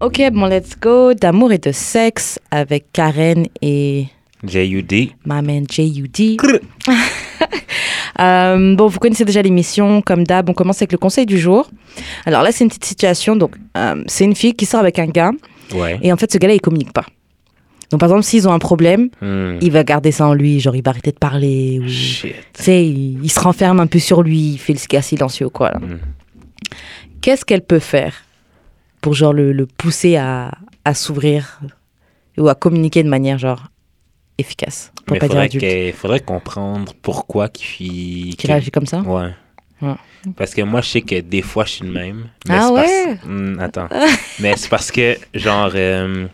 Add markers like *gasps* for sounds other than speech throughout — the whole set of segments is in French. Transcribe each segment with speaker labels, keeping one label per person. Speaker 1: Ok, bon, let's go. D'amour et de sexe avec Karen et
Speaker 2: J.U.D.
Speaker 1: ma man J.U.D. *laughs* Euh, bon, vous connaissez déjà l'émission. Comme d'hab, on commence avec le conseil du jour. Alors là, c'est une petite situation. Donc, euh, c'est une fille qui sort avec un gars
Speaker 2: Ouais.
Speaker 1: et en fait, ce gars-là, il communique pas. Donc, par exemple, s'ils ont un problème,
Speaker 2: Hmm.
Speaker 1: il va garder ça en lui. Genre, il va arrêter de parler. Ou...
Speaker 2: Shit.
Speaker 1: Tu sais, il, il se renferme un peu sur lui, il fait le gars silencieux, quoi. là.
Speaker 2: Mm.
Speaker 1: Qu'est-ce qu'elle peut faire pour, genre, le, le pousser à, à s'ouvrir ou à communiquer de manière, genre, efficace Pour
Speaker 2: Mais
Speaker 1: pas dire
Speaker 2: faudrait,
Speaker 1: adulte.
Speaker 2: que- faudrait comprendre pourquoi qu'il...
Speaker 1: Qu'il agit comme ça
Speaker 2: Ouais.
Speaker 1: Ouais.
Speaker 2: Parce que moi, je sais que des fois, je suis le même. mais
Speaker 1: Ah
Speaker 2: c'est
Speaker 1: ouais?
Speaker 2: parce-
Speaker 1: *laughs*
Speaker 2: Hmm, attends. mais c'est parce que, genre... euh,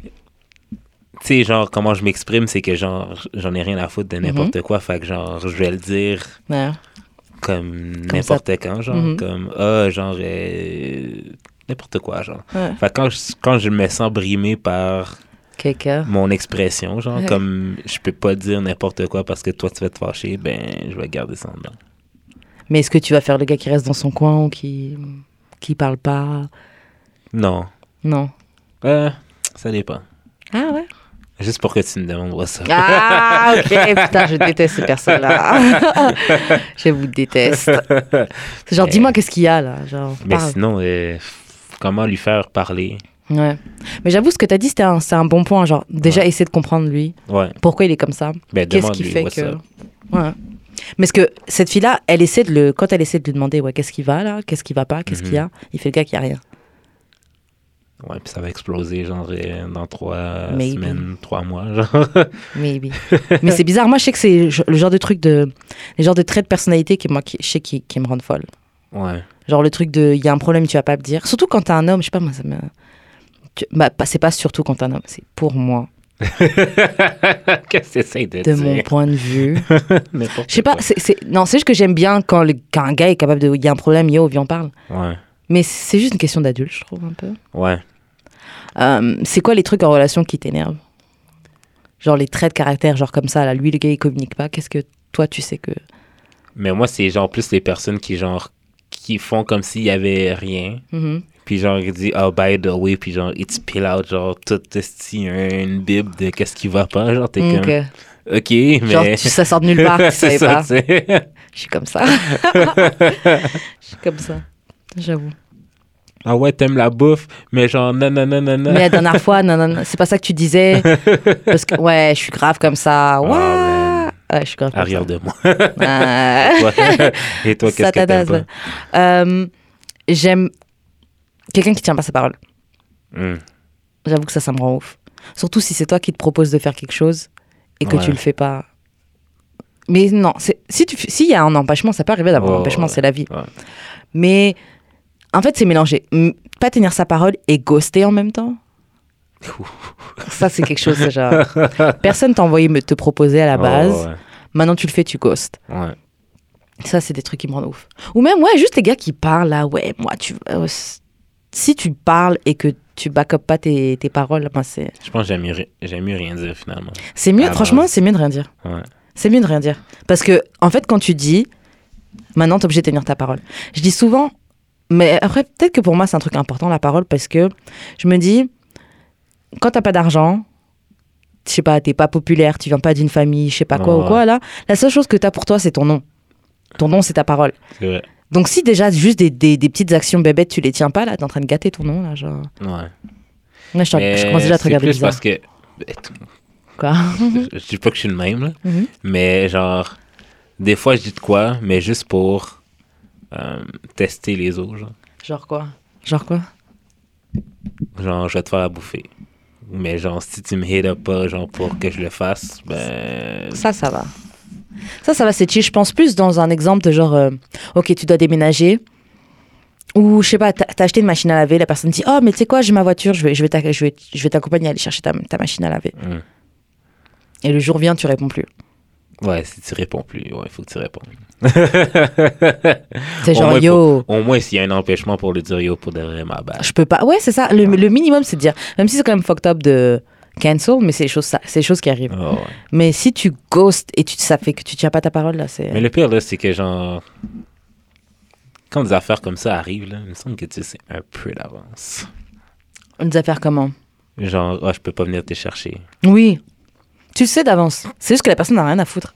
Speaker 2: Tu sais, genre, comment je m'exprime, c'est que, genre, j'en ai rien à
Speaker 1: Mm-hmm.
Speaker 2: foutre de n'importe quoi. Fait que, genre, je vais le dire
Speaker 1: Ouais.
Speaker 2: comme
Speaker 1: ça.
Speaker 2: n'importe quand, genre,
Speaker 1: Mhm.
Speaker 2: comme, ah, genre, euh, n'importe quoi, genre.
Speaker 1: Ouais.
Speaker 2: Fait que quand je, quand je me sens brimé par
Speaker 1: Quelqu'un.
Speaker 2: mon expression, genre,
Speaker 1: Ouais.
Speaker 2: comme je peux pas dire n'importe quoi parce que toi, tu vas te fâcher, ben, je vais garder ça en dedans.
Speaker 1: Mais est-ce que tu vas faire le gars qui reste dans son coin ou qui, qui parle pas
Speaker 2: Non.
Speaker 1: Non.
Speaker 2: Euh, ça dépend.
Speaker 1: Ah ouais
Speaker 2: Juste pour que tu me demandes what's up.
Speaker 1: Ah ok, putain, je déteste ces personnes-là. *laughs* je vous déteste. C'est genre, dis-moi qu'est-ce qu'il y a là. Genre,
Speaker 2: Mais
Speaker 1: parle.
Speaker 2: sinon, euh, comment lui faire parler?
Speaker 1: Ouais. Mais j'avoue, ce que t'as dit, c'était un- c'est un, bon point. Genre, déjà, essayer de comprendre lui.
Speaker 2: Ouais.
Speaker 1: Pourquoi il est comme ça
Speaker 2: Ben,
Speaker 1: Qu'est-ce qui
Speaker 2: demande-lui
Speaker 1: fait
Speaker 2: what's
Speaker 1: que.
Speaker 2: up.
Speaker 1: Ouais. Mais ce que cette fille-là, elle essaie de le. Quand elle essaie de lui demander, ouais, qu'est-ce qui va là Qu'est-ce qui va pas Qu'est-ce
Speaker 2: Mhm.
Speaker 1: qu'il y a Il fait le gars qui a rien.
Speaker 2: Ouais, puis ça va exploser, genre, euh, dans trois
Speaker 1: Maybe.
Speaker 2: semaines, trois mois, genre. *laughs*
Speaker 1: Maybe. *laughs* Mais c'est bizarre. Moi, je sais que c'est je- le genre de truc de. Les genres de traits de personnalité que moi, qui, je sais qui, qui me rendent folle.
Speaker 2: ouais.
Speaker 1: Genre le truc de. Il y a un problème, tu vas pas me dire. Surtout quand t'es un homme, je sais pas, moi, ça me. tu- bah, pas- c'est pas surtout quand t'es un homme, c'est pour moi,
Speaker 2: Qu'est-ce que t'essayes de,
Speaker 1: de
Speaker 2: dire?
Speaker 1: mon point de vue.
Speaker 2: *laughs* N'importe
Speaker 1: Je sais pas,
Speaker 2: quoi.
Speaker 1: c'est, c'est- non, c'est juste que j'aime bien quand, le- quand un gars est capable de. Il y a un problème, yo, viens, on parle.
Speaker 2: Ouais.
Speaker 1: Mais c'est juste une question d'adulte, je trouve, un peu.
Speaker 2: Ouais.
Speaker 1: Euh, c'est quoi les trucs en relation qui t'énervent Genre les traits de caractère, genre comme ça, là, lui, le gars, il communique pas. Qu'est-ce que toi, tu sais que.
Speaker 2: Mais moi, c'est genre plus les personnes qui, genre, qui font comme s'il y avait rien.
Speaker 1: Mhm.
Speaker 2: Puis genre, il dit, oh, by the way, puis genre, il te pile out, genre, tout esti, une bible de qu'est-ce qui va pas. Genre, t'es comme,
Speaker 1: Ok.
Speaker 2: ok, mais.
Speaker 1: *laughs* Genre, tu- ça sort de nulle
Speaker 2: *laughs*
Speaker 1: part, tu savais
Speaker 2: c'est ça,
Speaker 1: pas.
Speaker 2: tu sais.
Speaker 1: Je suis comme
Speaker 2: *laughs*
Speaker 1: ça. Je suis comme ça. J'avoue.
Speaker 2: Ah ouais, t'aimes la bouffe, mais genre, non, non, non, non, non.
Speaker 1: Mais la dernière fois, non, non, non, c'est pas ça que tu disais. Parce que, ouais, je suis grave comme ça.
Speaker 2: Oh,
Speaker 1: Ouais,
Speaker 2: man.
Speaker 1: ouais je suis grave comme
Speaker 2: Arrière de
Speaker 1: *laughs*
Speaker 2: *laughs* moi.
Speaker 1: ça. Ouais.
Speaker 2: Toi- Ah, Et toi,
Speaker 1: Ça
Speaker 2: qu'est-ce que t'aimes
Speaker 1: t'adasse,
Speaker 2: pas?
Speaker 1: ouais. Euh, J'aime quelqu'un qui tient pas sa parole.
Speaker 2: Hum,
Speaker 1: J'avoue que ça, ça me rend ouf. Surtout si c'est toi qui te proposes de faire quelque chose et que
Speaker 2: Ouais.
Speaker 1: tu le fais pas. Mais non, c'est- si tu f- s'il y a un empêchement, ça peut arriver d'avoir
Speaker 2: Ouais,
Speaker 1: un empêchement,
Speaker 2: ouais,
Speaker 1: c'est la vie.
Speaker 2: ouais.
Speaker 1: Mais en fait, c'est mélangé. M- Pas tenir sa parole et ghoster en même
Speaker 2: *laughs*
Speaker 1: temps. Ça, c'est quelque chose, c'est genre. Personne t'a envoyé me te proposer à la base.
Speaker 2: Ouais,
Speaker 1: Maintenant, tu le fais, tu ghostes.
Speaker 2: Oh, ouais, ouais.
Speaker 1: Ça, c'est des trucs qui me rendent ouf. Ou même, ouais, juste les gars qui parlent là, ouais, moi, tu. euh, si tu parles et que tu back up pas tes, tes paroles, ben, c'est.
Speaker 2: Je pense que j'aime mieux, ri- j'aime mieux rien dire finalement.
Speaker 1: C'est mieux,
Speaker 2: Ah bah.
Speaker 1: franchement, c'est mieux de rien dire.
Speaker 2: Ouais.
Speaker 1: C'est mieux de rien dire. Parce que, en fait, quand tu dis, maintenant, t'es obligé de tenir ta parole. Je dis souvent, mais après, peut-être que pour moi, c'est un truc important, la parole, parce que je me dis, quand t'as pas d'argent, je sais pas, t'es pas populaire, tu viens pas d'une famille, je sais pas quoi
Speaker 2: Ouais.
Speaker 1: ou quoi, là, la seule chose que t'as pour toi, c'est ton nom. Ton nom, c'est ta parole.
Speaker 2: C'est vrai.
Speaker 1: Donc, si déjà, juste des, des- des petites actions bébêtes, tu les tiens pas, là, t'es en train de gâter ton nom, là, genre.
Speaker 2: Ouais.
Speaker 1: Là, je, t'en- je
Speaker 2: Mais
Speaker 1: commence déjà à te
Speaker 2: c'est
Speaker 1: regarder
Speaker 2: plus
Speaker 1: bizarre.
Speaker 2: parce que. *laughs*
Speaker 1: Quoi.
Speaker 2: Je je dis pas que je suis le même, là.
Speaker 1: Mhm.
Speaker 2: Mais genre, des fois, je dis de quoi, mais juste pour euh, tester les autres. Genre.
Speaker 1: Genre quoi Genre quoi
Speaker 2: genre, je vais te faire à bouffer. Mais genre, si tu me hit up pas, genre, pour que je le fasse, ben.
Speaker 1: Ça, ça va. Ça, ça va, c'est chill. Je pense plus dans un exemple de genre, euh, ok, tu dois déménager. Ou, je sais pas, t'as t'as acheté une machine à laver, la personne dit, oh, mais tu sais quoi, j'ai ma voiture, je vais, je vais t'ac- je vais- je vais t'accompagner à aller chercher ta, ta machine à laver.
Speaker 2: Mm.
Speaker 1: Et le jour vient, tu réponds plus.
Speaker 2: Ouais, si tu réponds plus, ouais, il faut que tu répondes.
Speaker 1: C'est
Speaker 2: Au
Speaker 1: genre,
Speaker 2: moins
Speaker 1: yo,
Speaker 2: Au moins, s'il y a un empêchement pour le dire yo pour de vrai ma bad.
Speaker 1: je peux pas. Ouais, c'est ça. Le, le minimum, c'est de dire, même si c'est quand même fucked up de cancel, mais c'est les choses, ça- c'est les choses qui arrivent.
Speaker 2: Ah ouais.
Speaker 1: Mais si tu ghostes et tu, ça fait que tu tiens pas ta parole, là, c'est.
Speaker 2: Mais le pire, là, c'est que genre. Quand des affaires comme ça arrivent, là, il me semble que tu sais un peu d'avance.
Speaker 1: Des affaires comment
Speaker 2: Genre, Ah, je peux pas venir te chercher.
Speaker 1: Oui. Tu sais d'avance. C'est juste que la personne n'a rien à foutre.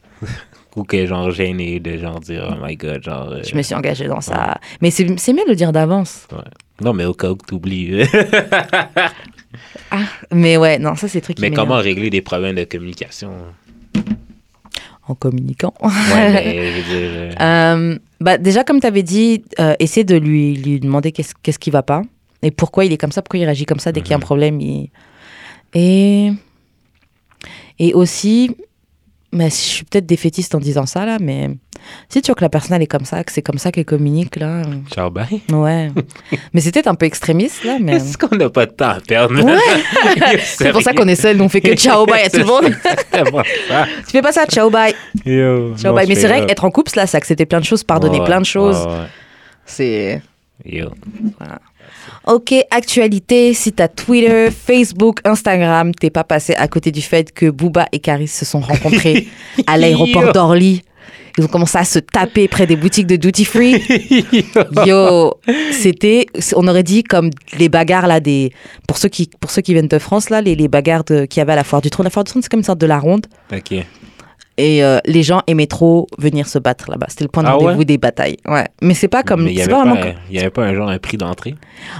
Speaker 2: Ou que, genre, gêné de genre dire, oh my god, genre. euh,
Speaker 1: Je me suis engagée dans ça. Mais c'est c'est mieux de le dire d'avance.
Speaker 2: Non, mais au cas où que t'oublies. euh,
Speaker 1: Mais ouais, non, ça, c'est le truc qui
Speaker 2: *laughs* mais
Speaker 1: m'énerve.
Speaker 2: comment régler des problèmes de communication?
Speaker 1: En communiquant. *laughs*
Speaker 2: Ouais, mais je veux dire. euh,
Speaker 1: Euh, bah, déjà, comme tu avais dit, euh, essaie de lui, lui demander qu'est-ce qu'est-ce qui va pas et pourquoi il est comme ça, pourquoi il réagit comme ça dès qu'il y
Speaker 2: Mhm.
Speaker 1: a un problème. il- Et... et aussi, mais je suis peut-être défaitiste en disant ça, là, mais si tu vois que la personne elle est comme ça, que c'est comme ça qu'elle communique, là, euh,
Speaker 2: Ciao, bye. *laughs*
Speaker 1: ouais. mais c'était un peu extrémiste, là, mais.
Speaker 2: ben, Est-ce qu'on n'a pas de temps à perdre?
Speaker 1: Ouais. *laughs*
Speaker 2: *laughs*
Speaker 1: C'est pour ça qu'on est seul, nous, on fait que ciao bye à tout le monde. tu fais pas ça, ciao bye, ciao bye. ben, Mais c'est
Speaker 2: euh,
Speaker 1: vrai, être en couple, là, c'est accepter plein de choses, pardonner plein de choses. C'est. *laughs*
Speaker 2: Yo.
Speaker 1: Ok, actualité, si t'as Twitter, Facebook, Instagram, t'es pas passé à côté du fait que Booba et Karis se sont rencontrés à l'aéroport
Speaker 2: Yo.
Speaker 1: d'Orly. Ils ont commencé à se taper près des boutiques de duty free. Yo, c'était, on aurait dit comme les bagarres là des, pour ceux qui, pour ceux qui viennent de France là, les, les bagarres de- qu'il y avait à la foire du trône. La foire du trône c'est comme une sorte de la ronde
Speaker 2: Ok.
Speaker 1: et euh, les gens aimaient trop venir se battre là-bas. C'était le point de
Speaker 2: Ah ouais
Speaker 1: rendez-vous des batailles. Ouais, mais c'est pas comme,
Speaker 2: Mais il y
Speaker 1: c'est
Speaker 2: avait
Speaker 1: pas
Speaker 2: pas,
Speaker 1: vraiment.
Speaker 2: un- il y avait pas un genre un prix d'entrée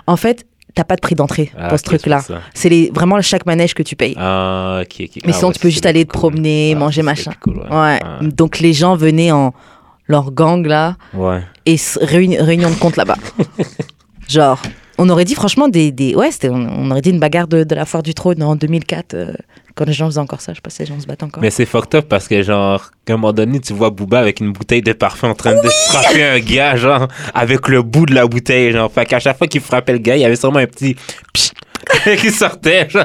Speaker 1: En fait, t'as pas de prix d'entrée
Speaker 2: Ah,
Speaker 1: pour ce
Speaker 2: ok, c'est
Speaker 1: truc-là.
Speaker 2: pour ça.
Speaker 1: C'est les, vraiment chaque manège que tu payes.
Speaker 2: Ah, ok, ok.
Speaker 1: Mais
Speaker 2: Ah,
Speaker 1: sinon,
Speaker 2: ouais,
Speaker 1: tu peux
Speaker 2: c'est
Speaker 1: juste
Speaker 2: le
Speaker 1: aller te
Speaker 2: plus cool.
Speaker 1: promener,
Speaker 2: Ah,
Speaker 1: manger,
Speaker 2: c'est le
Speaker 1: machin.
Speaker 2: plus cool, ouais.
Speaker 1: Ouais.
Speaker 2: Ah,
Speaker 1: Donc les gens venaient en leur gang là
Speaker 2: ouais.
Speaker 1: et se- réuni- réunion de compte
Speaker 2: *laughs*
Speaker 1: là-bas. Genre, on aurait dit franchement des. des ouais, c'était, on, on aurait dit une bagarre de, de la foire du trône en 2004, euh, quand les gens faisaient encore ça. Je sais pas si les gens se battent encore.
Speaker 2: Mais c'est fucked up parce que, genre, à un moment donné, tu vois Booba avec une bouteille de parfum en train de frapper un gars, genre, avec le bout de la bouteille, genre. Fait qu'à chaque fois qu'il frappait le gars, il y avait sûrement un petit pchit *laughs* qui sortait, genre.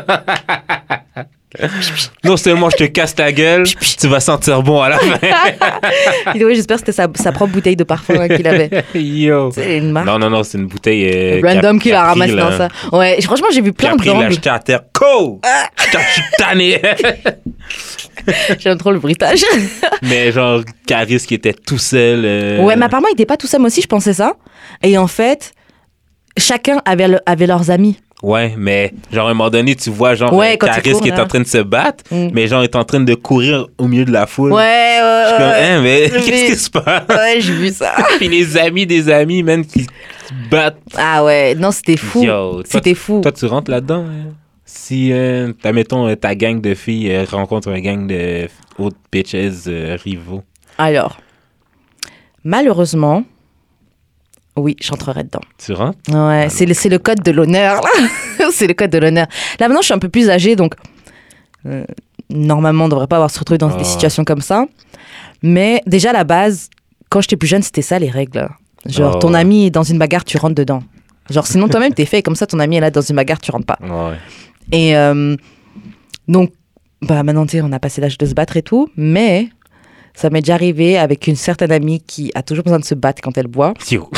Speaker 2: non seulement je te casse la gueule, tu vas sentir bon à la fin.
Speaker 1: Il- *laughs* oui, j'espère que c'était sa, sa propre bouteille de parfum hein, qu'il
Speaker 2: *laughs*
Speaker 1: avait.
Speaker 2: Yo.
Speaker 1: C'est une marque
Speaker 2: Non, non, non, c'est une bouteille. euh,
Speaker 1: random
Speaker 2: qui
Speaker 1: qu'il a
Speaker 2: pris,
Speaker 1: ramassé
Speaker 2: là,
Speaker 1: dans ça. Ouais, j- franchement, j'ai vu
Speaker 2: Qui
Speaker 1: plein Ah!
Speaker 2: a pris, il l'a
Speaker 1: d'angles.
Speaker 2: jeté à terre. Co! Je suis
Speaker 1: *laughs*
Speaker 2: tanné!
Speaker 1: J'aime trop le bruitage.
Speaker 2: Mais genre, Caris qui était tout seul. euh,
Speaker 1: Ouais, mais apparemment, ils n'étaient pas tout ça. Moi aussi, je pensais ça. Et en fait, chacun avait, le- avait leurs amis.
Speaker 2: Ouais, mais genre, à un moment donné, tu vois, genre, euh,
Speaker 1: Ouais, quand il
Speaker 2: Caris
Speaker 1: court,
Speaker 2: qui est
Speaker 1: là.
Speaker 2: en train de se battre,
Speaker 1: Mm.
Speaker 2: mais genre, il est en train de courir au milieu de la foule.
Speaker 1: Ouais,
Speaker 2: Je suis comme,
Speaker 1: ouais, *laughs*
Speaker 2: hein, mais
Speaker 1: Mais-
Speaker 2: qu'est-ce qui se passe? *laughs*
Speaker 1: ouais. Ouais, j'ai vu ça.
Speaker 2: Puis les amis des amis, man, qui se battent.
Speaker 1: Ah ouais, non, c'était fou.
Speaker 2: Yo, toi,
Speaker 1: C'était fou.
Speaker 2: Toi, tu rentres là-dedans. hein? Si, euh, t'as, mettons, euh, ta gang de filles euh, rencontre un gang de autres bitches euh, rivaux.
Speaker 1: Alors, malheureusement, oui, je rentrerai dedans.
Speaker 2: Tu rentres?
Speaker 1: Ouais, c'est le, c'est le code de l'honneur. là. *laughs* c'est le code de l'honneur. Là, maintenant, je suis un peu plus âgée, donc euh, normalement, on ne devrait pas avoir se retrouver dans
Speaker 2: Ah
Speaker 1: des
Speaker 2: ouais.
Speaker 1: situations comme ça. Mais déjà, à la base, quand j'étais plus jeune, c'était ça les règles. là. Genre,
Speaker 2: Ah
Speaker 1: ton
Speaker 2: ouais.
Speaker 1: ami est dans une bagarre, tu rentres dedans. Genre, sinon, toi-même, t'es fait. Comme ça, ton ami est là dans une bagarre, tu rentres pas.
Speaker 2: Ouais.
Speaker 1: Et euh, donc, bah maintenant, tu sais, on a passé l'âge de se battre et tout, mais ça m'est déjà arrivé avec une certaine amie qui a toujours besoin de se battre quand elle boit,
Speaker 2: Yo.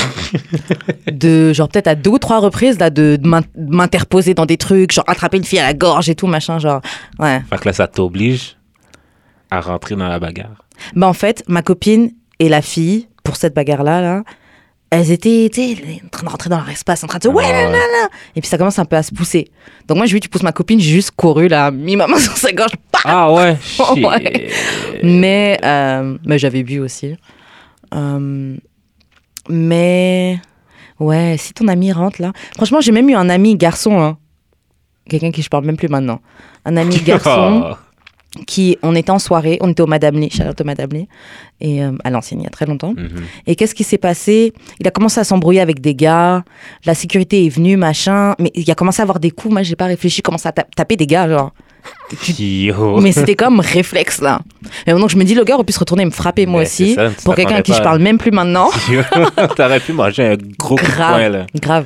Speaker 1: de genre peut-être à deux ou trois reprises, là, de, de m'in- de m'interposer dans des trucs, genre attraper une fille à la gorge et tout, machin, genre, ouais.
Speaker 2: Fait que là, ça t'oblige à rentrer dans la bagarre.
Speaker 1: Bah en fait, ma copine et la fille, pour cette bagarre-là, là, elles étaient, tu sais, en train de rentrer dans leur espace, en train de se... Ouais,
Speaker 2: Ouais.
Speaker 1: Et puis ça commence un peu à se pousser. Donc moi, je lui ai dit, tu pousses ma copine, j'ai juste couru, là, mis ma main *laughs* sur sa gorge,
Speaker 2: Ah ouais, shit.
Speaker 1: *laughs* Ouais. Mais, euh, mais j'avais bu aussi. Euh, mais ouais, si ton ami rentre là. Franchement, j'ai même eu un ami garçon, hein. quelqu'un qui je parle même plus maintenant. Un
Speaker 2: *laughs*
Speaker 1: ami garçon
Speaker 2: Oh.
Speaker 1: qui, on était en soirée, on était au Madame Lee, Charlotte au Madame Lee, et euh, à l'ancienne, il y a très longtemps.
Speaker 2: Mhm.
Speaker 1: Et qu'est-ce qui s'est passé Il a commencé à s'embrouiller avec des gars, la sécurité est venue, machin, mais il a commencé à avoir des coups, moi j'ai pas réfléchi, il commence à ta- taper des gars, genre.
Speaker 2: Yo.
Speaker 1: Mais c'était comme réflexe là. Et maintenant que je me dis, le gars aurait pu se retourner et me frapper moi
Speaker 2: Mais
Speaker 1: aussi.
Speaker 2: c'est ça, tu
Speaker 1: pour quelqu'un à qui
Speaker 2: t'attendais
Speaker 1: je
Speaker 2: pas.
Speaker 1: parle même plus
Speaker 2: *laughs*
Speaker 1: maintenant.
Speaker 2: Yo. T'aurais pu manger un gros coup de
Speaker 1: Grave.
Speaker 2: poing, là.
Speaker 1: Grave.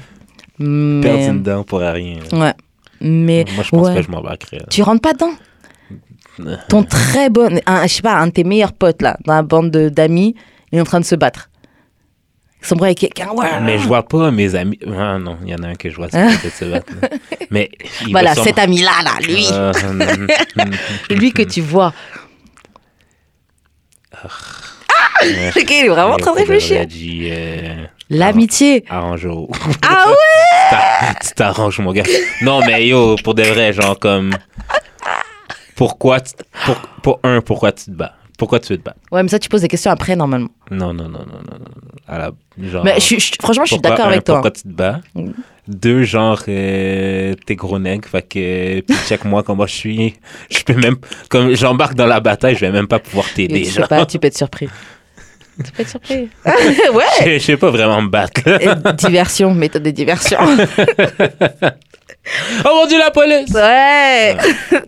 Speaker 2: Perdre
Speaker 1: Mais.
Speaker 2: une dent pour rien. là.
Speaker 1: Ouais. Mais.
Speaker 2: Moi, je pense
Speaker 1: ouais.
Speaker 2: que je m'embarquerais. là.
Speaker 1: Tu rentres pas
Speaker 2: *laughs*
Speaker 1: dedans. Ton très bon. un- je sais pas, un de tes meilleurs potes là, dans la bande de- d'amis, il est en train de se battre. Ils sont avec quelqu'un. Ouais.
Speaker 2: Mais je vois pas mes amis. Ah non, il y en a un que je vois, c'est peut-être
Speaker 1: *laughs*
Speaker 2: se battre. là. Mais il va
Speaker 1: Voilà,
Speaker 2: sûrement-
Speaker 1: cet ami là, là, lui.
Speaker 2: Ah,
Speaker 1: *laughs*
Speaker 2: hum, hum, hum.
Speaker 1: Lui que tu vois.
Speaker 2: Ah.
Speaker 1: *laughs*
Speaker 2: Ouais.
Speaker 1: Le gars, il est vraiment en train de
Speaker 2: Pour vrai,
Speaker 1: réfléchir.
Speaker 2: j'ai dit, euh, *laughs*
Speaker 1: L'amitié.
Speaker 2: Arrangeau.
Speaker 1: Ah ouais
Speaker 2: Ta tu t'arranges, mon gars. Non, mais yo, pour de vrai, genre, comme. Pourquoi. tu- Pour, pour un, pourquoi tu te bats Pourquoi tu veux te battre
Speaker 1: Ouais, mais ça, tu poses des questions après, normalement.
Speaker 2: Non, non, non, non, non, non. non. À la, genre,
Speaker 1: Mais je, suis- je- franchement, je suis
Speaker 2: Ah. pourquoi,
Speaker 1: d'accord
Speaker 2: un,
Speaker 1: avec toi.
Speaker 2: Pourquoi tu te bats
Speaker 1: Mm.
Speaker 2: Deux, genre, euh, t'es gros nègre, fait que. euh, Puis check-moi comment je suis. Je peux même. Comme j'embarque dans la bataille, je vais même pas pouvoir
Speaker 1: Et
Speaker 2: t'aider,
Speaker 1: tu sais
Speaker 2: genre. *laughs*
Speaker 1: pas, tu peux être surpris. tu peux être surpris. *laughs* ouais.
Speaker 2: *laughs* Je je sais pas vraiment me battre. là. *laughs*
Speaker 1: Et diversion, méthode de diversion.
Speaker 2: Oh mon dieu, la police
Speaker 1: *laughs* ouais.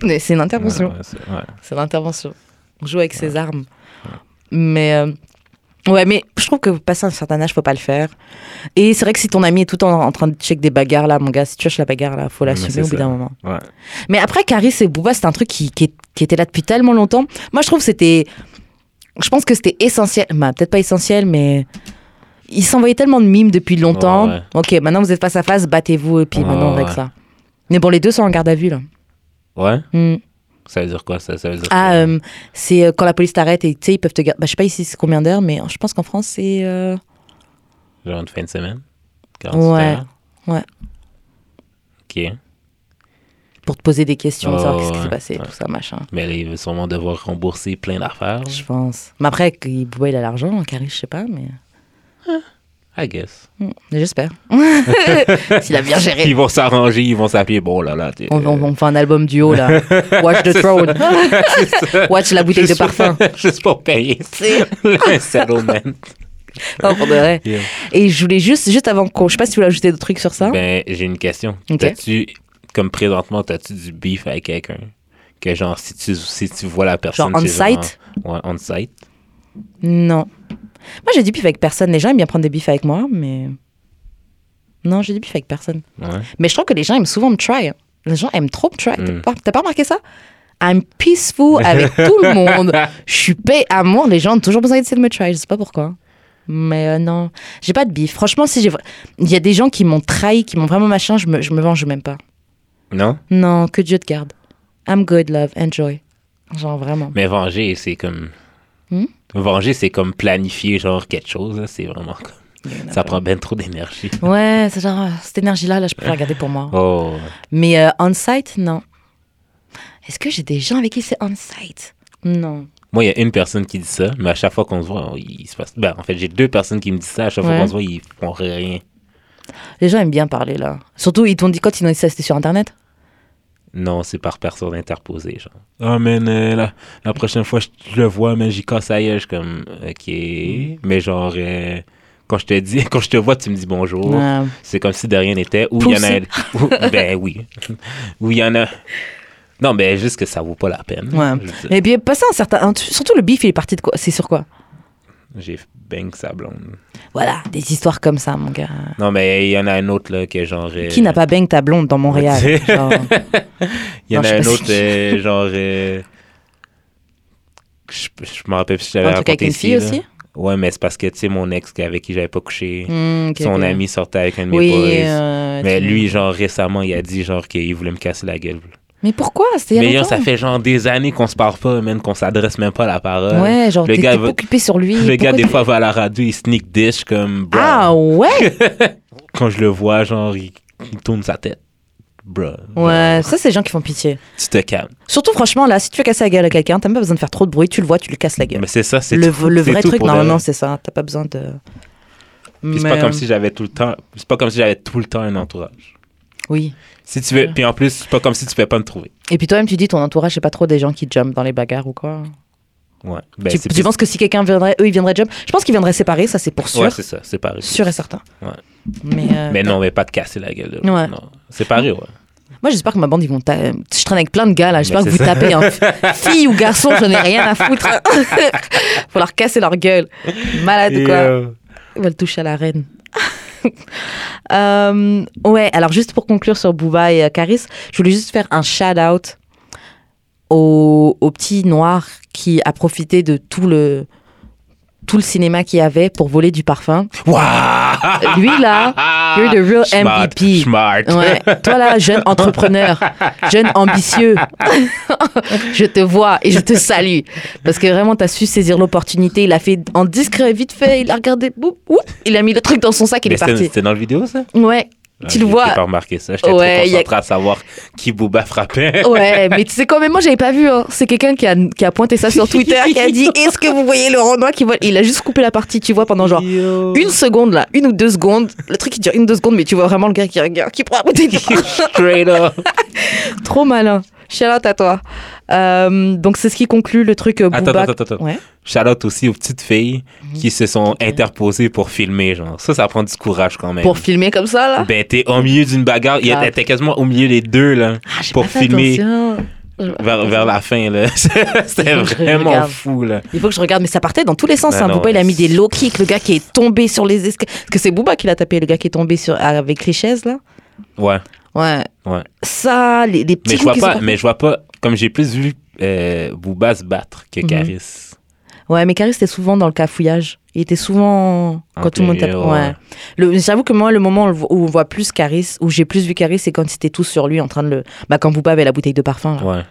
Speaker 1: Mais c'est une intervention.
Speaker 2: Ouais, ouais, c'est- ouais.
Speaker 1: C'est l'intervention. On joue avec ses armes. Mais euh, ouais, mais je trouve que passer un certain âge, faut pas le faire. Et c'est vrai que si ton ami est tout le temps en train de check des bagarres là, mon gars, si tu cherches la bagarre là, faut
Speaker 2: Mais c'est
Speaker 1: l'assumer au
Speaker 2: ça.
Speaker 1: bout d'un moment.
Speaker 2: Ouais.
Speaker 1: Mais après, Caris et Booba, c'est un truc qui, qui est- qui était là depuis tellement longtemps. Moi, je trouve que c'était. Je pense que c'était essentiel. Bah, peut-être pas essentiel, mais. Ils s'envoyaient tellement de mimes depuis longtemps.
Speaker 2: Ouais, ouais.
Speaker 1: Ok, maintenant vous êtes face à face, battez-vous et puis
Speaker 2: Ouais,
Speaker 1: maintenant avec
Speaker 2: ouais.
Speaker 1: ça. Mais bon, les deux sont en garde à vue là.
Speaker 2: Ouais.
Speaker 1: Hmm.
Speaker 2: Ça veut dire quoi ça, ça veut dire
Speaker 1: Ah,
Speaker 2: quoi?
Speaker 1: euh, c'est euh, quand la police t'arrête et tu sais, ils peuvent te garder. Bah, je sais pas ici c'est combien d'heures, mais je pense qu'en France c'est. euh,
Speaker 2: Genre une fin de semaine 48
Speaker 1: Ouais,
Speaker 2: heures?
Speaker 1: ouais.
Speaker 2: Ok.
Speaker 1: pour te poser des questions,
Speaker 2: Oh,
Speaker 1: savoir qu'est-ce qui
Speaker 2: ouais,
Speaker 1: s'est passé,
Speaker 2: ouais.
Speaker 1: tout ça, machin.
Speaker 2: Mais là, il va sûrement devoir rembourser plein d'affaires.
Speaker 1: Je pense. Mais après, qu'il Bouba, il a l'argent, Carrie, je sais pas, mais.
Speaker 2: I guess.
Speaker 1: Hmm, mais J'espère. *laughs* S'il a bien géré.
Speaker 2: Ils vont s'arranger, ils vont s'appuyer. Bon, là, là. t'es-
Speaker 1: On, on- on fait un album duo
Speaker 2: *laughs*
Speaker 1: là. Watch the throne. *laughs* Watch la bouteille de
Speaker 2: Juste pour-
Speaker 1: parfum.
Speaker 2: *laughs* Juste pour payer.
Speaker 1: *laughs* C'est- *laughs*
Speaker 2: Le settlement.
Speaker 1: Non, pour de vrai.
Speaker 2: Yeah.
Speaker 1: Et je voulais juste, juste avant qu'on. Je sais pas si tu voulais ajouter d'autres trucs sur ça.
Speaker 2: Ben, j'ai une question.
Speaker 1: Ok.
Speaker 2: T'as-tu, comme présentement, t'as-tu du beef avec quelqu'un? Que genre, si tu, si tu vois la personne.
Speaker 1: Genre
Speaker 2: tu es
Speaker 1: on-site?
Speaker 2: genre- Ouais, on-site.
Speaker 1: Non. Moi, j'ai du bif avec personne. Les gens aiment bien prendre des bifs avec moi, mais. Non, j'ai du bif avec personne.
Speaker 2: Ouais.
Speaker 1: Mais je trouve que les gens aiment souvent me try. Les gens aiment trop me try. T'as
Speaker 2: Mm.
Speaker 1: pas- T'as pas remarqué ça I'm peaceful avec tout le monde. Je suis paix, amour. Les gens ont toujours besoin d'essayer de me try. Je sais pas pourquoi. Mais euh, non, j'ai pas de bif. Franchement, si j'ai. vra- Il y a des gens qui m'ont trahi, qui m'ont vraiment machin, je me, je me venge même pas.
Speaker 2: Non?
Speaker 1: Non, que Dieu te garde. I'm good, love. Enjoy. Genre vraiment.
Speaker 2: Mais venger, c'est comme.
Speaker 1: Hmm?
Speaker 2: Venger, c'est comme planifier genre quelque chose. là. C'est vraiment comme. Ça prend bien trop d'énergie.
Speaker 1: Ouais, c'est genre, euh, cette énergie-là, là, je préfère garder pour moi.
Speaker 2: Oh.
Speaker 1: Mais euh, on-site, non. Est-ce que j'ai des gens avec qui c'est on-site Non.
Speaker 2: Moi, il y a une personne qui dit ça, mais à chaque fois qu'on se voit, on- il se passe. Ben, en fait, j'ai deux personnes qui me disent ça. À chaque
Speaker 1: Ouais.
Speaker 2: fois qu'on se voit, ils font rien.
Speaker 1: Les gens aiment bien parler là. Surtout, ils t'ont dit quand ils ont dit ça, c'était sur internet
Speaker 2: Non, c'est par personne interposée, genre. Ah, man, euh, la, la prochaine fois, je te le vois, mais j'y casse la gueule. Je suis comme, OK. Mais genre, euh, quand je te dis, *laughs* quand je te vois, tu me dis bonjour.
Speaker 1: Ouais.
Speaker 2: C'est comme si de rien n'était. Ou il y en a... ou- ben oui. Ou il y en a... Non, ben juste que ça vaut pas la peine.
Speaker 1: Ouais.
Speaker 2: Je veux dire,
Speaker 1: Et puis, passer un certain. un- surtout le bif, il est parti de quoi C'est sur quoi
Speaker 2: J'ai bang sa blonde.
Speaker 1: Voilà, des histoires comme ça, mon gars.
Speaker 2: Non, mais il y en a un autre, là, que genre... euh,
Speaker 1: Qui n'a pas bang ta blonde dans
Speaker 2: Ouais,
Speaker 1: Montréal
Speaker 2: tu sais. *laughs*
Speaker 1: genre...
Speaker 2: Il y en
Speaker 1: Non,
Speaker 2: a
Speaker 1: je sais
Speaker 2: un
Speaker 1: pas
Speaker 2: autre,
Speaker 1: si-
Speaker 2: euh, genre... euh, Je, je me rappelle si je
Speaker 1: Un
Speaker 2: t'avais
Speaker 1: truc avec
Speaker 2: raconté
Speaker 1: une
Speaker 2: ici,
Speaker 1: fille
Speaker 2: là.
Speaker 1: aussi
Speaker 2: Ouais, mais c'est parce que, tu sais, mon ex avec qui j'avais pas couché,
Speaker 1: Hmm, ok,
Speaker 2: son
Speaker 1: ok.
Speaker 2: ami sortait avec un de mes
Speaker 1: Oui.
Speaker 2: boys.
Speaker 1: euh,
Speaker 2: mais
Speaker 1: tu-
Speaker 2: lui, genre, récemment, il a dit, genre, qu'il voulait me casser la gueule.
Speaker 1: Mais pourquoi C'était il y a
Speaker 2: Mais yo,
Speaker 1: longtemps.
Speaker 2: ça fait genre des années qu'on se parle pas, même qu'on s'adresse même pas la parole.
Speaker 1: Ouais, genre,
Speaker 2: le
Speaker 1: t'es
Speaker 2: gars
Speaker 1: t'es
Speaker 2: veut-
Speaker 1: pas occupé sur lui.
Speaker 2: Le gars,
Speaker 1: pourquoi
Speaker 2: des
Speaker 1: t'es-
Speaker 2: fois, bah. va à la radio, il sneak dish comme, bro.
Speaker 1: Ah oh. ouais
Speaker 2: *laughs* Quand je le vois, genre, il, il tourne sa tête. Bro.
Speaker 1: Ouais, ça, c'est les gens qui font pitié.
Speaker 2: Tu te calmes.
Speaker 1: Surtout, franchement, là, si tu veux casser la gueule à quelqu'un, t'as même pas besoin de faire trop de bruit, tu le vois, tu lui casses la gueule.
Speaker 2: Mais c'est ça, c'est
Speaker 1: Le,
Speaker 2: tout.
Speaker 1: le
Speaker 2: C'est
Speaker 1: vrai
Speaker 2: tout
Speaker 1: truc,
Speaker 2: pour de
Speaker 1: normalement,
Speaker 2: vrai.
Speaker 1: c'est ça. T'as pas besoin de.
Speaker 2: Puis c'est
Speaker 1: Mais,
Speaker 2: pas
Speaker 1: euh,
Speaker 2: comme si j'avais tout le temps, c'est pas comme si j'avais tout le temps un entourage.
Speaker 1: Oui.
Speaker 2: Si tu veux, puis en plus, c'est pas comme si tu peux pas me trouver.
Speaker 1: Et puis toi-même, tu dis ton entourage, c'est pas trop des gens qui jumpent dans les bagarres ou quoi.
Speaker 2: Ouais. Ben,
Speaker 1: tu
Speaker 2: c'est
Speaker 1: tu
Speaker 2: plus-
Speaker 1: penses que si quelqu'un viendrait, eux, ils viendraient jump Je pense qu'ils viendraient séparer, ça c'est pour sûr.
Speaker 2: Ouais, c'est ça, c'est pareil.
Speaker 1: sûr et certain.
Speaker 2: Ouais.
Speaker 1: Mais, euh,
Speaker 2: Mais non, mais pas de casser la gueule. là.
Speaker 1: Ouais.
Speaker 2: Non. C'est pareil, ouais.
Speaker 1: moi, j'espère que ma bande, ils vont. ta- euh, Je traîne avec plein de gars là, j'espère
Speaker 2: Mais
Speaker 1: que vous
Speaker 2: c'est ça.
Speaker 1: tapez. hein.
Speaker 2: *laughs*
Speaker 1: Fille ou garçon, j'en ai rien à foutre. *laughs* Faut leur casser leur gueule. Malade ou
Speaker 2: Et,
Speaker 1: Ah, quoi.
Speaker 2: euh,
Speaker 1: Ils veulent toucher à la reine. *laughs* Euh, ouais, alors juste pour conclure sur Booba et euh, Caris, je voulais juste faire un shout-out au, au petit noir qui a profité de tout le, tout le cinéma qu'il y avait pour voler du parfum.
Speaker 2: Waouh!
Speaker 1: Lui là, *laughs* you're the real
Speaker 2: Smart,
Speaker 1: MVP.
Speaker 2: Smart.
Speaker 1: Ouais. Toi là, jeune entrepreneur, jeune ambitieux, je te vois et je te salue. Parce que vraiment, tu as su saisir l'opportunité. Il a fait en discret, vite fait, il a regardé, boum, ouh, il a mis le truc dans son sac, il
Speaker 2: Mais
Speaker 1: est
Speaker 2: C'était
Speaker 1: parti.
Speaker 2: c'était dans le vidéo, ça? Ah,
Speaker 1: Ouais, Tu le vois.
Speaker 2: J'ai pas remarqué ça. J'étais
Speaker 1: Ouais,
Speaker 2: trop
Speaker 1: y a-
Speaker 2: concentré à savoir qui
Speaker 1: *laughs*
Speaker 2: Booba frappait.
Speaker 1: Ouais, mais tu sais quoi, mais moi j'avais pas vu. hein. C'est quelqu'un qui a, qui a pointé ça sur Twitter, qui a dit Est-ce que vous voyez le Renoir qui vole Il a juste coupé la partie, tu vois, pendant genre
Speaker 2: Yo.
Speaker 1: une seconde là, une ou deux secondes. Le truc qui dure une ou deux secondes, mais tu vois vraiment le gars qui regarde, qui prend à côté. *laughs*
Speaker 2: Straight up.
Speaker 1: Trop malin. Shout à toi. Euh, donc c'est ce qui conclut le truc euh,
Speaker 2: Attends,
Speaker 1: Booba.
Speaker 2: attends, attends. attends.
Speaker 1: Ouais.
Speaker 2: Shout out aussi aux petites filles
Speaker 1: Mhm.
Speaker 2: qui se sont interposées pour filmer, genre. Ça, ça prend du courage quand même. hein.
Speaker 1: Pour filmer comme ça *laughs* là
Speaker 2: Ben, t'es au milieu d'une bagarre. Il y a-
Speaker 1: Grave.
Speaker 2: T'es quasiment au milieu des deux, là.
Speaker 1: Ah, j'ai
Speaker 2: pour
Speaker 1: pas fait
Speaker 2: filmer
Speaker 1: attention. J'ai pas
Speaker 2: Vers,
Speaker 1: fait
Speaker 2: vers la fin, là. *laughs* C'était
Speaker 1: faut que je
Speaker 2: vraiment
Speaker 1: regarde.
Speaker 2: fou, là.
Speaker 1: Il faut que je regarde, mais ça partait dans tous les sens.
Speaker 2: Ben
Speaker 1: hein.
Speaker 2: non,
Speaker 1: Booba, il a
Speaker 2: ouais.
Speaker 1: mis des low kicks, le gars qui est tombé sur les escaliers. Parce que c'est Booba qui l'a tapé, le gars qui est tombé sur... avec les chaises, là.
Speaker 2: Ouais.
Speaker 1: Ouais.
Speaker 2: Ouais.
Speaker 1: Ça, les, les petits
Speaker 2: Mais je
Speaker 1: coups
Speaker 2: vois
Speaker 1: qui
Speaker 2: pas,
Speaker 1: sont-
Speaker 2: mais je vois pas, comme j'ai plus vu euh, Booba se battre que
Speaker 1: Mhm.
Speaker 2: Caris.
Speaker 1: Ouais, mais Caris était souvent dans le cafouillage. Il était souvent... Quand tout le monde tape...
Speaker 2: Antérieur,
Speaker 1: Ouais. Le- J'avoue que moi, le moment où on le voit- où on voit plus Caris, où j'ai plus vu Caris, c'est quand c'était tous sur lui en train de le... Bah, quand Booba avait la bouteille de parfum, là.
Speaker 2: Ouais.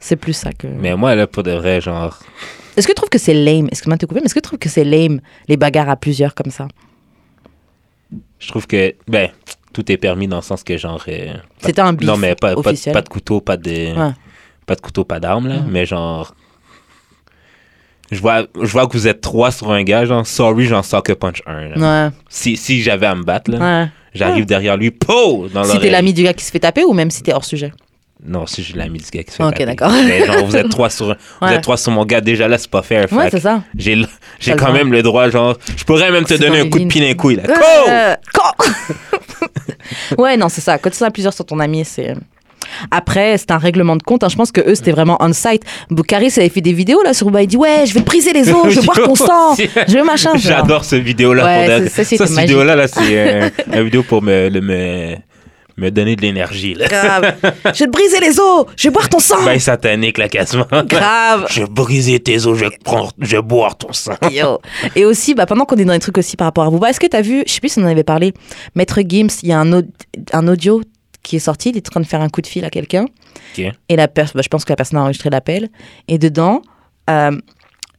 Speaker 1: C'est plus ça que...
Speaker 2: Mais moi, là, pour de vrai, genre.
Speaker 1: Est-ce que tu trouves que c'est lame Excuse-moi de te couper, mais est-ce que tu trouves que c'est lame, les bagarres à plusieurs comme ça
Speaker 2: Je trouve que, ben, tout est permis dans le sens que, genre. euh, pas-
Speaker 1: C'était un beef
Speaker 2: Non, mais pas, pas,
Speaker 1: officiel.
Speaker 2: pas de couteau, pas de.
Speaker 1: Ouais.
Speaker 2: Pas de couteau, pas d'arme, là.
Speaker 1: Mhm.
Speaker 2: Mais genre. Je vois, je vois que vous êtes trois sur un gars, genre, sorry, j'en sors que punch un. là.
Speaker 1: Ouais,
Speaker 2: Si, si j'avais à me battre, là,
Speaker 1: ouais.
Speaker 2: j'arrive derrière lui, po! Dans
Speaker 1: Si t'es
Speaker 2: l'oreille.
Speaker 1: l'ami du gars qui se fait taper ou même si t'es hors sujet
Speaker 2: Non, si j'ai l'ami du gars qui se fait
Speaker 1: Ok,
Speaker 2: taper.
Speaker 1: d'accord.
Speaker 2: Mais genre, vous êtes trois sur, vous
Speaker 1: Ouais.
Speaker 2: êtes trois sur mon gars, déjà là, c'est pas fair.
Speaker 1: Ouais,
Speaker 2: fait
Speaker 1: c'est ça.
Speaker 2: J'ai le- j'ai
Speaker 1: Ça se
Speaker 2: quand
Speaker 1: voit.
Speaker 2: même le droit, genre, je pourrais même te
Speaker 1: C'est
Speaker 2: donner
Speaker 1: dans
Speaker 2: un coup de
Speaker 1: les
Speaker 2: pied dans les couilles, là. Go!
Speaker 1: Euh, quand- *laughs* ouais, non, c'est ça. Quand tu as plusieurs sur ton ami, c'est. euh, Après, c'est un règlement de compte. hein. Je pense que eux, c'était vraiment on-site. Boukaris avait fait des vidéos là sur Booba. Il dit Ouais, je vais briser les os,
Speaker 2: *laughs*
Speaker 1: je vais boire ton sang, je veux machin. genre.
Speaker 2: J'adore ce vidéo-là.
Speaker 1: Ouais,
Speaker 2: pour
Speaker 1: c'est-
Speaker 2: dire-
Speaker 1: ça, c'était
Speaker 2: cette
Speaker 1: magique.
Speaker 2: vidéo-là, là, c'est
Speaker 1: *laughs*
Speaker 2: euh, une vidéo pour me, le- me, me donner de l'énergie, là.
Speaker 1: Grave. Je vais te briser les os, je vais boire
Speaker 2: *laughs*
Speaker 1: ton sang.
Speaker 2: Ben satanique, là, quasiment.
Speaker 1: Grave.
Speaker 2: Je vais briser tes os, je vais, prendre- je vais boire ton sang.
Speaker 1: *laughs* Yo. Et aussi, bah, pendant qu'on est dans les trucs aussi par rapport à Booba, est-ce que t'as vu, je sais plus si on en avait parlé, Maître Gims, il y a un, au- un audio qui est sorti, il est en train de faire un coup de fil à quelqu'un.
Speaker 2: Ok.
Speaker 1: Et la personne, je pense que la personne a enregistré l'appel. Et dedans, euh,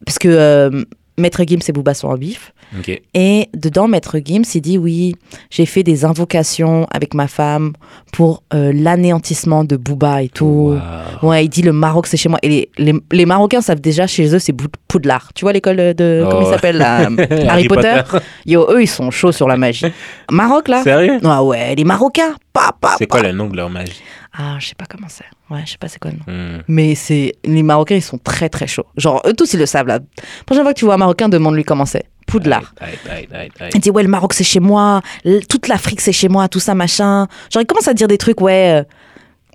Speaker 1: parce que euh, Maître Gims et Booba sont en bif.
Speaker 2: Ok.
Speaker 1: Et dedans, Maître Gims, il dit oui, j'ai fait des invocations avec ma femme pour euh, l'anéantissement de Booba et tout.
Speaker 2: Oh, Wow.
Speaker 1: Ouais, il dit le Maroc, c'est chez moi. Et les, les, les Marocains savent déjà chez eux, c'est Boud- Poudlard. Tu vois l'école euh, de.
Speaker 2: Oh,
Speaker 1: Comment il
Speaker 2: ouais.
Speaker 1: s'appelle là, euh, Harry, Potter. Yo, eux, ils sont chauds sur la magie. Maroc, là
Speaker 2: Sérieux?
Speaker 1: Ah ouais, les Marocains pa, pa,
Speaker 2: C'est quoi le nom de leur magie?
Speaker 1: Ah, je sais pas comment c'est. Ouais, je sais pas c'est quoi le nom.
Speaker 2: Hmm.
Speaker 1: Mais c'est. Les Marocains, ils sont très très chauds. Genre, eux tous, ils le savent là. Prochaine fois que tu vois un Marocain, demande-lui comment c'est. Poudlard.
Speaker 2: Aïe, aïe, aïe, aïe.
Speaker 1: Il dit ouais le Maroc c'est chez moi, l- toute l'Afrique c'est chez moi, tout ça machin. Genre il commence à dire des trucs ouais. euh,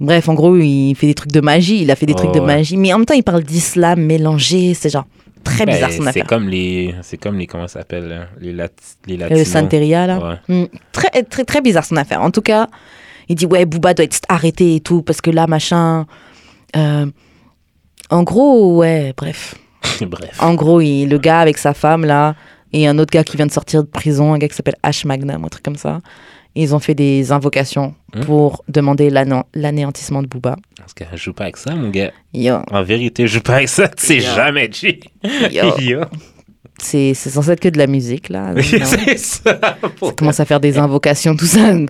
Speaker 1: Bref en gros il fait des trucs de magie, il a fait des
Speaker 2: Oh,
Speaker 1: trucs de
Speaker 2: ouais.
Speaker 1: magie, mais en même temps il parle d'islam mélangé, c'est genre très
Speaker 2: Ben,
Speaker 1: bizarre son
Speaker 2: c'est
Speaker 1: affaire.
Speaker 2: comme les. C'est comme les. Comment ça s'appelle? là? Les, lati- les
Speaker 1: Et Le
Speaker 2: latinos.
Speaker 1: Santeria Euh, là,
Speaker 2: Ouais. *laughs*
Speaker 1: Mm. très très très bizarre son affaire. En tout cas il dit ouais Booba doit être arrêté et tout parce que là machin. euh, En gros ouais bref.
Speaker 2: Bref.
Speaker 1: En gros il- le gars avec sa femme là et un autre gars qui vient de sortir de prison, un gars qui s'appelle H Magnum, un truc comme ça. Ils ont fait des invocations
Speaker 2: Hmm.
Speaker 1: pour demander l'ané- l'anéantissement de Booba.
Speaker 2: Parce que je joue pas avec ça, mon gars.
Speaker 1: Yo,
Speaker 2: En vérité, je joue pas avec ça. *laughs* C'est
Speaker 1: Yo.
Speaker 2: jamais G. *laughs*
Speaker 1: yo.
Speaker 2: Yo.
Speaker 1: C'est c'est censé être que de la musique là. Non. Ça
Speaker 2: C'est ça. pour-
Speaker 1: commence à faire des invocations, tout ça, un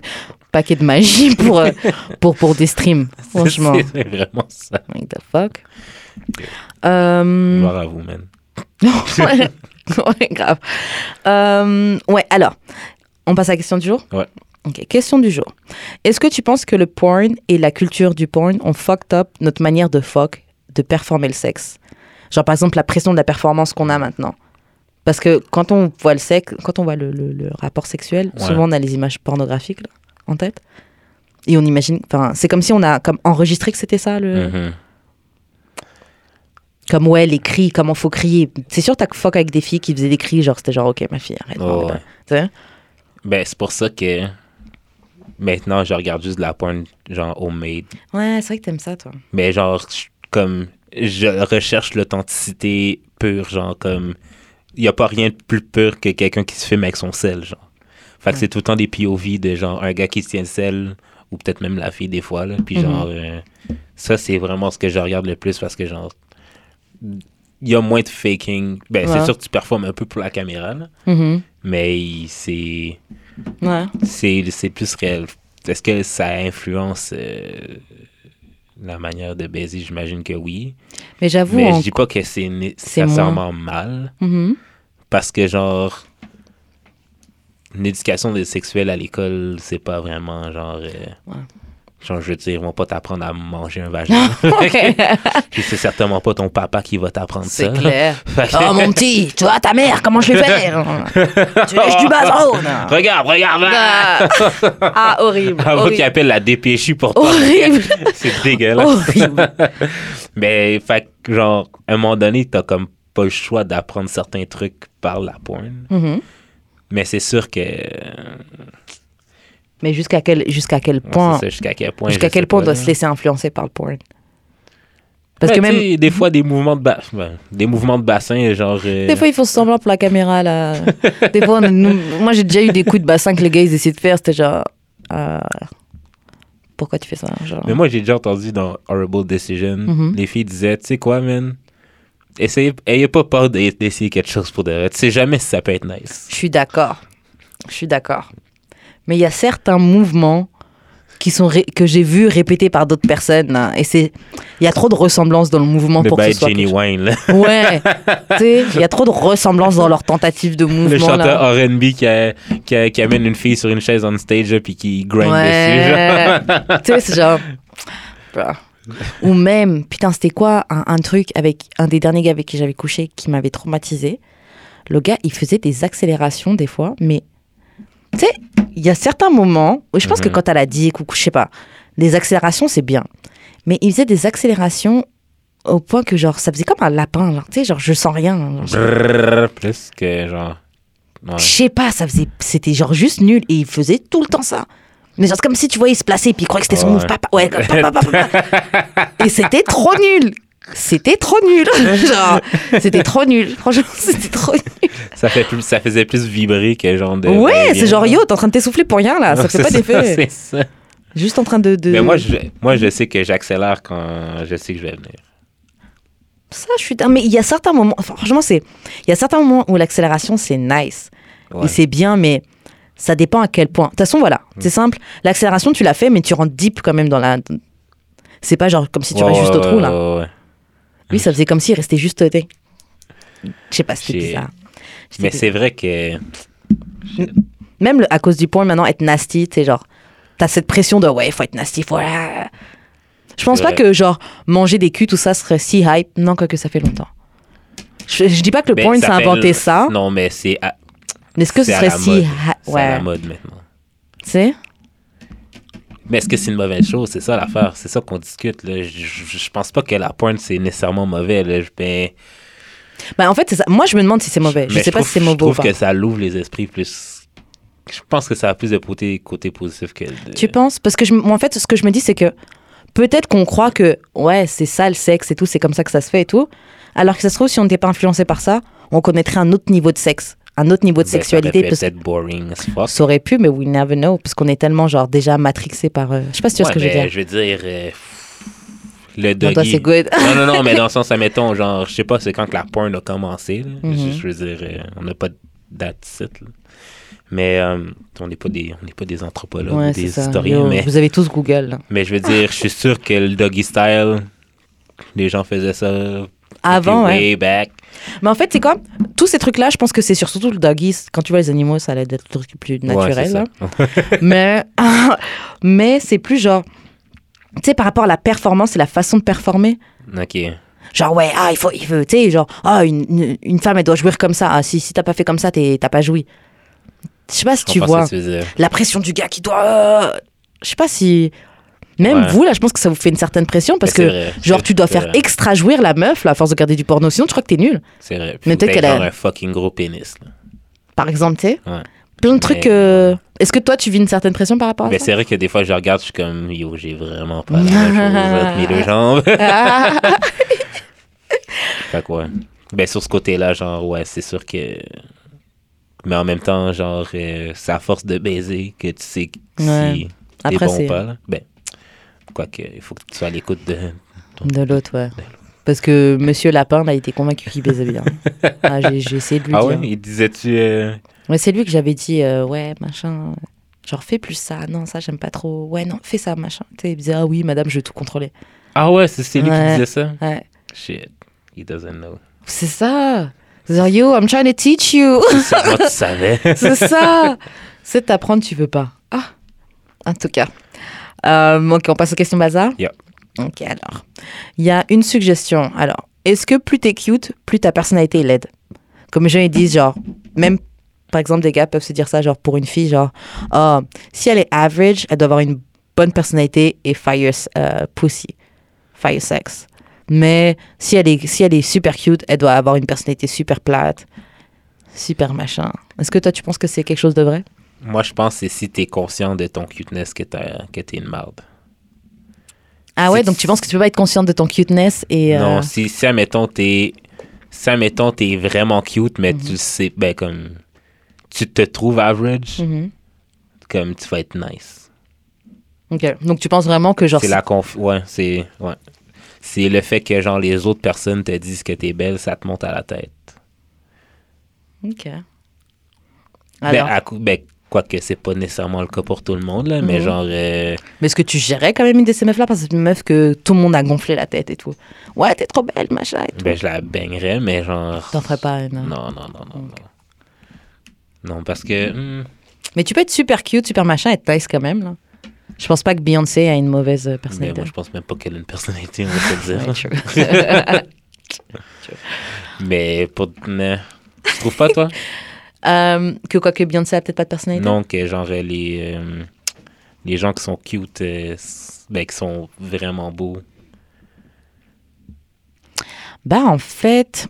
Speaker 1: paquet de magie pour euh, pour pour des streams. Franchement,
Speaker 2: *laughs* C'est c'est vraiment ça.
Speaker 1: what the fuck. Euh,
Speaker 2: Gloire à vous, man.
Speaker 1: *laughs* ouais, Ouais, grave. Euh, ouais, alors, on passe à la question du jour
Speaker 2: Ouais.
Speaker 1: Ok, question du jour. Est-ce que tu penses que le porn et la culture du porn ont fucked up notre manière de fuck, de performer le sexe Genre, par exemple, la pression de la performance qu'on a maintenant. Parce que quand on voit le sexe, quand on voit le, le- le rapport sexuel,
Speaker 2: Ouais.
Speaker 1: souvent on a les images pornographiques là, en tête. Et on imagine, enfin, c'est comme si on a comme enregistré que c'était ça le,
Speaker 2: Mhm.
Speaker 1: comme ouais, les cris, comment faut crier. C'est sûr, t'as que fuck avec des filles qui faisaient des cris, genre c'était genre ok ma fille, arrête.
Speaker 2: Oh,
Speaker 1: non, mais
Speaker 2: ouais.
Speaker 1: pas. Tu sais
Speaker 2: Ben, c'est pour ça que maintenant, je regarde juste de la porn, genre homemade.
Speaker 1: Ouais, c'est vrai que t'aimes ça toi.
Speaker 2: Mais genre, je- comme, je recherche l'authenticité pure, genre, comme, il y a pas rien de plus pur que quelqu'un qui se filme avec son sel, genre. Fait que c'est tout le temps des POV de genre un gars qui se tient le sel, ou peut-être même la fille des fois, là. Puis
Speaker 1: Mhm.
Speaker 2: genre, euh, ça, c'est vraiment ce que je regarde le plus parce que genre, il y a moins de faking. Ben,
Speaker 1: Ouais.
Speaker 2: c'est sûr que tu performes un peu pour la caméra, là,
Speaker 1: Mhm.
Speaker 2: mais il- c'est
Speaker 1: Ouais.
Speaker 2: c'est c'est plus réel. Est-ce que ça influence euh, la manière de baiser? J'imagine que oui.
Speaker 1: Mais j'avoue.
Speaker 2: mais
Speaker 1: on-
Speaker 2: je dis pas que c'est né-
Speaker 1: c'est
Speaker 2: nécessairement mal.
Speaker 1: *laughs* Mhm.
Speaker 2: Parce que, genre, l'éducation des sexuels à l'école, c'est pas vraiment, genre... euh,
Speaker 1: Ouais.
Speaker 2: Genre, je veux dire, ils vont pas t'apprendre à manger
Speaker 1: *laughs*
Speaker 2: un vagin. *laughs* Puis c'est certainement pas ton papa qui va t'apprendre ça.
Speaker 1: C'est clair.
Speaker 2: Fait que-
Speaker 1: Oh mon petit, tu vois ta mère, comment je l'ai fait Tu lèches
Speaker 2: *laughs*
Speaker 1: du bazar
Speaker 2: *laughs* Regarde, regarde là!
Speaker 1: Ah, ah, horrible.
Speaker 2: Avant qu'il
Speaker 1: horrible.
Speaker 2: appelle la DPJ pour toi.
Speaker 1: Horrible.
Speaker 2: *laughs* c'est dégueulasse.
Speaker 1: horrible.
Speaker 2: *laughs* Mais, Ben, fait que, genre, à un moment donné, t'as comme pas le choix d'apprendre certains trucs par la pointe.
Speaker 1: Mhm.
Speaker 2: Mais c'est sûr que. euh,
Speaker 1: Mais jusqu'à quel, jusqu'à quel point,
Speaker 2: c'est ça, jusqu'à quel point.
Speaker 1: jusqu'à
Speaker 2: je
Speaker 1: quel
Speaker 2: sais
Speaker 1: point on
Speaker 2: pas,
Speaker 1: doit
Speaker 2: là.
Speaker 1: se laisser influencer par le porn Parce
Speaker 2: Ouais,
Speaker 1: que même
Speaker 2: Bah, tu sais, Des fois, des mouvements de, ba- ben, des mouvements de bassin, genre. euh,
Speaker 1: Des fois, ils font semblant pour la caméra,
Speaker 2: *laughs*
Speaker 1: là. Des fois, on- nous- moi, j'ai déjà eu des coups de bassin que les gars, ils essaient de faire. C'était genre... euh, pourquoi tu fais ça genre,
Speaker 2: Mais moi, j'ai déjà entendu dans Horrible Decision,
Speaker 1: Mhm.
Speaker 2: les filles disaient, tu sais quoi, man, essayez, ayez pas peur d'e- d'essayer quelque chose pour de vrai. Tu sais jamais si ça peut être nice.
Speaker 1: Je suis d'accord. Je suis d'accord. Mais il y a certains mouvements qui sont ré- que j'ai vus répétés par d'autres personnes. là. et c'est... Il y a trop de ressemblances dans le mouvement
Speaker 2: Le
Speaker 1: pour que
Speaker 2: bail
Speaker 1: ce soit...
Speaker 2: ben, Jenny Wayne,
Speaker 1: *laughs*
Speaker 2: là. *laughs*
Speaker 1: Ouais. tu sais, il y a trop de ressemblances dans leurs tentatives de mouvement.
Speaker 2: le
Speaker 1: là.
Speaker 2: chanteur R&B qui, a- qui, a- qui amène une fille sur une chaise on stage, là, puis qui grind dessus. genre.
Speaker 1: Ouais. *laughs* tu sais, c'est genre. Bruh. Ou même, putain, c'était quoi un, un truc avec un des derniers gars avec qui j'avais couché qui m'avait traumatisé. Le gars, il faisait des accélérations des fois, mais tu sais, il y a certains moments où je pense que
Speaker 2: Mhm.
Speaker 1: quand elle a dit, coucou, je sais pas, les accélérations, c'est bien. Mais il faisait des accélérations au point que, genre, ça faisait comme un lapin, genre, tu sais, genre, je sens rien. genre, je-
Speaker 2: Brrr, plus que genre. Ouais.
Speaker 1: je sais pas, ça faisait, c'était genre juste nul et il faisait tout le temps ça. Mais genre c'est comme si tu voyais il se placer puis il croyait que c'était son
Speaker 2: Ouais.
Speaker 1: move, papa, ouais, pa- pa- pa- pa-
Speaker 2: *laughs*
Speaker 1: pa. et c'était trop nul. C'était trop nul. *laughs* genre, c'était trop nul. Franchement, *laughs* c'était trop nul.
Speaker 2: Ça, fait plus, ça faisait plus vibrer que genre de.
Speaker 1: ouais,
Speaker 2: de-
Speaker 1: c'est genre yo, t'es en train de t'essouffler pour rien
Speaker 2: *laughs*
Speaker 1: là. Ça fait pas d'effet. Euh.
Speaker 2: C'est ça.
Speaker 1: Juste en train de. de-
Speaker 2: Mais moi je, moi, je sais que j'accélère quand je sais que je vais venir.
Speaker 1: Ça, je suis. ah, Mais il y a certains moments. enfin, franchement, c'est. Il y a certains moments où l'accélération c'est nice.
Speaker 2: Ouais. Mm.
Speaker 1: Et c'est bien, mais ça dépend à quel point. De toute façon, voilà, c'est simple. L'accélération, tu l'as fait, mais tu rentres deep quand même dans la. C'est pas genre comme si tu
Speaker 2: Ouais,
Speaker 1: restes juste au
Speaker 2: ouais,
Speaker 1: trou,
Speaker 2: ouais,
Speaker 1: là.
Speaker 2: ouais, ouais.
Speaker 1: Lui, ça faisait comme s'il restait juste. euh, t'es- Je sais pas, c'était
Speaker 2: J'ai-
Speaker 1: bizarre. J'étais
Speaker 2: Mais
Speaker 1: bizarre.
Speaker 2: c'est vrai que.
Speaker 1: Même le- à cause du point, maintenant, être nasty, tu sais, genre, t'as cette pression de ouais, faut être nasty, faut. ah. Je pense
Speaker 2: C'est
Speaker 1: pas
Speaker 2: vrai.
Speaker 1: que, genre, manger des culs, tout ça serait si hype. Non, quoique ça fait longtemps. Je, je dis pas que le
Speaker 2: Ben,
Speaker 1: porn
Speaker 2: ça
Speaker 1: s'est
Speaker 2: fait
Speaker 1: inventé
Speaker 2: l-
Speaker 1: ça,
Speaker 2: Non, mais c'est à,
Speaker 1: mais est-ce que ce
Speaker 2: c'est à
Speaker 1: serait
Speaker 2: la
Speaker 1: si.
Speaker 2: mode.
Speaker 1: hy-
Speaker 2: c'est à
Speaker 1: Ouais.
Speaker 2: la mode maintenant.
Speaker 1: Tu sais
Speaker 2: Mais est-ce que c'est une mauvaise chose? C'est ça l'affaire. C'est ça qu'on discute. Là. Je, je- je pense pas que la pointe, c'est nécessairement mauvais. Là. Je- Ben,
Speaker 1: Bah, en fait, c'est ça. Moi, je me demande si c'est mauvais. Je
Speaker 2: mais
Speaker 1: sais pas
Speaker 2: trouve-
Speaker 1: si c'est
Speaker 2: Je
Speaker 1: mauvais ou
Speaker 2: trouve
Speaker 1: pas.
Speaker 2: que ça l'ouvre les esprits plus. Je pense que ça a plus de côté, côté positif que de...
Speaker 1: Tu penses Parce que, je, moi, en fait, ce que je me dis, c'est que peut-être qu'on croit que, ouais, c'est ça le sexe et tout, c'est comme ça que ça se fait et tout. Alors que ça se trouve, si on n'était pas influencé par ça, on connaîtrait un autre niveau de sexe, un autre niveau de
Speaker 2: Ben,
Speaker 1: sexualité.
Speaker 2: Ça aurait
Speaker 1: parce
Speaker 2: pu être boring as fuck.
Speaker 1: ça aurait pu, mais we never know, parce qu'on est tellement, genre, déjà matrixé par. euh, Je sais pas si tu vois ce
Speaker 2: Ouais,
Speaker 1: que je veux
Speaker 2: mais
Speaker 1: dire.
Speaker 2: je veux dire. euh,
Speaker 1: Non,
Speaker 2: le doggy.
Speaker 1: toi, c'est good.
Speaker 2: non, non,
Speaker 1: *laughs*
Speaker 2: non, mais dans le sens, admettons, genre, je sais pas, c'est quand que la porn a commencé. là. je,
Speaker 1: Mm-hmm.
Speaker 2: je veux dire, euh, on n'a pas de date site. là. Mais euh, on n'est pas, des- on n'est pas des anthropologues
Speaker 1: Ouais,
Speaker 2: ou
Speaker 1: c'est
Speaker 2: des
Speaker 1: ça.
Speaker 2: historiens,
Speaker 1: Yo,
Speaker 2: mais,
Speaker 1: Vous avez tous Google. là.
Speaker 2: mais je veux dire, je suis sûr que le doggy style, les gens faisaient ça
Speaker 1: Avant,
Speaker 2: depuis
Speaker 1: ouais.
Speaker 2: way back.
Speaker 1: Mais en fait, c'est quoi Tous ces trucs-là, je pense que c'est sur- surtout le doggy. Quand tu vois les animaux, ça a l'air d'être le truc le plus naturel. hein.
Speaker 2: Ouais, c'est
Speaker 1: là.
Speaker 2: ça.
Speaker 1: mais *laughs* mais c'est plus genre tu sais par rapport à la performance et la façon de performer
Speaker 2: Ok.
Speaker 1: genre ouais ah il faut il veut tu sais genre ah une, une- une femme elle doit jouir comme ça ah si si t'as pas fait comme ça t'es- t'as pas joui je sais pas si
Speaker 2: Je
Speaker 1: tu
Speaker 2: comprends
Speaker 1: vois
Speaker 2: ce que veux dire.
Speaker 1: la pression du gars qui doit euh, je sais pas si même
Speaker 2: Ouais.
Speaker 1: vous là je pense que ça vous fait une certaine pression parce
Speaker 2: Mais
Speaker 1: que
Speaker 2: c'est vrai,
Speaker 1: genre
Speaker 2: c'est-
Speaker 1: tu dois
Speaker 2: c'est
Speaker 1: faire
Speaker 2: vrai,
Speaker 1: extra jouir la meuf là à force de regarder du porno sinon tu crois que t'es nul
Speaker 2: C'est vrai.
Speaker 1: Mais
Speaker 2: Puis
Speaker 1: peut-être
Speaker 2: ben,
Speaker 1: qu'elle a-
Speaker 2: genre un fucking gros pénis. là.
Speaker 1: par exemple tu sais
Speaker 2: Ouais.
Speaker 1: plein de trucs
Speaker 2: Mais-
Speaker 1: euh, est-ce que toi tu vis une certaine pression par rapport à
Speaker 2: Mais
Speaker 1: Ah, ça
Speaker 2: Ben, c'est vrai que des fois, je regarde, je suis comme, yo, j'ai vraiment pas la même chose entre mes deux jambes.
Speaker 1: *laughs* Ah.
Speaker 2: *laughs* fait que ouais. Ben, sur ce côté-là, genre, ouais, c'est sûr que. Mais en même temps, genre, euh, c'est à force de baiser que tu sais que
Speaker 1: Ouais.
Speaker 2: si t'es
Speaker 1: Après,
Speaker 2: bon
Speaker 1: c'est-
Speaker 2: ou pas. là. Ben, quoique, il faut que tu sois à l'écoute de.
Speaker 1: De l'autre, ouais. Parce que Monsieur Lapin, là, il était convaincu qu'il baisait *laughs* bien. Ah, j'ai, j'ai essayé de lui
Speaker 2: Ah
Speaker 1: dire.
Speaker 2: ouais, il disait-tu. euh,
Speaker 1: Ouais, c'est lui que j'avais dit, euh, ouais, machin. Genre, fais plus ça. Non, ça, j'aime pas trop. Ouais, non, fais ça, machin. Tu sais, il me disait, ah oui, madame, je vais tout contrôler.
Speaker 2: Ah ouais, c'est c'est lui qui
Speaker 1: Ouais.
Speaker 2: disait ça?
Speaker 1: Ouais.
Speaker 2: Shit, he doesn't know.
Speaker 1: C'est ça. Genre, yo, I'm trying to teach you.
Speaker 2: *laughs* Ça, moi, tu savais.
Speaker 1: C'est ça. C'est t'apprendre, tu veux pas. Ah, en tout cas. Euh, ok, on passe aux questions bazar.
Speaker 2: Yeah.
Speaker 1: Ok, alors. Il y a une suggestion. Alors, est-ce que plus t'es cute, plus ta personnalité est laide Comme les gens, ils disent, genre, même, par exemple, des gars peuvent se dire ça, genre, pour une fille, genre, oh, si elle est average, elle doit avoir une bonne personnalité et fire euh, pussy, fire sex. Mais si elle, est, si elle est super cute, elle doit avoir une personnalité super plate, super machin. Est-ce que toi, tu penses que c'est quelque chose de vrai
Speaker 2: *laughs* Moi, je pense que c'est si t'es conscient de ton cuteness que t'as- que t'es une marde.
Speaker 1: Ah
Speaker 2: C'est-
Speaker 1: ouais, donc tu penses que tu peux pas être consciente de ton cuteness et... euh,
Speaker 2: Non, si, si admettons, t'es. Si admettons, t'es vraiment cute, mais
Speaker 1: Mm-hmm.
Speaker 2: tu le sais, ben, comme. Tu te trouves average,
Speaker 1: mhm.
Speaker 2: comme tu vas être nice.
Speaker 1: Ok, donc tu penses vraiment que genre...
Speaker 2: C'est la conf. Ouais, c'est. Ouais. C'est le fait que, genre, les autres personnes te disent que t'es belle, ça te monte à la tête.
Speaker 1: Ok.
Speaker 2: Ben,
Speaker 1: Alors,
Speaker 2: à coup, ben, quoique c'est pas nécessairement le cas pour tout le monde, là, mais
Speaker 1: Mhm.
Speaker 2: genre. euh,
Speaker 1: mais est-ce que tu gérais quand même une de ces meufs-là Parce que c'est une meuf que tout le monde a gonflé la tête et tout. Ouais, t'es trop belle, machin et tout.
Speaker 2: ben, je la baignerais, mais genre.
Speaker 1: T'en ferais pas une. hein.
Speaker 2: Non, non, non, non, non. Non, parce que.
Speaker 1: Mm,
Speaker 2: hmm,
Speaker 1: Mais tu peux être super cute, super machin, être nice quand même. Là. Je pense pas que Beyoncé a une mauvaise euh,
Speaker 2: mais
Speaker 1: personnalité.
Speaker 2: moi, je pense même pas qu'elle a une personnalité, on va
Speaker 1: *laughs*
Speaker 2: te le
Speaker 1: Ouais,
Speaker 2: dire.
Speaker 1: true.
Speaker 2: mais pour. non. Tu trouves pas, toi?
Speaker 1: Euh, que quoi que Beyoncé a peut-être pas de personnalité.
Speaker 2: non, que genre euh, les. euh, les gens qui sont cute, euh, s- ben, qui sont vraiment beaux.
Speaker 1: Bah en fait,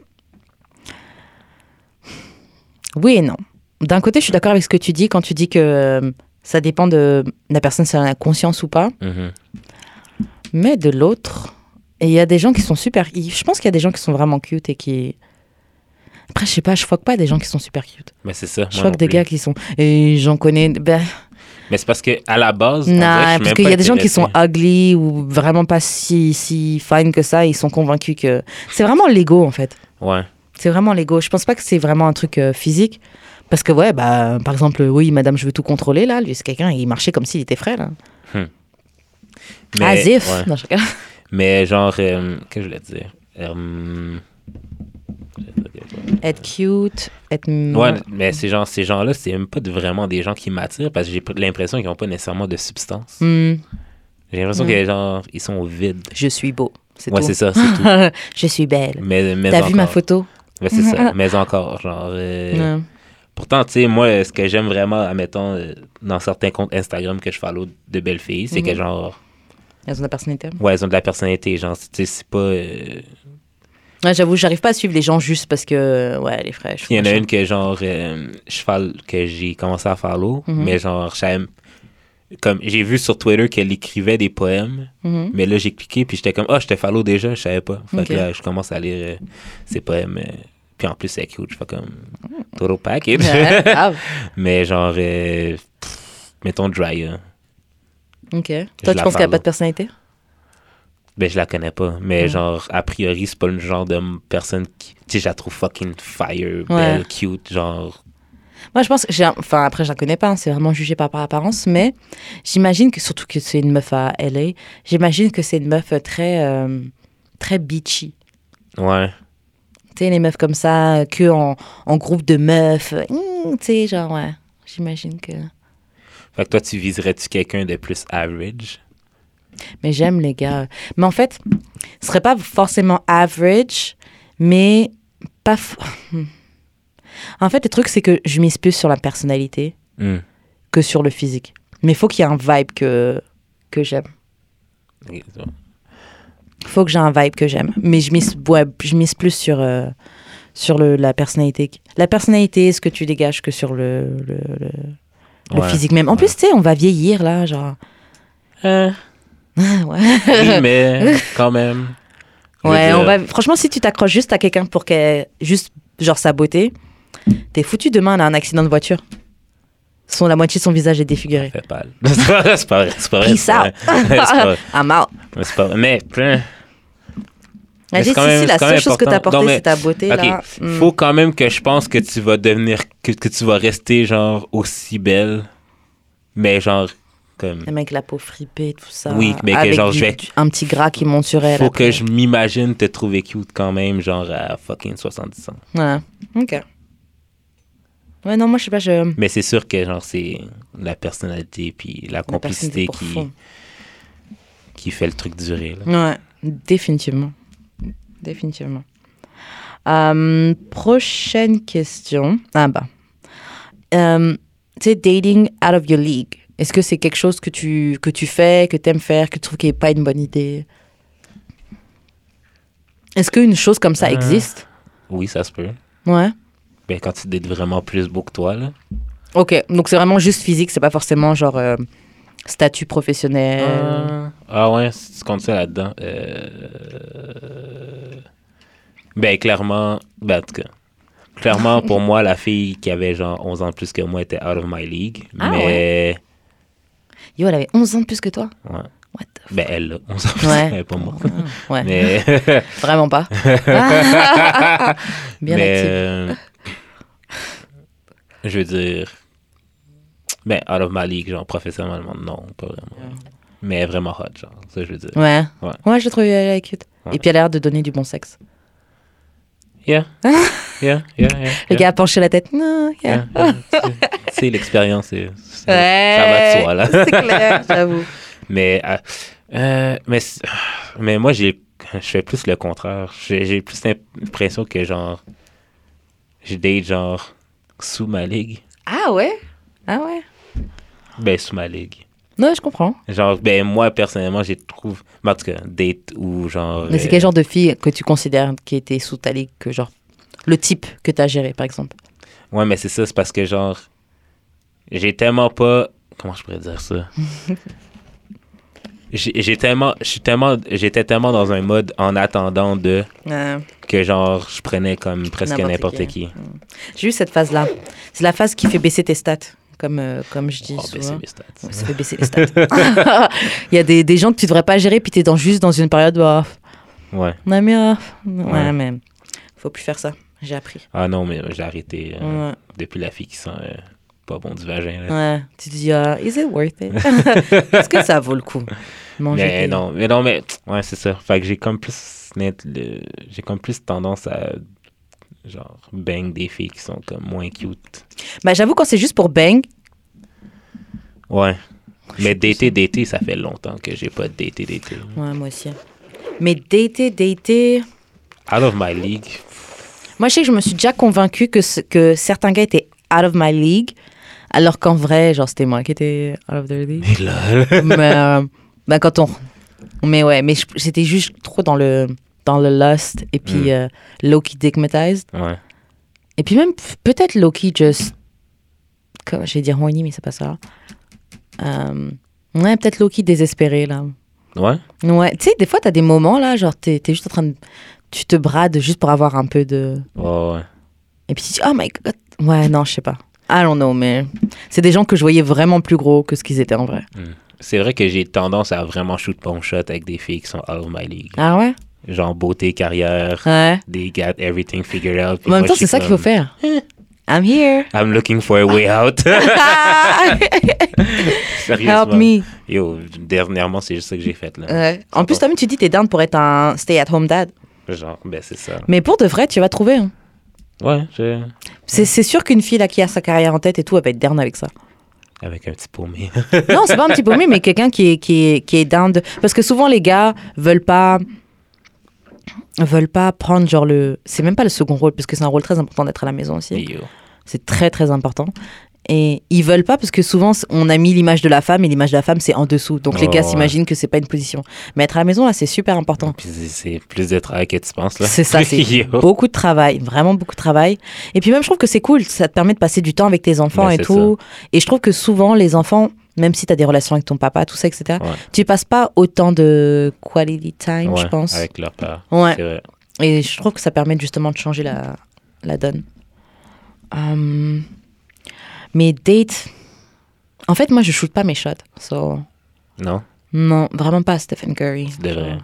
Speaker 1: oui et non. D'un côté, je suis d'accord avec ce que tu dis quand tu dis que euh, ça dépend de la personne si elle en a conscience ou pas.
Speaker 2: Mhm.
Speaker 1: Mais de l'autre, et il y a des gens qui sont super. il- Je pense qu'il y a des gens qui sont vraiment cute et qui. Après, je sais pas, je fuck pas des gens qui sont super cute.
Speaker 2: Mais c'est ça.
Speaker 1: Je
Speaker 2: moi
Speaker 1: fuck
Speaker 2: non
Speaker 1: des
Speaker 2: plus.
Speaker 1: gars qui sont. Et j'en connais. Ben,
Speaker 2: Mais c'est parce que, à la base. on dirait que je suis
Speaker 1: nah,
Speaker 2: même
Speaker 1: parce qu'il
Speaker 2: pas
Speaker 1: y a des gens qui
Speaker 2: intéressé.
Speaker 1: sont ugly ou vraiment pas si, si fine que ça. et ils sont convaincus que. C'est vraiment l'ego en fait.
Speaker 2: Ouais.
Speaker 1: C'est vraiment l'ego. Je pense pas que c'est vraiment un truc euh, physique. Parce que, ouais, bah, par exemple, oui, madame, je veux tout contrôler là. Lui, c'est quelqu'un, il marchait comme s'il était hein. frère. Là.
Speaker 2: Mais,
Speaker 1: ah, zif
Speaker 2: ouais.
Speaker 1: Non, je rigole.
Speaker 2: Mais genre, euh, qu'est-ce que je voulais dire? Euh,
Speaker 1: Être cute, être.
Speaker 2: ouais, mais ces, gens, ces gens-là, c'est même pas de- vraiment des gens qui m'attirent parce que j'ai pas- l'impression qu'ils n'ont pas nécessairement de substance.
Speaker 1: Hmm,
Speaker 2: J'ai l'impression
Speaker 1: Mm.
Speaker 2: que, genre, ils sont vides.
Speaker 1: je suis beau. C'est
Speaker 2: Ouais,
Speaker 1: tout.
Speaker 2: c'est ça,
Speaker 1: *gasps*
Speaker 2: c'est tout.
Speaker 1: *laughs* je suis belle.
Speaker 2: Mais, mais
Speaker 1: T'as
Speaker 2: encore.
Speaker 1: vu ma photo
Speaker 2: Ouais, c'est
Speaker 1: *laughs*
Speaker 2: ça, mais encore, genre... euh,
Speaker 1: Non.
Speaker 2: Pourtant, tu sais, moi, ce que j'aime vraiment, admettons, euh, dans certains comptes Instagram que je follow de belles filles, c'est que,
Speaker 1: Mhm.
Speaker 2: genre,
Speaker 1: Elles ont de la personnalité.
Speaker 2: ouais, elles ont de la personnalité, genre, tu sais, c'est pas... euh,
Speaker 1: Ouais, J'avoue, j'arrive pas à suivre les gens juste parce que, ouais, les fraîches.
Speaker 2: Il y en a une que genre euh, je fal- que j'ai commencé à follow,
Speaker 1: Mhm.
Speaker 2: mais genre j'aime comme j'ai vu sur Twitter qu'elle écrivait des poèmes, *laughs*
Speaker 1: Mhm.
Speaker 2: mais là j'ai cliqué puis j'étais comme ah je te follow déjà, je savais pas. Fait
Speaker 1: Ok.
Speaker 2: que là je commence à lire euh, ses poèmes. euh, puis en plus, elle est cute. Je fais comme total package.
Speaker 1: Ouais, grave.
Speaker 2: *laughs* Mais genre, euh, pff, mettons hein. Drya.
Speaker 1: Ok. Toi, tu penses
Speaker 2: la
Speaker 1: qu'elle a
Speaker 2: follow.
Speaker 1: pas de personnalité
Speaker 2: Ben, je la connais pas. Mais
Speaker 1: Mm.
Speaker 2: genre, a priori, c'est pas le genre de m- personne qui. Tu sais, je la trouve fucking fire, belle, cute. Genre,
Speaker 1: Moi, je pense que j'ai. un- Enfin, après, je la connais pas, hein, c'est vraiment jugé par, par apparence, mais j'imagine que, surtout que c'est une meuf à LA, j'imagine que c'est une meuf très. euh, très bitchy.
Speaker 2: ouais.
Speaker 1: Tu sais, les meufs comme ça, euh, que en, en groupe de meufs. euh, hmm, tu sais, genre, ouais. J'imagine que.
Speaker 2: Fait que toi, tu viserais-tu quelqu'un de plus average?
Speaker 1: Mais j'aime les gars. euh. Mais en fait, ce serait pas forcément average, mais pas. f- *laughs* En fait, le truc, c'est que je mise plus sur la personnalité que sur le physique. Mais il faut qu'il y ait un vibe que, que j'aime.
Speaker 2: Ok, c'est bon.
Speaker 1: faut que j'ai un vibe que j'aime. Mais je mise, ouais, je mise plus sur, euh, sur le, la personnalité. La personnalité, ce que tu dégages, que sur le, le, le, le
Speaker 2: Ouais.
Speaker 1: physique même. En
Speaker 2: ouais.
Speaker 1: plus, tu sais, on va vieillir là, genre. ouais.
Speaker 2: Oui, mais quand même. Je veux
Speaker 1: *laughs* Ouais,
Speaker 2: dire,
Speaker 1: on va... franchement, si tu t'accroches juste à quelqu'un pour qu'elle. juste, genre, sa beauté, t'es foutu demain, elle a un accident de voiture. Son, la moitié de son visage est défiguré.
Speaker 2: Fais pas. *laughs* c'est pas vrai, c'est pas vrai. C'est pas vrai.
Speaker 1: Peace
Speaker 2: c'est pas
Speaker 1: out.
Speaker 2: *laughs* vrai. C'est pas vrai,
Speaker 1: *laughs* I'm out.
Speaker 2: Mais c'est pas vrai. Mais, plein.
Speaker 1: Elle
Speaker 2: Mais
Speaker 1: dit,
Speaker 2: c'est
Speaker 1: si,
Speaker 2: quand même-
Speaker 1: si,
Speaker 2: c'est
Speaker 1: la
Speaker 2: quand
Speaker 1: seule
Speaker 2: même
Speaker 1: chose que t'as
Speaker 2: important. Non,
Speaker 1: apportée,
Speaker 2: mais-
Speaker 1: c'est ta beauté,
Speaker 2: hein, Ok.
Speaker 1: là. Mm.
Speaker 2: Faut quand même que je pense que tu vas devenir. Que, que tu vas rester, genre, aussi belle Mais genre, comme.
Speaker 1: Avec la peau fripée, tout ça.
Speaker 2: Oui, mais que
Speaker 1: Avec
Speaker 2: genre,
Speaker 1: du-
Speaker 2: je vais-
Speaker 1: du- Un petit gras qui monte sur elle.
Speaker 2: Faut
Speaker 1: après.
Speaker 2: que je m'imagine te trouver cute quand même, genre à fucking 70 ans.
Speaker 1: Voilà. Ok. Ouais, non, moi, je sais pas, je.
Speaker 2: Mais c'est sûr que genre c'est la personnalité puis la
Speaker 1: la personne
Speaker 2: complicité
Speaker 1: était pour
Speaker 2: qui,
Speaker 1: fond.
Speaker 2: qui fait le truc durer. là.
Speaker 1: Ouais, définitivement. Définitivement. Euh, prochaine question. Ah bah. Euh, tu sais, dating out of your league. Est-ce que c'est quelque chose que tu, que tu fais, que tu aimes faire, que tu trouves qui n'est pas une bonne idée Est-ce qu'une chose comme ça
Speaker 2: Euh.
Speaker 1: existe
Speaker 2: Oui, ça se peut.
Speaker 1: Ouais.
Speaker 2: Ben, quand tu dates vraiment plus beau que toi, là.
Speaker 1: Ok, donc c'est vraiment juste physique, c'est pas forcément genre euh, statut professionnel.
Speaker 2: Ah ouais, si tu comptes ça là-dedans. euh, Ben, clairement, ben, en tout cas. Clairement, pour moi, la fille qui avait genre 11 ans de plus que moi était out of my league.
Speaker 1: Ah
Speaker 2: mais.
Speaker 1: Yo, elle avait 11 ans de plus que toi.
Speaker 2: Ouais.
Speaker 1: What the
Speaker 2: Ben, elle, là, 11 ans de plus,
Speaker 1: Ouais.
Speaker 2: mais pas moi.
Speaker 1: f- Ouais,
Speaker 2: Mais.
Speaker 1: vraiment
Speaker 2: *laughs*
Speaker 1: pas. *laughs* Bien
Speaker 2: mais,
Speaker 1: active.
Speaker 2: euh, Je veux dire. Ben, out of my league, genre professionnellement, non, pas vraiment. Mais vraiment hot, genre, ça je veux dire.
Speaker 1: Ouais.
Speaker 2: euh, Ouais.
Speaker 1: Ouais, je l'ai trouvé elle est cute.
Speaker 2: Ouais.
Speaker 1: Et puis elle a l'air de donner du bon sexe. *laughs*
Speaker 2: Yeah. yeah, yeah, yeah.
Speaker 1: Le
Speaker 2: yeah.
Speaker 1: gars a penché la tête. Non, yeah. *laughs*
Speaker 2: Hein, hein, c'est- c'est l'expérience, c'est- c'est- ça va de
Speaker 1: Ouais.
Speaker 2: soi, là.
Speaker 1: C'est clair, j'avoue.
Speaker 2: *laughs* Mais, euh, euh, mais, c'est- mais moi, j'ai, je fais plus le contraire. J'ai, j'ai plus l'impression que, genre, je date, genre, sous ma ligue.
Speaker 1: Ah ouais Ah ouais
Speaker 2: Ben, sous ma ligue.
Speaker 1: Non, je comprends.
Speaker 2: Genre, ben, moi, personnellement, j'ai trouve, ben, en tout cas, date ou genre...
Speaker 1: Mais c'est
Speaker 2: euh,
Speaker 1: quel genre de fille que tu considères qui était sous ta ligue que genre le type que t'as géré par exemple
Speaker 2: Ouais, mais c'est ça, c'est parce que, genre, j'ai tellement pas... Comment je pourrais
Speaker 1: *laughs*
Speaker 2: dire ça? j'ai, j'ai tellement... je suis tellement... J'étais tellement dans un mode en attendant de... que genre je prenais comme presque
Speaker 1: N'importe
Speaker 2: n'importe
Speaker 1: qui. hein.
Speaker 2: qui.
Speaker 1: J'ai eu cette phase là. C'est la phase qui fait baisser tes stats comme euh, comme je dis
Speaker 2: Oh, ben, c'est
Speaker 1: souvent.
Speaker 2: mes stats.
Speaker 1: Ouais, ça fait baisser les stats. *laughs* Il y a des, des gens que tu devrais pas gérer, puis t'es dans, juste dans une période où, ah,
Speaker 2: Ouais.
Speaker 1: Non, mais. euh, ouais,
Speaker 2: Ouais.
Speaker 1: mais. Faut plus faire ça. J'ai appris.
Speaker 2: Ah non, mais j'ai arrêté euh,
Speaker 1: Ouais.
Speaker 2: depuis la fille qui sent euh, pas bon du vagin. là.
Speaker 1: ouais. Tu te dis, ah, is it worth
Speaker 2: *laughs*
Speaker 1: it? Est-ce que ça vaut le coup? Manger.
Speaker 2: mais
Speaker 1: des-
Speaker 2: non, mais non, mais ouais, c'est ça. Fait que j'ai comme plus net- le- j'ai comme plus tendance à genre bang des filles qui sont comme moins cute.
Speaker 1: Bah, j'avoue, quand c'est juste pour bang,
Speaker 2: Ouais.
Speaker 1: Je sais
Speaker 2: Mais
Speaker 1: pas
Speaker 2: dater, dater, ça fait longtemps que j'ai pas daté, daté.
Speaker 1: ouais, moi aussi. Mais dater, dater.
Speaker 2: Out of my league.
Speaker 1: Moi, je sais que je me suis déjà convaincue que, ce- que certains gars étaient out of my league, alors qu'en vrai, genre, c'était moi qui étais out of their league.
Speaker 2: Lol.
Speaker 1: mais euh, ben, quand on mais ouais mais je- j'étais juste trop dans le dans le lust et puis
Speaker 2: Mm.
Speaker 1: euh, low key digmatized
Speaker 2: ouais.
Speaker 1: et puis même p- peut-être low key just comme je vais dire horny mais c'est pas ça Euh, ouais peut-être low key désespéré là
Speaker 2: Ouais.
Speaker 1: ouais tu sais des fois t'as des moments là genre t'es t'es juste en train de tu te brades juste pour avoir un peu de
Speaker 2: Ouais, ouais.
Speaker 1: et puis tu dis oh my god ouais non je sais pas I don't know mais c'est des gens que je voyais vraiment plus gros que ce qu'ils étaient en vrai
Speaker 2: C'est vrai que j'ai tendance à vraiment shoot bon shot avec des filles qui sont out of my league.
Speaker 1: ah ouais
Speaker 2: genre beauté, carrière,
Speaker 1: ouais
Speaker 2: they got everything figured out. Puis
Speaker 1: en même
Speaker 2: moi,
Speaker 1: temps
Speaker 2: je suis
Speaker 1: c'est ça qu'il faut
Speaker 2: comme,
Speaker 1: faire Eh, I'm *laughs* here
Speaker 2: I'm looking for a way
Speaker 1: *laughs*
Speaker 2: out. Sérieusement.
Speaker 1: Help me.
Speaker 2: Yo, dernièrement, c'est juste ça que j'ai fait là.
Speaker 1: Ouais. En plus, toi-même, tu dis t'es down pour être un stay-at-home dad.
Speaker 2: Genre, ben c'est ça.
Speaker 1: Mais pour de vrai, tu vas trouver. hein.
Speaker 2: Ouais, je-
Speaker 1: C'est c'est sûr qu'une fille là, qui a sa carrière en tête et tout, elle va être down avec *laughs* ça.
Speaker 2: avec un petit paumé.
Speaker 1: Non, c'est pas un petit paumé, mais quelqu'un qui est, qui, est, qui est down. de- Parce que souvent, les gars veulent pas veulent pas prendre genre le c'est même pas le second rôle parce que c'est un rôle très important d'être à la maison aussi
Speaker 2: *laughs* Yo.
Speaker 1: c'est très très important et ils veulent pas parce que souvent on a mis l'image de la femme et l'image de la femme c'est en dessous donc les
Speaker 2: Oh,
Speaker 1: gars
Speaker 2: ouais.
Speaker 1: s'imaginent que c'est pas une position mais être à la maison là c'est super important
Speaker 2: Puis c'est- c'est plus de travail que tu penses là.
Speaker 1: C'est ça, c'est
Speaker 2: *laughs* Yo.
Speaker 1: beaucoup de travail, vraiment beaucoup de travail. Et puis même, je trouve que c'est cool, ça te permet de passer du temps avec tes enfants
Speaker 2: Ben,
Speaker 1: et
Speaker 2: c'est
Speaker 1: tout. Et je trouve que souvent, les enfants, même si tu as des relations avec ton papa, tout ça, etc.,
Speaker 2: Ouais.
Speaker 1: tu passes pas autant de quality time,
Speaker 2: Ouais,
Speaker 1: hein, je pense.
Speaker 2: Avec leur père.
Speaker 1: Ouais.
Speaker 2: C'est vrai.
Speaker 1: Et je trouve que ça permet justement de changer la, la donne. Hum, mais date. En fait, moi, je shoot pas mes shots. So...
Speaker 2: Non,
Speaker 1: Non, vraiment pas Stephen Curry.
Speaker 2: tu devrais.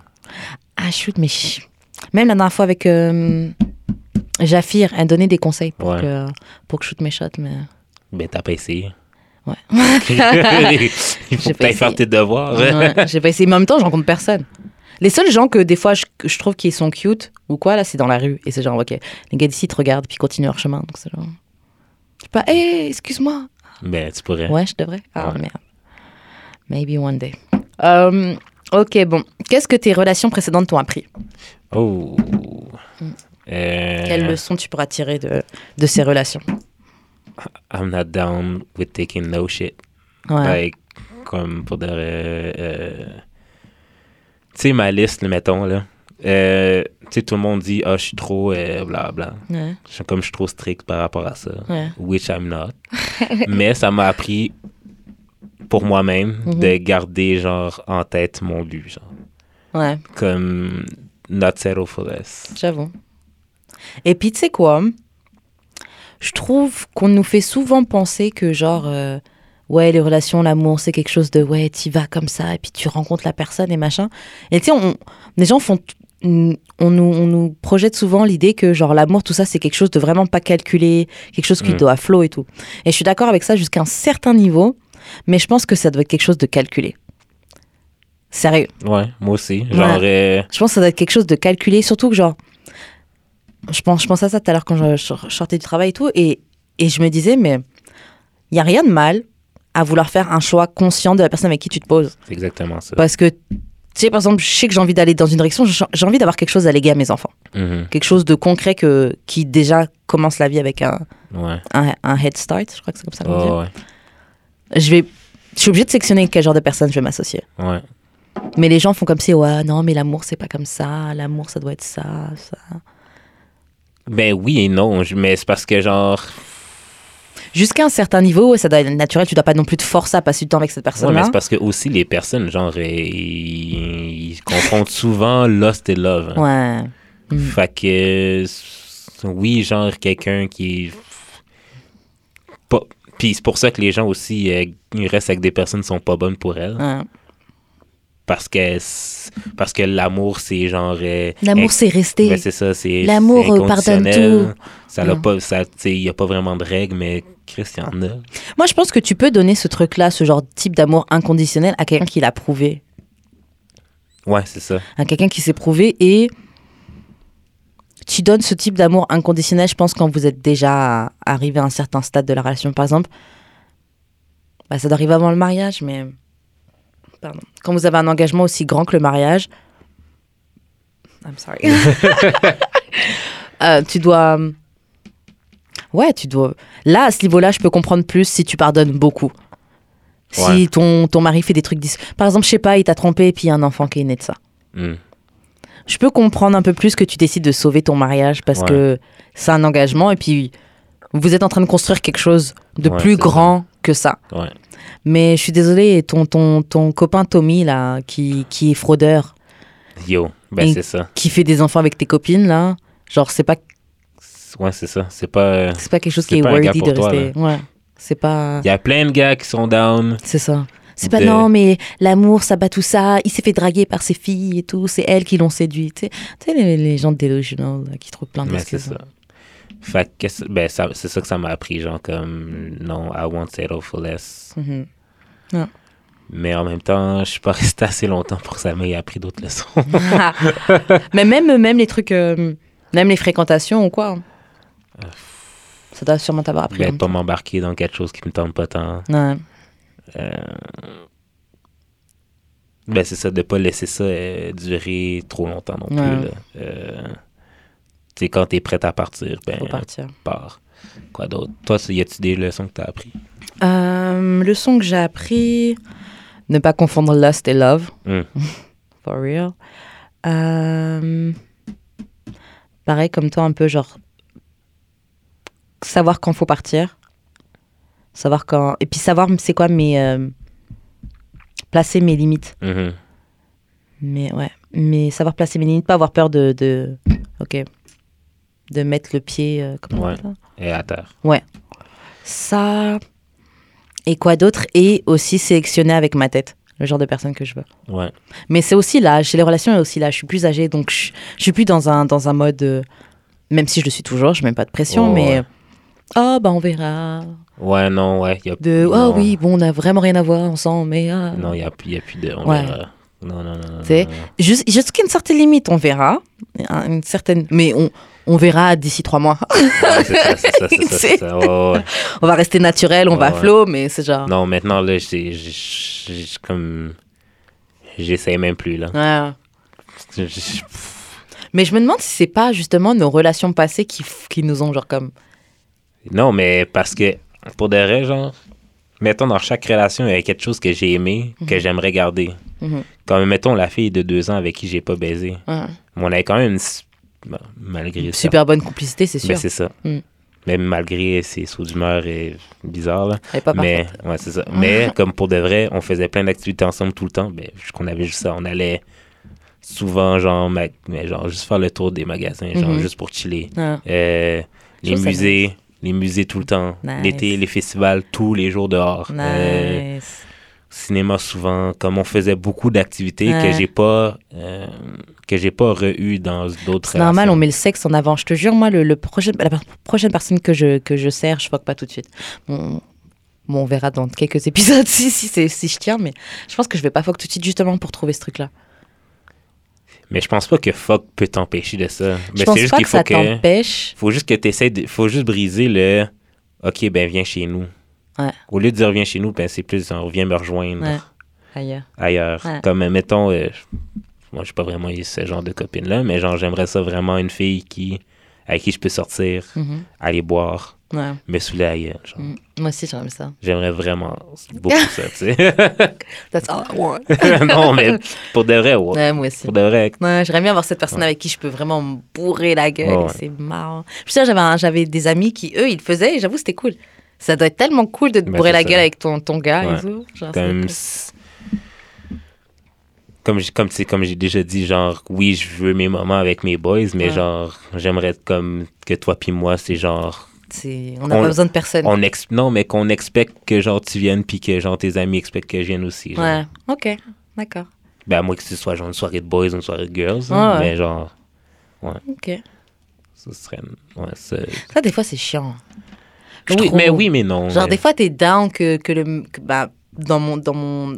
Speaker 1: Ah, shoot, mais ch- même la dernière fois avec euh, Jaffir, elle donnait des conseils pour,
Speaker 2: Ouais.
Speaker 1: que, pour que je shoot mes shots, mais
Speaker 2: Ben t'as pas essayé. *laughs*
Speaker 1: Ouais.
Speaker 2: Il faut
Speaker 1: J'ai
Speaker 2: que t'ailles
Speaker 1: pas
Speaker 2: faire
Speaker 1: essayé.
Speaker 2: tes devoirs.
Speaker 1: Ouais, *laughs* j'ai pas essayé. Mais en même temps, je rencontre personne. Les seuls gens que des fois je, que je trouve qu'ils sont cute ou quoi, là, c'est dans la rue. Et c'est genre, ok, les gars d'ici te regardent puis continuent leur chemin. Donc c'est genre. Je sais pas, hé, excuse-moi.
Speaker 2: Mais Ben, tu pourrais.
Speaker 1: Ouais, je devrais. Ah
Speaker 2: Ouais.
Speaker 1: merde. Maybe one day. Euh, ok, bon. Qu'est-ce que tes relations précédentes t'ont appris
Speaker 2: Oh.
Speaker 1: Mm.
Speaker 2: Euh,
Speaker 1: Quelles leçons tu pourras tirer de, de ces relations
Speaker 2: I'm not down with taking no shit.
Speaker 1: Ouais.
Speaker 2: Like, comme pour de vrai, euh, Tu sais, ma liste, mettons, là. Euh, tu sais, tout le monde dit, ah, je suis trop, euh, blabla.
Speaker 1: Ouais.
Speaker 2: Je suis Comme je suis trop strict par rapport à ça.
Speaker 1: Ouais.
Speaker 2: Which I'm not. *laughs* Mais ça m'a appris, pour moi-même,
Speaker 1: Mhm.
Speaker 2: de garder, genre, en tête mon but, genre.
Speaker 1: Ouais,
Speaker 2: Comme, not settle for less.
Speaker 1: j'avoue. Et puis, tu sais quoi Je trouve qu'on nous fait souvent penser que, genre, euh, ouais, les relations, l'amour, c'est quelque chose de, ouais, t'y vas comme ça, et puis tu rencontres la personne et machin. Et tu sais, on- les gens font. On nous, on nous projette souvent l'idée que, genre, l'amour, tout ça, c'est quelque chose de vraiment pas calculé, quelque chose qui
Speaker 2: Mm.
Speaker 1: doit à flot et tout. Et je suis d'accord avec ça jusqu'à un certain niveau, mais je pense que ça doit être quelque chose de calculé. Sérieux.
Speaker 2: Ouais, moi aussi. Genre, euh,
Speaker 1: Je pense que ça doit être quelque chose de calculé, surtout que genre, je pense, je pense à ça tout à l'heure quand je, je sortais du travail et tout, et, et je me disais, mais il n'y a rien de mal à vouloir faire un choix conscient de la personne avec qui tu te poses.
Speaker 2: c'est exactement ça.
Speaker 1: Parce que, tu sais, par exemple, je sais que j'ai envie d'aller dans une direction, j'ai j'ai envie d'avoir quelque chose à léguer à mes enfants.
Speaker 2: Mhm,
Speaker 1: Quelque chose de concret que, qui déjà commence la vie avec un,
Speaker 2: Ouais.
Speaker 1: un, un head start, je crois que c'est comme ça qu'on dit.
Speaker 2: Oh, ouais.
Speaker 1: Je vais... Je suis obligée de sectionner quel genre de personne je vais m'associer.
Speaker 2: Ouais.
Speaker 1: Mais les gens font comme si, ouais, non, mais l'amour, c'est pas comme ça, l'amour, ça doit être ça, ça.
Speaker 2: Ben oui et non, je- mais c'est parce que genre.
Speaker 1: jusqu'à un certain niveau, ouais, ça doit être naturel. Tu dois pas non plus te forcer à passer du temps avec cette
Speaker 2: Ouais, mais
Speaker 1: personne-là.
Speaker 2: c'est parce que aussi les personnes, genre, euh, ils, ils confondent souvent lost et love. hein.
Speaker 1: Ouais. Mm.
Speaker 2: Fait que. s- Oui, genre, quelqu'un qui. Pas... Puis c'est pour ça que les gens aussi, euh, ils restent avec des personnes qui sont pas bonnes pour elles.
Speaker 1: Ouais.
Speaker 2: Parce que s- parce que l'amour, c'est genre. euh,
Speaker 1: L'amour, c'est resté.
Speaker 2: Ben, c'est ça, c'est
Speaker 1: L'amour,
Speaker 2: c'est
Speaker 1: euh, pardonne Mm.
Speaker 2: inconditionnel. Ça l'a
Speaker 1: Non.
Speaker 2: pas, ça, tu sais, il y a pas vraiment de règles, mais Christian y en a.
Speaker 1: Moi, je pense que tu peux donner ce truc-là, ce genre de type d'amour inconditionnel à quelqu'un qui l'a prouvé,
Speaker 2: Ouais, c'est ça.
Speaker 1: à quelqu'un qui s'est prouvé et tu donnes ce type d'amour inconditionnel, je pense, quand vous êtes déjà arrivé à un certain stade de la relation. Par exemple, bah, ça doit arriver avant le mariage, mais. Pardon. Quand vous avez un engagement aussi grand que le mariage. I'm sorry. Euh, tu dois. Ouais, tu dois. Là, à ce niveau-là, je peux comprendre plus si tu pardonnes beaucoup.
Speaker 2: Ouais.
Speaker 1: Si ton, ton mari fait des trucs. dis- Par exemple, je sais pas, il t'a trompé et puis il y a un enfant qui est né de ça
Speaker 2: Hmm.
Speaker 1: je peux comprendre un peu plus que tu décides de sauver ton mariage parce
Speaker 2: Ouais.
Speaker 1: que c'est un engagement et puis vous êtes en train de construire quelque chose de
Speaker 2: Ouais,
Speaker 1: plus
Speaker 2: c'est
Speaker 1: grand que ça.
Speaker 2: Ouais.
Speaker 1: Mais je suis désolée, ton, ton, ton copain Tommy, là, qui, qui est fraudeur,
Speaker 2: Yo, ben
Speaker 1: Et-
Speaker 2: c'est ça.
Speaker 1: qui fait des enfants avec tes copines, là, genre, c'est pas,
Speaker 2: Ouais, c'est ça. C'est pas. euh,
Speaker 1: c'est pas quelque chose
Speaker 2: C'est
Speaker 1: qui est
Speaker 2: pas un gars
Speaker 1: worthy
Speaker 2: pour
Speaker 1: de
Speaker 2: toi,
Speaker 1: rester. ouais, c'est pas.
Speaker 2: Il y a plein de gars qui sont down.
Speaker 1: C'est ça. C'est pas
Speaker 2: De-
Speaker 1: non, mais l'amour, ça bat tout ça. Il s'est fait draguer par ses filles et tout. C'est elles qui l'ont séduit. Tu sais, Tu sais, les, les gens delusional là, qui trouvent plein
Speaker 2: Mais c'est
Speaker 1: d'excuses.
Speaker 2: ça. Fait que, qu'est-ce- ben, ça- c'est ça que ça m'a appris, genre, comme, non, I won't settle for less.
Speaker 1: Mhm.
Speaker 2: Mais en même temps, je suis pas *laughs* resté assez longtemps pour que ça m'ait appris d'autres
Speaker 1: *laughs*
Speaker 2: leçons.
Speaker 1: Ah. Mais même, même les trucs, euh, même les fréquentations ou quoi. hein. Ça doit sûrement t'avoir appris. hein.
Speaker 2: ben, pas m'embarquer dans quelque chose qui me tente pas tant. euh.
Speaker 1: Ouais.
Speaker 2: Ben, c'est ça, de pas laisser ça euh, durer trop longtemps non
Speaker 1: Ouais.
Speaker 2: plus, là. Euh, tu sais, quand t'es prête à partir, ben,
Speaker 1: faut partir.
Speaker 2: pars. Quoi d'autre? Toi, c'est- y a-tu des leçons que t'as appris?
Speaker 1: Euh, leçon que j'ai appris ne pas confondre lust et love.
Speaker 2: Hmm.
Speaker 1: *laughs* For real. Euh, pareil comme toi, un peu genre savoir quand faut partir, savoir quand et puis savoir c'est quoi mes euh, placer mes limites.
Speaker 2: Mhm.
Speaker 1: Mais ouais, mais savoir placer mes limites, pas avoir peur de, de... ok, de mettre le pied, euh, comment on
Speaker 2: Ouais.
Speaker 1: appelle ça
Speaker 2: Et à terre.
Speaker 1: Ça et quoi d'autre Et aussi sélectionner avec ma tête le genre de personne que je veux.
Speaker 2: Ouais.
Speaker 1: Mais c'est aussi là, chez les relations, et aussi là, je suis plus âgée, donc je, je suis plus dans un dans un mode, euh, même si je le suis toujours, je mets pas de pression,
Speaker 2: Oh,
Speaker 1: mais
Speaker 2: ouais.
Speaker 1: euh, Ah, bah on verra.
Speaker 2: Ouais, non, ouais. y a-
Speaker 1: De Ah
Speaker 2: non.
Speaker 1: oui, bon, on n'a vraiment rien à voir ensemble, mais. ah.
Speaker 2: Non, il n'y a, plus- y a plus de. on
Speaker 1: Ouais.
Speaker 2: verra. Non, non, non, non. non,
Speaker 1: C'est-
Speaker 2: non.
Speaker 1: Jus- Jusqu'à une certaine limite, on verra. Un- Une certaine... Mais on, on verra d'ici trois mois. *laughs*
Speaker 2: Ouais, c'est ça, c'est ça, c'est ça, c'est ça. Ouais, ouais, ouais.
Speaker 1: on va rester naturel, on va à
Speaker 2: Ouais, ouais.
Speaker 1: flot, mais c'est genre.
Speaker 2: Non, maintenant, là, j'ai- j'ai- j'ai j'ai comme. J'essaie même plus, là. *laughs*
Speaker 1: Ouais.
Speaker 2: Je- je-
Speaker 1: Mais je me demande si c'est pas justement nos relations passées qui, f- qui nous ont genre comme.
Speaker 2: Non, mais parce que, pour des raisons, genre, mettons, dans chaque relation, il y a quelque chose que j'ai aimé, que j'aimerais garder.
Speaker 1: Mhm.
Speaker 2: Comme, mettons, la fille de deux ans avec qui j'ai pas baisé.
Speaker 1: ouais,
Speaker 2: Mais on avait quand même une. s- bon, malgré ça.
Speaker 1: Super bonne complicité, c'est sûr.
Speaker 2: Mais c'est ça.
Speaker 1: Mm.
Speaker 2: Même malgré ses sauts d'humeur et bizarres, là.
Speaker 1: Elle est pas
Speaker 2: mais, ouais, c'est ça.
Speaker 1: *laughs*
Speaker 2: Mais comme pour de vrai, on faisait plein d'activités ensemble tout le temps. Ben, juste qu'on avait juste ça. On allait souvent, genre, ma- mais genre juste faire le tour des magasins, genre
Speaker 1: Mhm.
Speaker 2: juste pour chiller.
Speaker 1: parfaite.
Speaker 2: Euh, les
Speaker 1: trouve ça
Speaker 2: musées, les musées tout le temps.
Speaker 1: Nice.
Speaker 2: L'été, les festivals, tous les jours dehors. Euh,
Speaker 1: Ouais. Nice.
Speaker 2: cinéma souvent. Comme on faisait beaucoup d'activités
Speaker 1: Ouais.
Speaker 2: que j'ai pas, euh, que j'ai pas re-eu dans d'autres.
Speaker 1: C'est normal,
Speaker 2: relations.
Speaker 1: on met le sexe en avant. Je te jure, moi, le, le prochain, la per- prochaine personne que je, que je sers, je fuck pas tout de suite. Bon, bon, on verra dans quelques épisodes *laughs* si, si, c'est- si je tiens, mais je pense que je vais pas fuck tout de suite justement pour trouver ce truc-là.
Speaker 2: Mais je pense pas que fuck peut t'empêcher de ça.
Speaker 1: je
Speaker 2: Mais
Speaker 1: pense
Speaker 2: c'est juste
Speaker 1: pas
Speaker 2: qu'il
Speaker 1: que
Speaker 2: faut
Speaker 1: ça
Speaker 2: que.
Speaker 1: t'empêche.
Speaker 2: Faut juste que t'essaies de. Faut juste briser le. Ok, ben viens chez nous.
Speaker 1: Ouais.
Speaker 2: Au lieu de dire viens chez nous, ben c'est plus on viens me rejoindre
Speaker 1: Ouais. Ailleurs.
Speaker 2: ailleurs.
Speaker 1: Ouais.
Speaker 2: Comme mettons. euh, moi, j'ai pas vraiment eu ce genre de copine-là, mais genre j'aimerais ça vraiment une fille qui. avec qui je peux sortir,
Speaker 1: Mhm.
Speaker 2: aller boire,
Speaker 1: Ouais.
Speaker 2: me saouler à gueule, genre.
Speaker 1: Mm. Moi aussi, j'aime ça.
Speaker 2: J'aimerais vraiment
Speaker 1: *laughs*
Speaker 2: beaucoup ça, tu sais. *laughs*
Speaker 1: That's all I want.
Speaker 2: non, mais pour de vrai, ouais.
Speaker 1: Ouais, moi aussi.
Speaker 2: Pour de vrai.
Speaker 1: Ouais, J'aimerais bien avoir cette personne avec qui je peux vraiment me bourrer la gueule.
Speaker 2: Ouais, ouais.
Speaker 1: C'est marrant. Je suis sûre, j'avais, un- j'avais des amis qui, eux, ils le faisaient et j'avoue, c'était cool. Ça doit être tellement cool de te
Speaker 2: Ben,
Speaker 1: bourrer
Speaker 2: c'est
Speaker 1: la
Speaker 2: ça.
Speaker 1: gueule avec ton, ton gars et
Speaker 2: Ouais.
Speaker 1: tout. Genre, Ah, c'est
Speaker 2: comme
Speaker 1: cool.
Speaker 2: s- comme j- comme c'est comme j'ai déjà dit genre oui je veux mes moments avec mes boys mais
Speaker 1: Ouais.
Speaker 2: genre j'aimerais être comme que toi puis moi c'est genre
Speaker 1: C'est- On n'a
Speaker 2: On-
Speaker 1: pas besoin de personne.
Speaker 2: on ex non mais qu'on expecte que genre tu viennes puis que genre tes amis expectent que je vienne aussi genre.
Speaker 1: Ouais, ok, d'accord.
Speaker 2: ben à moins que ce soit genre une soirée de boys ou une soirée de girls
Speaker 1: Ouais,
Speaker 2: hein,
Speaker 1: ouais.
Speaker 2: mais genre
Speaker 1: Ok.
Speaker 2: ce serait ouais, ça-
Speaker 1: Ça, des fois, c'est chiant. Je
Speaker 2: oui
Speaker 1: trouve.
Speaker 2: mais oui mais non
Speaker 1: Genre,
Speaker 2: mais-
Speaker 1: des fois, t'es down que, que le. que, bah, dans mon. Dans mon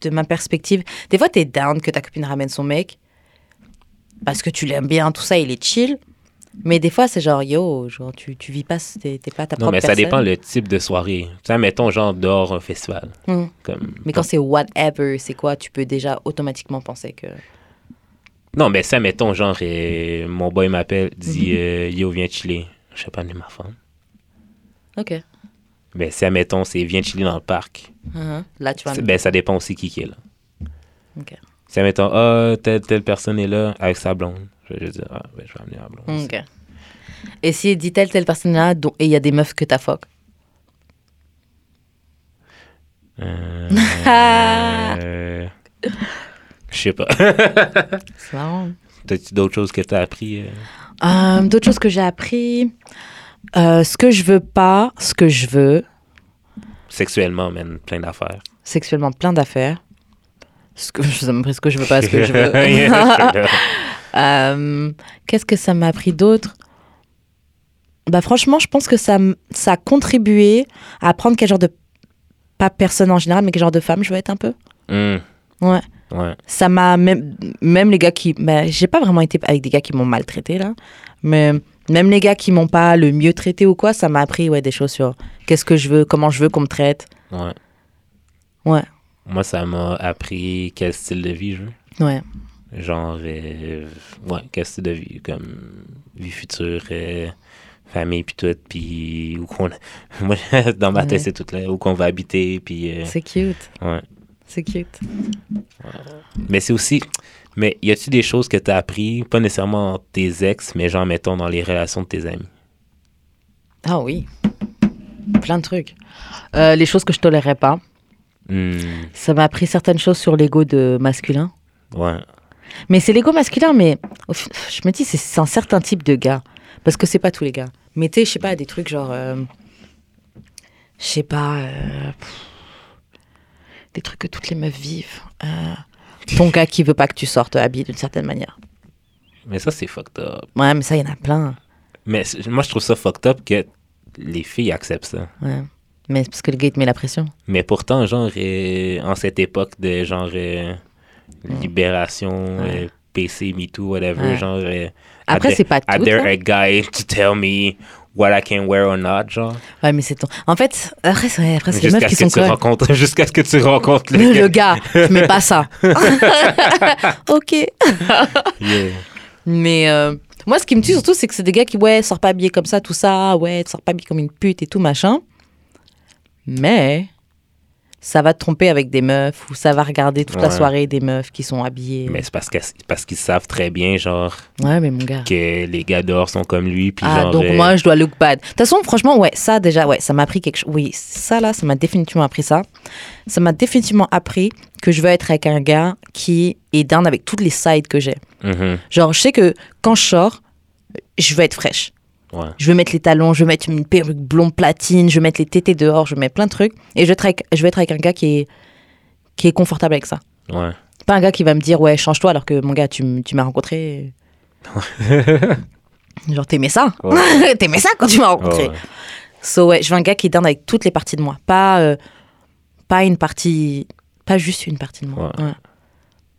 Speaker 1: de ma perspective, des fois, t'es down que ta copine ramène son mec parce que tu l'aimes bien, tout ça, il est chill. Mais des fois, c'est genre, yo, genre, tu, tu vis pas, t'es t'es pas ta
Speaker 2: non
Speaker 1: propre
Speaker 2: mais ça
Speaker 1: personne.
Speaker 2: dépend le type de soirée ça mettons genre dehors un festival
Speaker 1: Hum.
Speaker 2: comme
Speaker 1: Mais quand c'est whatever, c'est quoi Tu peux déjà automatiquement penser que.
Speaker 2: Non, mais ça, mettons, genre, euh, mon boy m'appelle, dit
Speaker 1: Mhm.
Speaker 2: euh, Yo, viens chiller. Je sais pas amener ma femme.
Speaker 1: Ok.
Speaker 2: Mais ça, mettons, c'est viens chiller dans le parc.
Speaker 1: Hein, Là, tu vas.
Speaker 2: C'est- Ben, ça dépend aussi qui, qui est là.
Speaker 1: Ok.
Speaker 2: Ça, mettons, ah, telle, telle personne est là avec sa blonde. Je vais juste dire, ah, ben, je vais amener ma blonde. aussi.
Speaker 1: Ok. Et si elle dit telle, telle personne là, dont- et il y a des meufs que t'as fuck.
Speaker 2: Euh,
Speaker 1: Ah.
Speaker 2: euh, je sais pas. *laughs*
Speaker 1: C'est marrant.
Speaker 2: T'as-tu d'autres choses que t'as appris? euh?
Speaker 1: Euh, D'autres choses que j'ai appris. Euh, ce que je veux pas, ce que je veux,
Speaker 2: Sexuellement, même, plein d'affaires.
Speaker 1: sexuellement plein d'affaires. Ce que *laughs* je me ce que je veux pas, ce
Speaker 2: *laughs*
Speaker 1: que je veux. *laughs* Euh, Qu'est-ce que ça m'a appris d'autre Bah franchement, je pense que ça, m- ça a contribué à apprendre quel genre de pas personne en général, mais quel genre de femme je veux être un peu. *laughs*
Speaker 2: Hum,
Speaker 1: Ouais.
Speaker 2: ouais.
Speaker 1: ça m'a même même les gars qui ben, j'ai pas vraiment été avec des gars qui m'ont maltraité là mais même les gars qui m'ont pas le mieux traité ou quoi ça m'a appris ouais des choses sur qu'est-ce que je veux comment je veux qu'on me traite
Speaker 2: Ouais.
Speaker 1: Ouais.
Speaker 2: Moi, ça m'a appris quel style de vie je veux.
Speaker 1: ouais
Speaker 2: Genre, euh, ouais, quel style de vie, comme vie future, euh, famille, puis tout, puis où qu'on... *laughs* Moi, dans ma tête,
Speaker 1: Ouais.
Speaker 2: c'est tout là, où qu'on va habiter, puis... euh,
Speaker 1: c'est cute
Speaker 2: ouais.
Speaker 1: c'est cute
Speaker 2: Mais c'est aussi... Mais y a-tu des choses que t'as appris, pas nécessairement tes ex, mais genre, mettons, dans les relations de tes amis?
Speaker 1: ah oui plein de trucs Euh, les choses que je tolérais pas
Speaker 2: Hmm,
Speaker 1: ça m'a appris certaines choses sur l'ego de masculin
Speaker 2: ouais.
Speaker 1: mais c'est l'ego masculin mais au fi- je me dis c'est- c'est un certain type de gars parce que c'est pas tous les gars mais tu sais je sais pas des trucs genre euh, je sais pas euh, des trucs que toutes les meufs vivent. Euh, ton gars qui veut pas que tu sortes habillé d'une certaine manière.
Speaker 2: Mais ça, c'est fucked up.
Speaker 1: Ouais, mais ça, il y en a plein.
Speaker 2: Mais c- moi, je trouve ça fucked up que les filles acceptent ça.
Speaker 1: Ouais. Mais c'est parce que le gars, il te met la pression.
Speaker 2: Mais pourtant, genre, euh, en cette époque de genre euh, libération,
Speaker 1: Mm. Ouais.
Speaker 2: euh, PC, MeToo, whatever,
Speaker 1: Ouais.
Speaker 2: genre. euh,
Speaker 1: Après,
Speaker 2: are
Speaker 1: c'est pas hein.
Speaker 2: there- Are
Speaker 1: tout,
Speaker 2: there
Speaker 1: là.
Speaker 2: a guy to tell me what I can wear or not, genre?
Speaker 1: Ouais, mais c'est ton. En fait, après, c'est après, Ah, c'est les meufs
Speaker 2: Jusqu'à
Speaker 1: qui
Speaker 2: ce, que
Speaker 1: sont
Speaker 2: tu
Speaker 1: connes.
Speaker 2: rencontres- *laughs* jusqu'à ce que tu rencontres
Speaker 1: Le,
Speaker 2: le
Speaker 1: le gars, tu mets pas
Speaker 2: *laughs*
Speaker 1: ça. *laughs* ok.
Speaker 2: Yeah.
Speaker 1: Mais euh, moi, ce qui me tue surtout, c'est que c'est des gars qui, ouais, sors pas habillé comme ça, tout ça, ouais, sors pas habillé comme une pute et tout, machin. Mais ça va te tromper avec des meufs ou ça va regarder toute la
Speaker 2: Ouais.
Speaker 1: soirée des meufs qui sont habillées.
Speaker 2: Mais c'est parce que- parce qu'ils savent très bien, genre,
Speaker 1: Ouais, mais mon gars.
Speaker 2: que les gars dehors sont comme lui. Puis
Speaker 1: Ah,
Speaker 2: genre,
Speaker 1: donc
Speaker 2: euh,
Speaker 1: moi, je dois look bad. De toute façon, franchement, ouais, ça déjà, ouais, ça m'a appris quelque chose. Oui, ça là, ça m'a définitivement appris ça. Ça m'a définitivement appris que je veux être avec un gars qui est down avec toutes les sides que j'ai.
Speaker 2: mhm,
Speaker 1: Genre, je sais que quand je sors, je veux être fraîche.
Speaker 2: ouais.
Speaker 1: Je veux mettre les talons, je veux mettre une perruque blonde platine, je veux mettre les tétés dehors, je veux mettre plein de trucs. Et je vais être avec, je vais être avec un gars qui est, qui est confortable avec ça.
Speaker 2: Ouais.
Speaker 1: Pas un gars qui va me dire, ouais, change-toi alors que mon gars, tu, m- tu m'as
Speaker 2: *laughs*
Speaker 1: rencontré. Genre, t'aimais ça *laughs* T'aimais ça quand tu m'as rencontré
Speaker 2: Ouais.
Speaker 1: So ouais, je veux un gars qui est dingue avec toutes les parties de moi, pas euh, pas une partie, pas juste une partie de moi.
Speaker 2: Ouais.
Speaker 1: Ouais.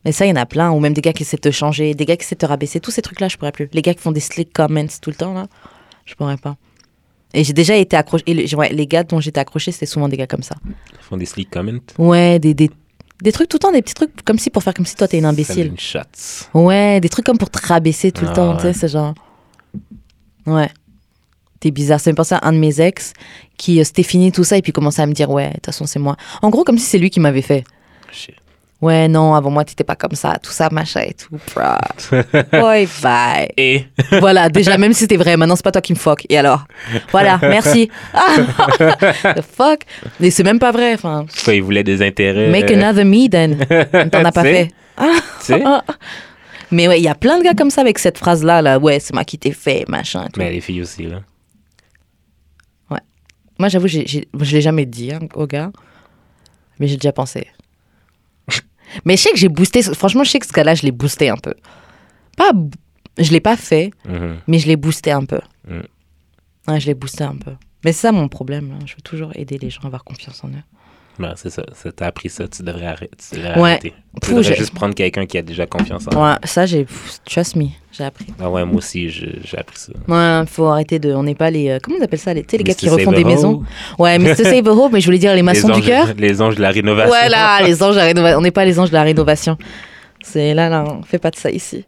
Speaker 1: Mais ça, il y en a plein, ou même des gars qui essaient de te changer, des gars qui essaient de te rabaisser, tous ces trucs-là, je pourrais plus. Les gars qui font des slick comments tout le temps là, je pourrais pas. Et j'ai déjà été accroché. les gars dont j'étais accrochée, c'était souvent des gars comme ça.
Speaker 2: Ils font des sleek comments.
Speaker 1: Ouais, des, des, des trucs tout le temps, des petits trucs comme si pour faire comme si toi t'es une
Speaker 2: Ça met
Speaker 1: imbécile.
Speaker 2: Une shot.
Speaker 1: Ouais, des trucs comme pour te rabaisser tout le
Speaker 2: Ah
Speaker 1: temps, tu sais,
Speaker 2: ouais.
Speaker 1: c'est genre. Ouais. T'es bizarre. Ça me pensait à un de mes ex qui euh, s'était fini tout ça et puis commençait à me dire, ouais, de toute façon, c'est moi. En gros, comme si c'est lui qui m'avait fait.
Speaker 2: Shit.
Speaker 1: Ouais, non, avant moi, t'étais pas comme ça, tout ça, machin et tout.
Speaker 2: *laughs*
Speaker 1: bruh. Bye bye.
Speaker 2: Et *laughs*
Speaker 1: Voilà, déjà, même si c'était vrai, maintenant, c'est pas toi qui me fuck. Et alors Voilà, merci. *laughs* Ah, The fuck. Mais c'est même pas vrai. Enfin,
Speaker 2: quoi, ils voulaient des intérêts.
Speaker 1: make
Speaker 2: euh,
Speaker 1: another me
Speaker 2: *laughs*
Speaker 1: then. T'en as pas
Speaker 2: Tu sais.
Speaker 1: fait. Ah.
Speaker 2: tu sais?
Speaker 1: Ah. Mais ouais, il y a plein de gars comme ça avec cette phrase-là, là. Ouais, c'est moi qui t'ai fait, machin. et tout.
Speaker 2: Mais les filles aussi, là.
Speaker 1: Moi, j'avoue, j'ai- j'ai- je l'ai jamais dit hein, aux gars, mais j'ai déjà
Speaker 2: *laughs*
Speaker 1: pensé. mais je sais que j'ai boosté. Franchement, je sais que ce gars-là, je l'ai boosté un peu. Pas, b- je l'ai pas fait,
Speaker 2: Mhm.
Speaker 1: mais je l'ai boosté un peu.
Speaker 2: Mm.
Speaker 1: Ouais, je l'ai boosté un peu. Mais c'est ça mon problème. hein. Je veux toujours aider les gens à avoir confiance en eux.
Speaker 2: Ouais, Ben, c'est ça. ça T'as appris ça, tu devrais, arrêter. tu devrais
Speaker 1: Ouais.
Speaker 2: arrêter. Tu
Speaker 1: Fou,
Speaker 2: devrais
Speaker 1: j'ai-
Speaker 2: juste prendre quelqu'un qui a déjà confiance en
Speaker 1: Ouais, ça, j'ai. pff, Trust me, j'ai appris.
Speaker 2: Ah ouais, moi aussi, je- j'ai appris ça.
Speaker 1: Ouais, faut arrêter de. On n'est pas les. euh, Comment on appelle ça les, Tu sais, les gars
Speaker 2: Mr.
Speaker 1: qui refont des
Speaker 2: Save-A-Ho.
Speaker 1: maisons. Ouais, Mr. Save a Hope, mais je voulais dire les maçons
Speaker 2: les
Speaker 1: du
Speaker 2: anges,
Speaker 1: cœur.
Speaker 2: Les anges de la rénovation.
Speaker 1: Voilà, les anges de la rénovation. On n'est pas les anges de la rénovation. C'est là, là, on fait pas de ça ici.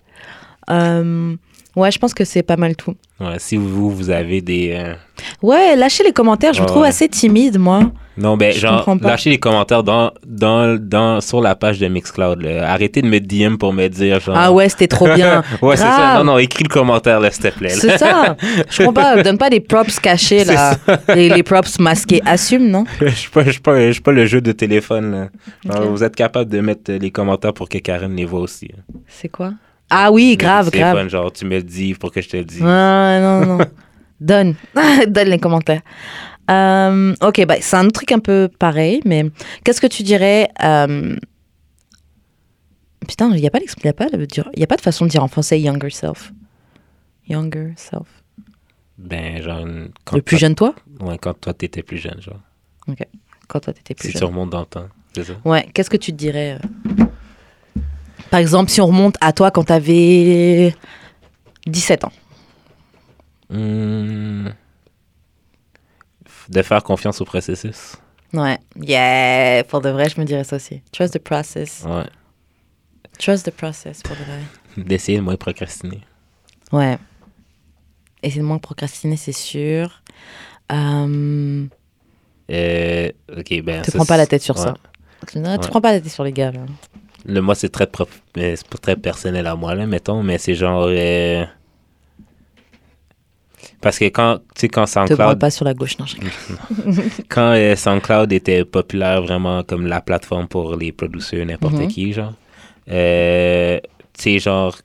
Speaker 1: Euh, ouais, je pense que c'est pas mal tout.
Speaker 2: Ouais, si vous, vous avez des... euh,
Speaker 1: Ouais, lâchez les commentaires. Je me
Speaker 2: Ouais,
Speaker 1: trouve
Speaker 2: ouais.
Speaker 1: assez timide, moi.
Speaker 2: Non, ben,
Speaker 1: Je
Speaker 2: genre,
Speaker 1: comprends pas.
Speaker 2: lâchez les commentaires dans, dans, dans, sur la page de Mixcloud. là. Arrêtez de me DM pour me dire, genre...
Speaker 1: Ah ouais, c'était trop bien.
Speaker 2: *laughs* ouais, c'est ça.
Speaker 1: Grave.
Speaker 2: Non, non, écris le commentaire, là, s'il te plaît. là.
Speaker 1: C'est ça. Je comprends pas. Donne pas des props cachés là. Les, les props masqués. Assume, non
Speaker 2: *laughs* Je suis pas, je suis pas, je suis pas le jeu de téléphone. là. Genre,
Speaker 1: Ok.
Speaker 2: Vous êtes capable de mettre euh, les commentaires pour que Karen les voit aussi. hein.
Speaker 1: C'est quoi Ah oui, grave,
Speaker 2: Le
Speaker 1: grave.
Speaker 2: téléphone, genre, tu me le dis pour que je te le dise.
Speaker 1: Ah, non, non. non. Donne. *laughs* Donne les commentaires. Euh, ok, bah, c'est un autre truc un peu pareil, mais qu'est-ce que tu dirais euh, Putain, il n'y a, pas l'ex- il y a, pas le dire- il y a pas de façon de dire en français younger self. Younger self.
Speaker 2: Ben, genre, une- quand
Speaker 1: Le plus
Speaker 2: toi-
Speaker 1: jeune toi
Speaker 2: Ouais, quand toi, t'étais plus jeune, genre.
Speaker 1: Quand toi, t'étais plus
Speaker 2: si tu
Speaker 1: jeune.
Speaker 2: remontes dans le temps, c'est ça?
Speaker 1: Ouais, qu'est-ce que tu te dirais euh Par exemple, si on remonte à toi quand t'avais 17 ans.
Speaker 2: Hmm. De faire confiance au processus.
Speaker 1: Ouais. Yeah, pour de vrai, je me dirais ça aussi. Trust the process.
Speaker 2: Ouais.
Speaker 1: Trust the process, pour de vrai.
Speaker 2: D'essayer de moins procrastiner.
Speaker 1: Ouais. Essayer de moins procrastiner, c'est sûr. Euh,
Speaker 2: Euh, ok, ben.
Speaker 1: te
Speaker 2: ça,
Speaker 1: prends pas la
Speaker 2: c'est-
Speaker 1: tête sur
Speaker 2: ouais.
Speaker 1: ça. Tu ne
Speaker 2: Ouais.
Speaker 1: prends pas la tête sur les gars. là.
Speaker 2: Le, moi, c'est très propre, mais c'est pas très personnel à moi, là, mettons, mais c'est genre. euh, Parce que quand, tu sais, quand
Speaker 1: Te branle
Speaker 2: SoundCloud,
Speaker 1: pas sur la gauche, non, je rigole.
Speaker 2: quand, euh, SoundCloud était populaire vraiment comme la plateforme pour les producteurs, n'importe
Speaker 1: Mhm.
Speaker 2: qui, genre, euh, tu sais, genre,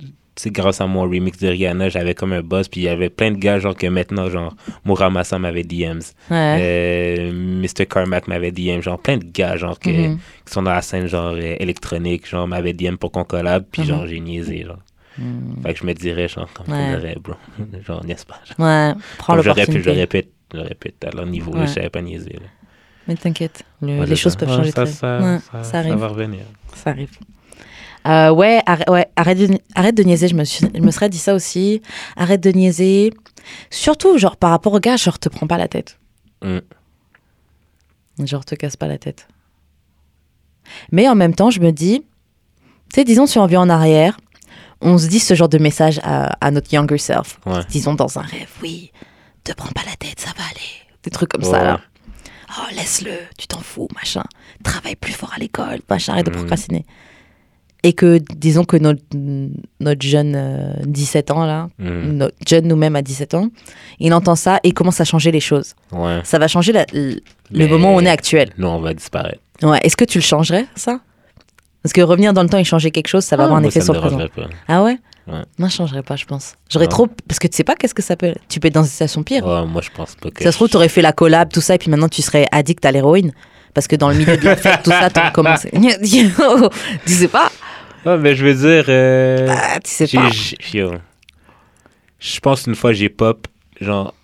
Speaker 2: tu sais, grâce à mon remix de Rihanna, j'avais comme un buzz, puis il y avait plein de gars, genre, que maintenant, genre, Mourama Sam avait DMs,
Speaker 1: Ouais.
Speaker 2: euh, Mr. Carmack m'avait DM, genre, plein de gars, genre, que.
Speaker 1: Mhm.
Speaker 2: qui sont dans la scène genre euh, électronique, genre m'avait DM pour qu'on collab, puis
Speaker 1: Mhm.
Speaker 2: genre j'ai niaisé, genre.
Speaker 1: Mm.
Speaker 2: Fait que je me dirais, genre, comme
Speaker 1: Ouais.
Speaker 2: on aurait, bro, *laughs* genre, n'est-ce pas? genre.
Speaker 1: Ouais, prends
Speaker 2: Comme je répète, je
Speaker 1: l'opportunité.
Speaker 2: répète, je répète à leur niveau, là,
Speaker 1: Ouais.
Speaker 2: je savais pas niaiser. là.
Speaker 1: Mais t'inquiète, le-
Speaker 2: Ouais,
Speaker 1: les
Speaker 2: c'est
Speaker 1: choses
Speaker 2: ça.
Speaker 1: peuvent
Speaker 2: Ouais,
Speaker 1: changer
Speaker 2: ça,
Speaker 1: très vite.
Speaker 2: ça,
Speaker 1: Ouais,
Speaker 2: ça-
Speaker 1: ça
Speaker 2: ça
Speaker 1: arrive.
Speaker 2: va revenir.
Speaker 1: Ça arrive. Euh, ouais, arrête, ouais, arrête, de, arrête de niaiser, je me, suis- je me serais dit ça aussi. Arrête de niaiser. Surtout, genre, par rapport au gars, genre, te prends pas la tête.
Speaker 2: Mm.
Speaker 1: Genre, te casse pas la tête. Mais en même temps, je me dis, tu sais, disons, si on vient en arrière, on se dit ce genre de message à, à notre younger self.
Speaker 2: Ouais.
Speaker 1: Disons, dans un rêve, oui, te prends pas la tête, ça va aller. Des trucs comme
Speaker 2: Ouais,
Speaker 1: ça, là.
Speaker 2: ouais.
Speaker 1: Oh, laisse-le, tu t'en fous, machin. Travaille plus fort à l'école, machin, arrête de
Speaker 2: Mm.
Speaker 1: procrastiner. Et que, disons que notre, notre jeune euh, 17 ans, là,
Speaker 2: Mm.
Speaker 1: notre jeune nous-mêmes à 17 ans, il entend ça et il commence à changer les choses.
Speaker 2: Ouais.
Speaker 1: Ça va changer la- l- Hmm. le
Speaker 2: Mais
Speaker 1: moment où on est actuel.
Speaker 2: Nous, on va disparaître.
Speaker 1: Ouais. Est-ce que tu le changerais, ça Parce que revenir dans le temps et changer quelque chose, ça va
Speaker 2: Ah,
Speaker 1: avoir un
Speaker 2: moi,
Speaker 1: effet
Speaker 2: ça
Speaker 1: sur
Speaker 2: me
Speaker 1: le présent.
Speaker 2: dérangerait pas.
Speaker 1: Ah ouais
Speaker 2: Ouais.
Speaker 1: Moi, je changerais pas, je pense. J'aurais
Speaker 2: Non.
Speaker 1: trop. Parce que tu sais pas qu'est-ce que ça peut. Tu peux être dans une situation pire.
Speaker 2: Ouais, moi, je pense pas que.
Speaker 1: Ça se trouve, t'aurais fait la collab, tout ça, et puis maintenant tu serais addict à l'héroïne. Parce que dans le milieu de la fête, tout ça,
Speaker 2: *laughs*
Speaker 1: t'aurais commencé. *laughs* tu sais pas
Speaker 2: Ouais, Ah, mais je veux dire. euh,
Speaker 1: Ah, Tu sais
Speaker 2: j'ai-
Speaker 1: pas
Speaker 2: j'ai- yo. Je pense une fois, j'ai pop, genre,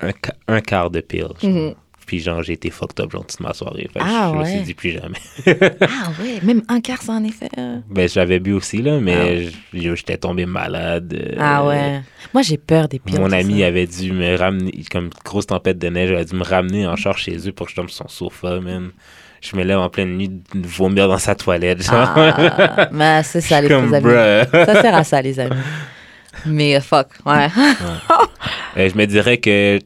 Speaker 2: un, qua- un quart de pile. genre.
Speaker 1: Mhm.
Speaker 2: Puis, genre, j'ai été fucked up, genre, toute ma soirée. Fait que
Speaker 1: Ah,
Speaker 2: je, je me
Speaker 1: ouais.
Speaker 2: suis dit plus jamais.
Speaker 1: Ah ouais, même un quart, ça a un effet. euh.
Speaker 2: Ben, j'avais bu aussi, là,
Speaker 1: Ah
Speaker 2: mais je- yo, j'étais tombé malade. euh,
Speaker 1: Ah ouais. Moi, j'ai peur des pires.
Speaker 2: Mon
Speaker 1: tout
Speaker 2: ami
Speaker 1: ça.
Speaker 2: avait dû me ramener, comme grosse tempête de neige, elle a dû me ramener en char chez eux pour que je tombe sur son sofa, man. Je me lève en pleine nuit de vomir dans sa toilette. Genre. *laughs*
Speaker 1: *laughs* Ah, mais c'est ça, les
Speaker 2: hein. comme,
Speaker 1: petits amis.
Speaker 2: bruh.
Speaker 1: Ça sert à ça, les amis. Mais euh, fuck,
Speaker 2: *laughs*
Speaker 1: ouais.
Speaker 2: Euh, je me dirais que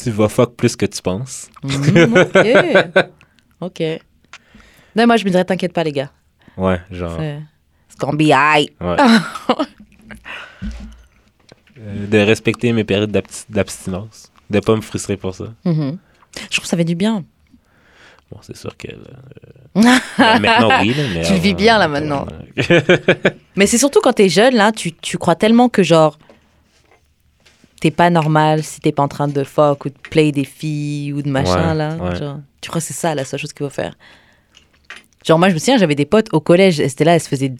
Speaker 2: tu vas fuck plus que tu penses.
Speaker 1: Mm, ok. Ok. Non, moi, je me dirais, t'inquiète pas, les gars.
Speaker 2: Ouais, genre.
Speaker 1: C'est c'est gonna be high.
Speaker 2: Ouais. *laughs* Euh, de respecter mes périodes d'abs- d'abstinence. De pas me frustrer pour ça.
Speaker 1: Mm-hmm. Je trouve que ça fait du bien.
Speaker 2: Bon, c'est sûr
Speaker 1: *laughs*
Speaker 2: que. euh, ben, maintenant, oui. Là, mais
Speaker 1: Tu le vis
Speaker 2: avant- euh,
Speaker 1: bien, là, maintenant.
Speaker 2: Ouais.
Speaker 1: Mais c'est surtout quand t'es jeune, là, tu, tu crois tellement que, genre, t'es pas normal si t'es pas en train de fuck ou de play des filles ou de machin,
Speaker 2: Ouais,
Speaker 1: là.
Speaker 2: ouais.
Speaker 1: Genre, tu crois que c'est ça la seule chose qu'il faut faire. Genre, moi, je me souviens, j'avais des potes au collège, elles étaient là, elles se faisaient.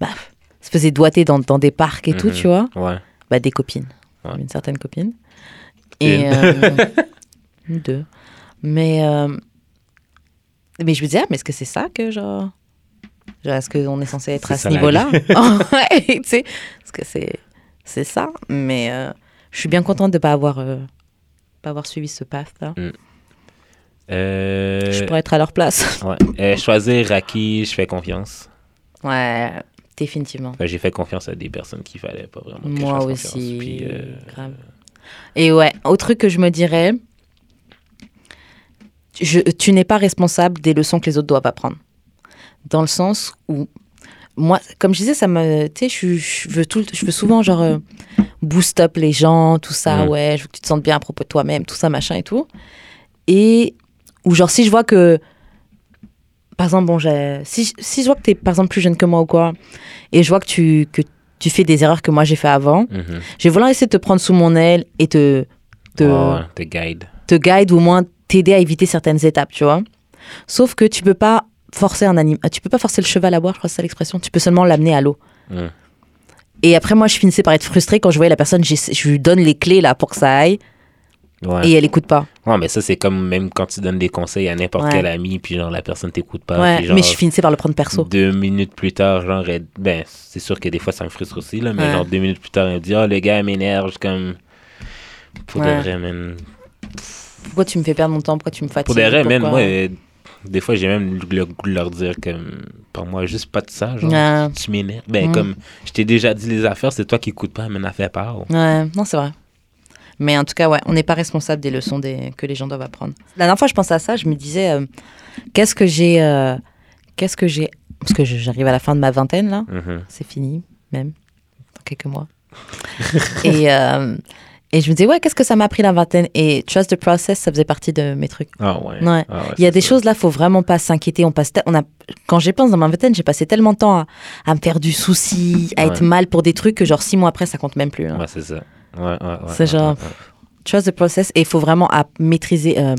Speaker 1: Bah, elles se faisaient doigter dans, dans des parcs et tout,
Speaker 2: Mhm.
Speaker 1: tu vois.
Speaker 2: Ouais.
Speaker 1: Bah, des copines.
Speaker 2: Ouais.
Speaker 1: Une certaine copine.
Speaker 2: Une.
Speaker 1: Et. euh,
Speaker 2: *laughs*
Speaker 1: deux. Mais. euh, mais je me disais, ah, mais est-ce que c'est ça que, genre. genre, est-ce qu'on est censé être
Speaker 2: C'est
Speaker 1: à ce
Speaker 2: ça, la
Speaker 1: niveau-là *laughs* Ouais, tu sais. Parce que c'est. C'est ça. Mais euh, je suis bien contente de ne pas avoir. euh, pas avoir suivi ce path-là.
Speaker 2: Euh,
Speaker 1: Je pourrais être à leur
Speaker 2: *laughs*
Speaker 1: place.
Speaker 2: ouais. Euh, choisir à qui je fais confiance.
Speaker 1: ouais, définitivement.
Speaker 2: Ben, j'ai fait confiance à des personnes qu'il fallait pas vraiment. que je
Speaker 1: Moi
Speaker 2: fasse
Speaker 1: aussi.
Speaker 2: confiance. Puis, euh,
Speaker 1: Grave. Et ouais, autre truc que je me dirais, je- tu n'es pas responsable des leçons que les autres doivent apprendre. Dans le sens où, moi, comme je disais, ça me, tu sais, je, suis- je veux tout, le- je veux souvent genre euh, boost up les gens, tout ça,
Speaker 2: Mhm.
Speaker 1: ouais, je veux que tu te sentes bien à propos de toi-même, tout ça, machin et tout. Et ou genre si je vois que, par exemple, bon, j'ai- si, je- si je vois que t'es par exemple plus jeune que moi ou quoi, et je vois que tu que tu fais des erreurs que moi j'ai fait avant,
Speaker 2: mhm.
Speaker 1: j'ai voulu essayer de te prendre sous mon aile et te, te,
Speaker 2: Oh, Ouais, ouais, te guide.
Speaker 1: te guide ou au moins t'aider à éviter certaines étapes, tu vois. Sauf que tu peux pas forcer un animal, tu peux pas forcer le cheval à boire, je crois que c'est ça l'expression, tu peux seulement l'amener à l'eau.
Speaker 2: Mm.
Speaker 1: Et après, moi, je finissais par être frustrée quand je voyais la personne, j'essa- je lui donne les clés là pour que ça aille
Speaker 2: Ouais.
Speaker 1: et elle écoute pas.
Speaker 2: Ouais, mais ça, c'est comme même quand tu donnes des conseils à n'importe
Speaker 1: Ouais.
Speaker 2: quel ami, puis genre la personne t'écoute pas.
Speaker 1: ouais,
Speaker 2: puis Bah, genre, Mm.
Speaker 1: mais je finissais par le prendre perso.
Speaker 2: Deux minutes plus tard, genre, elle- ben, c'est sûr que des fois ça me frustre aussi, là, mais
Speaker 1: Ouais.
Speaker 2: genre deux minutes plus tard, elle me dit, oh, le gars elle m'énerve, Je suis comme. Pour
Speaker 1: Ouais.
Speaker 2: de vrai, man.
Speaker 1: Pourquoi tu me fais perdre mon temps Pourquoi tu me fatigues
Speaker 2: Pour de vrai, man,
Speaker 1: Pourquoi
Speaker 2: moi, euh, des fois, j'ai même le goût de leur dire, comme, par moi, juste pas de ça, genre.
Speaker 1: Ouais.
Speaker 2: Tu m'énerves. Ben,
Speaker 1: Mm.
Speaker 2: comme, je t'ai déjà dit les affaires, c'est toi qui écoutes pas, mais n'en fais pas. oh.
Speaker 1: Ouais, non, c'est vrai. Mais en tout cas, ouais, on n'est pas responsable des leçons des- que les gens doivent apprendre. La dernière fois, je pensais à ça, je me disais, euh, qu'est-ce que j'ai. euh, qu'est-ce que j'ai. Parce que je- j'arrive à la fin de ma vingtaine, là.
Speaker 2: Mhm.
Speaker 1: C'est fini, même. Dans quelques mois.
Speaker 2: *laughs*
Speaker 1: et, euh, et je me disais, ouais, qu'est-ce que ça m'a appris la vingtaine Et Trust the Process, ça faisait partie de mes trucs.
Speaker 2: Ah ouais.
Speaker 1: Ouais.
Speaker 2: Ah
Speaker 1: Il y a
Speaker 2: c'est
Speaker 1: des
Speaker 2: ça.
Speaker 1: choses là, faut vraiment pas s'inquiéter. On passe, te- on a, quand j'y pense dans ma vingtaine, j'ai passé tellement de temps à, à me faire du souci, à être
Speaker 2: Ouais.
Speaker 1: mal pour des trucs que genre six mois après, ça compte même plus. hein.
Speaker 2: Ouais, c'est ça. Ouais, ouais, ouais,
Speaker 1: C'est
Speaker 2: ouais,
Speaker 1: genre-
Speaker 2: ouais, ouais.
Speaker 1: Trust the process et il faut vraiment à maîtriser. euh,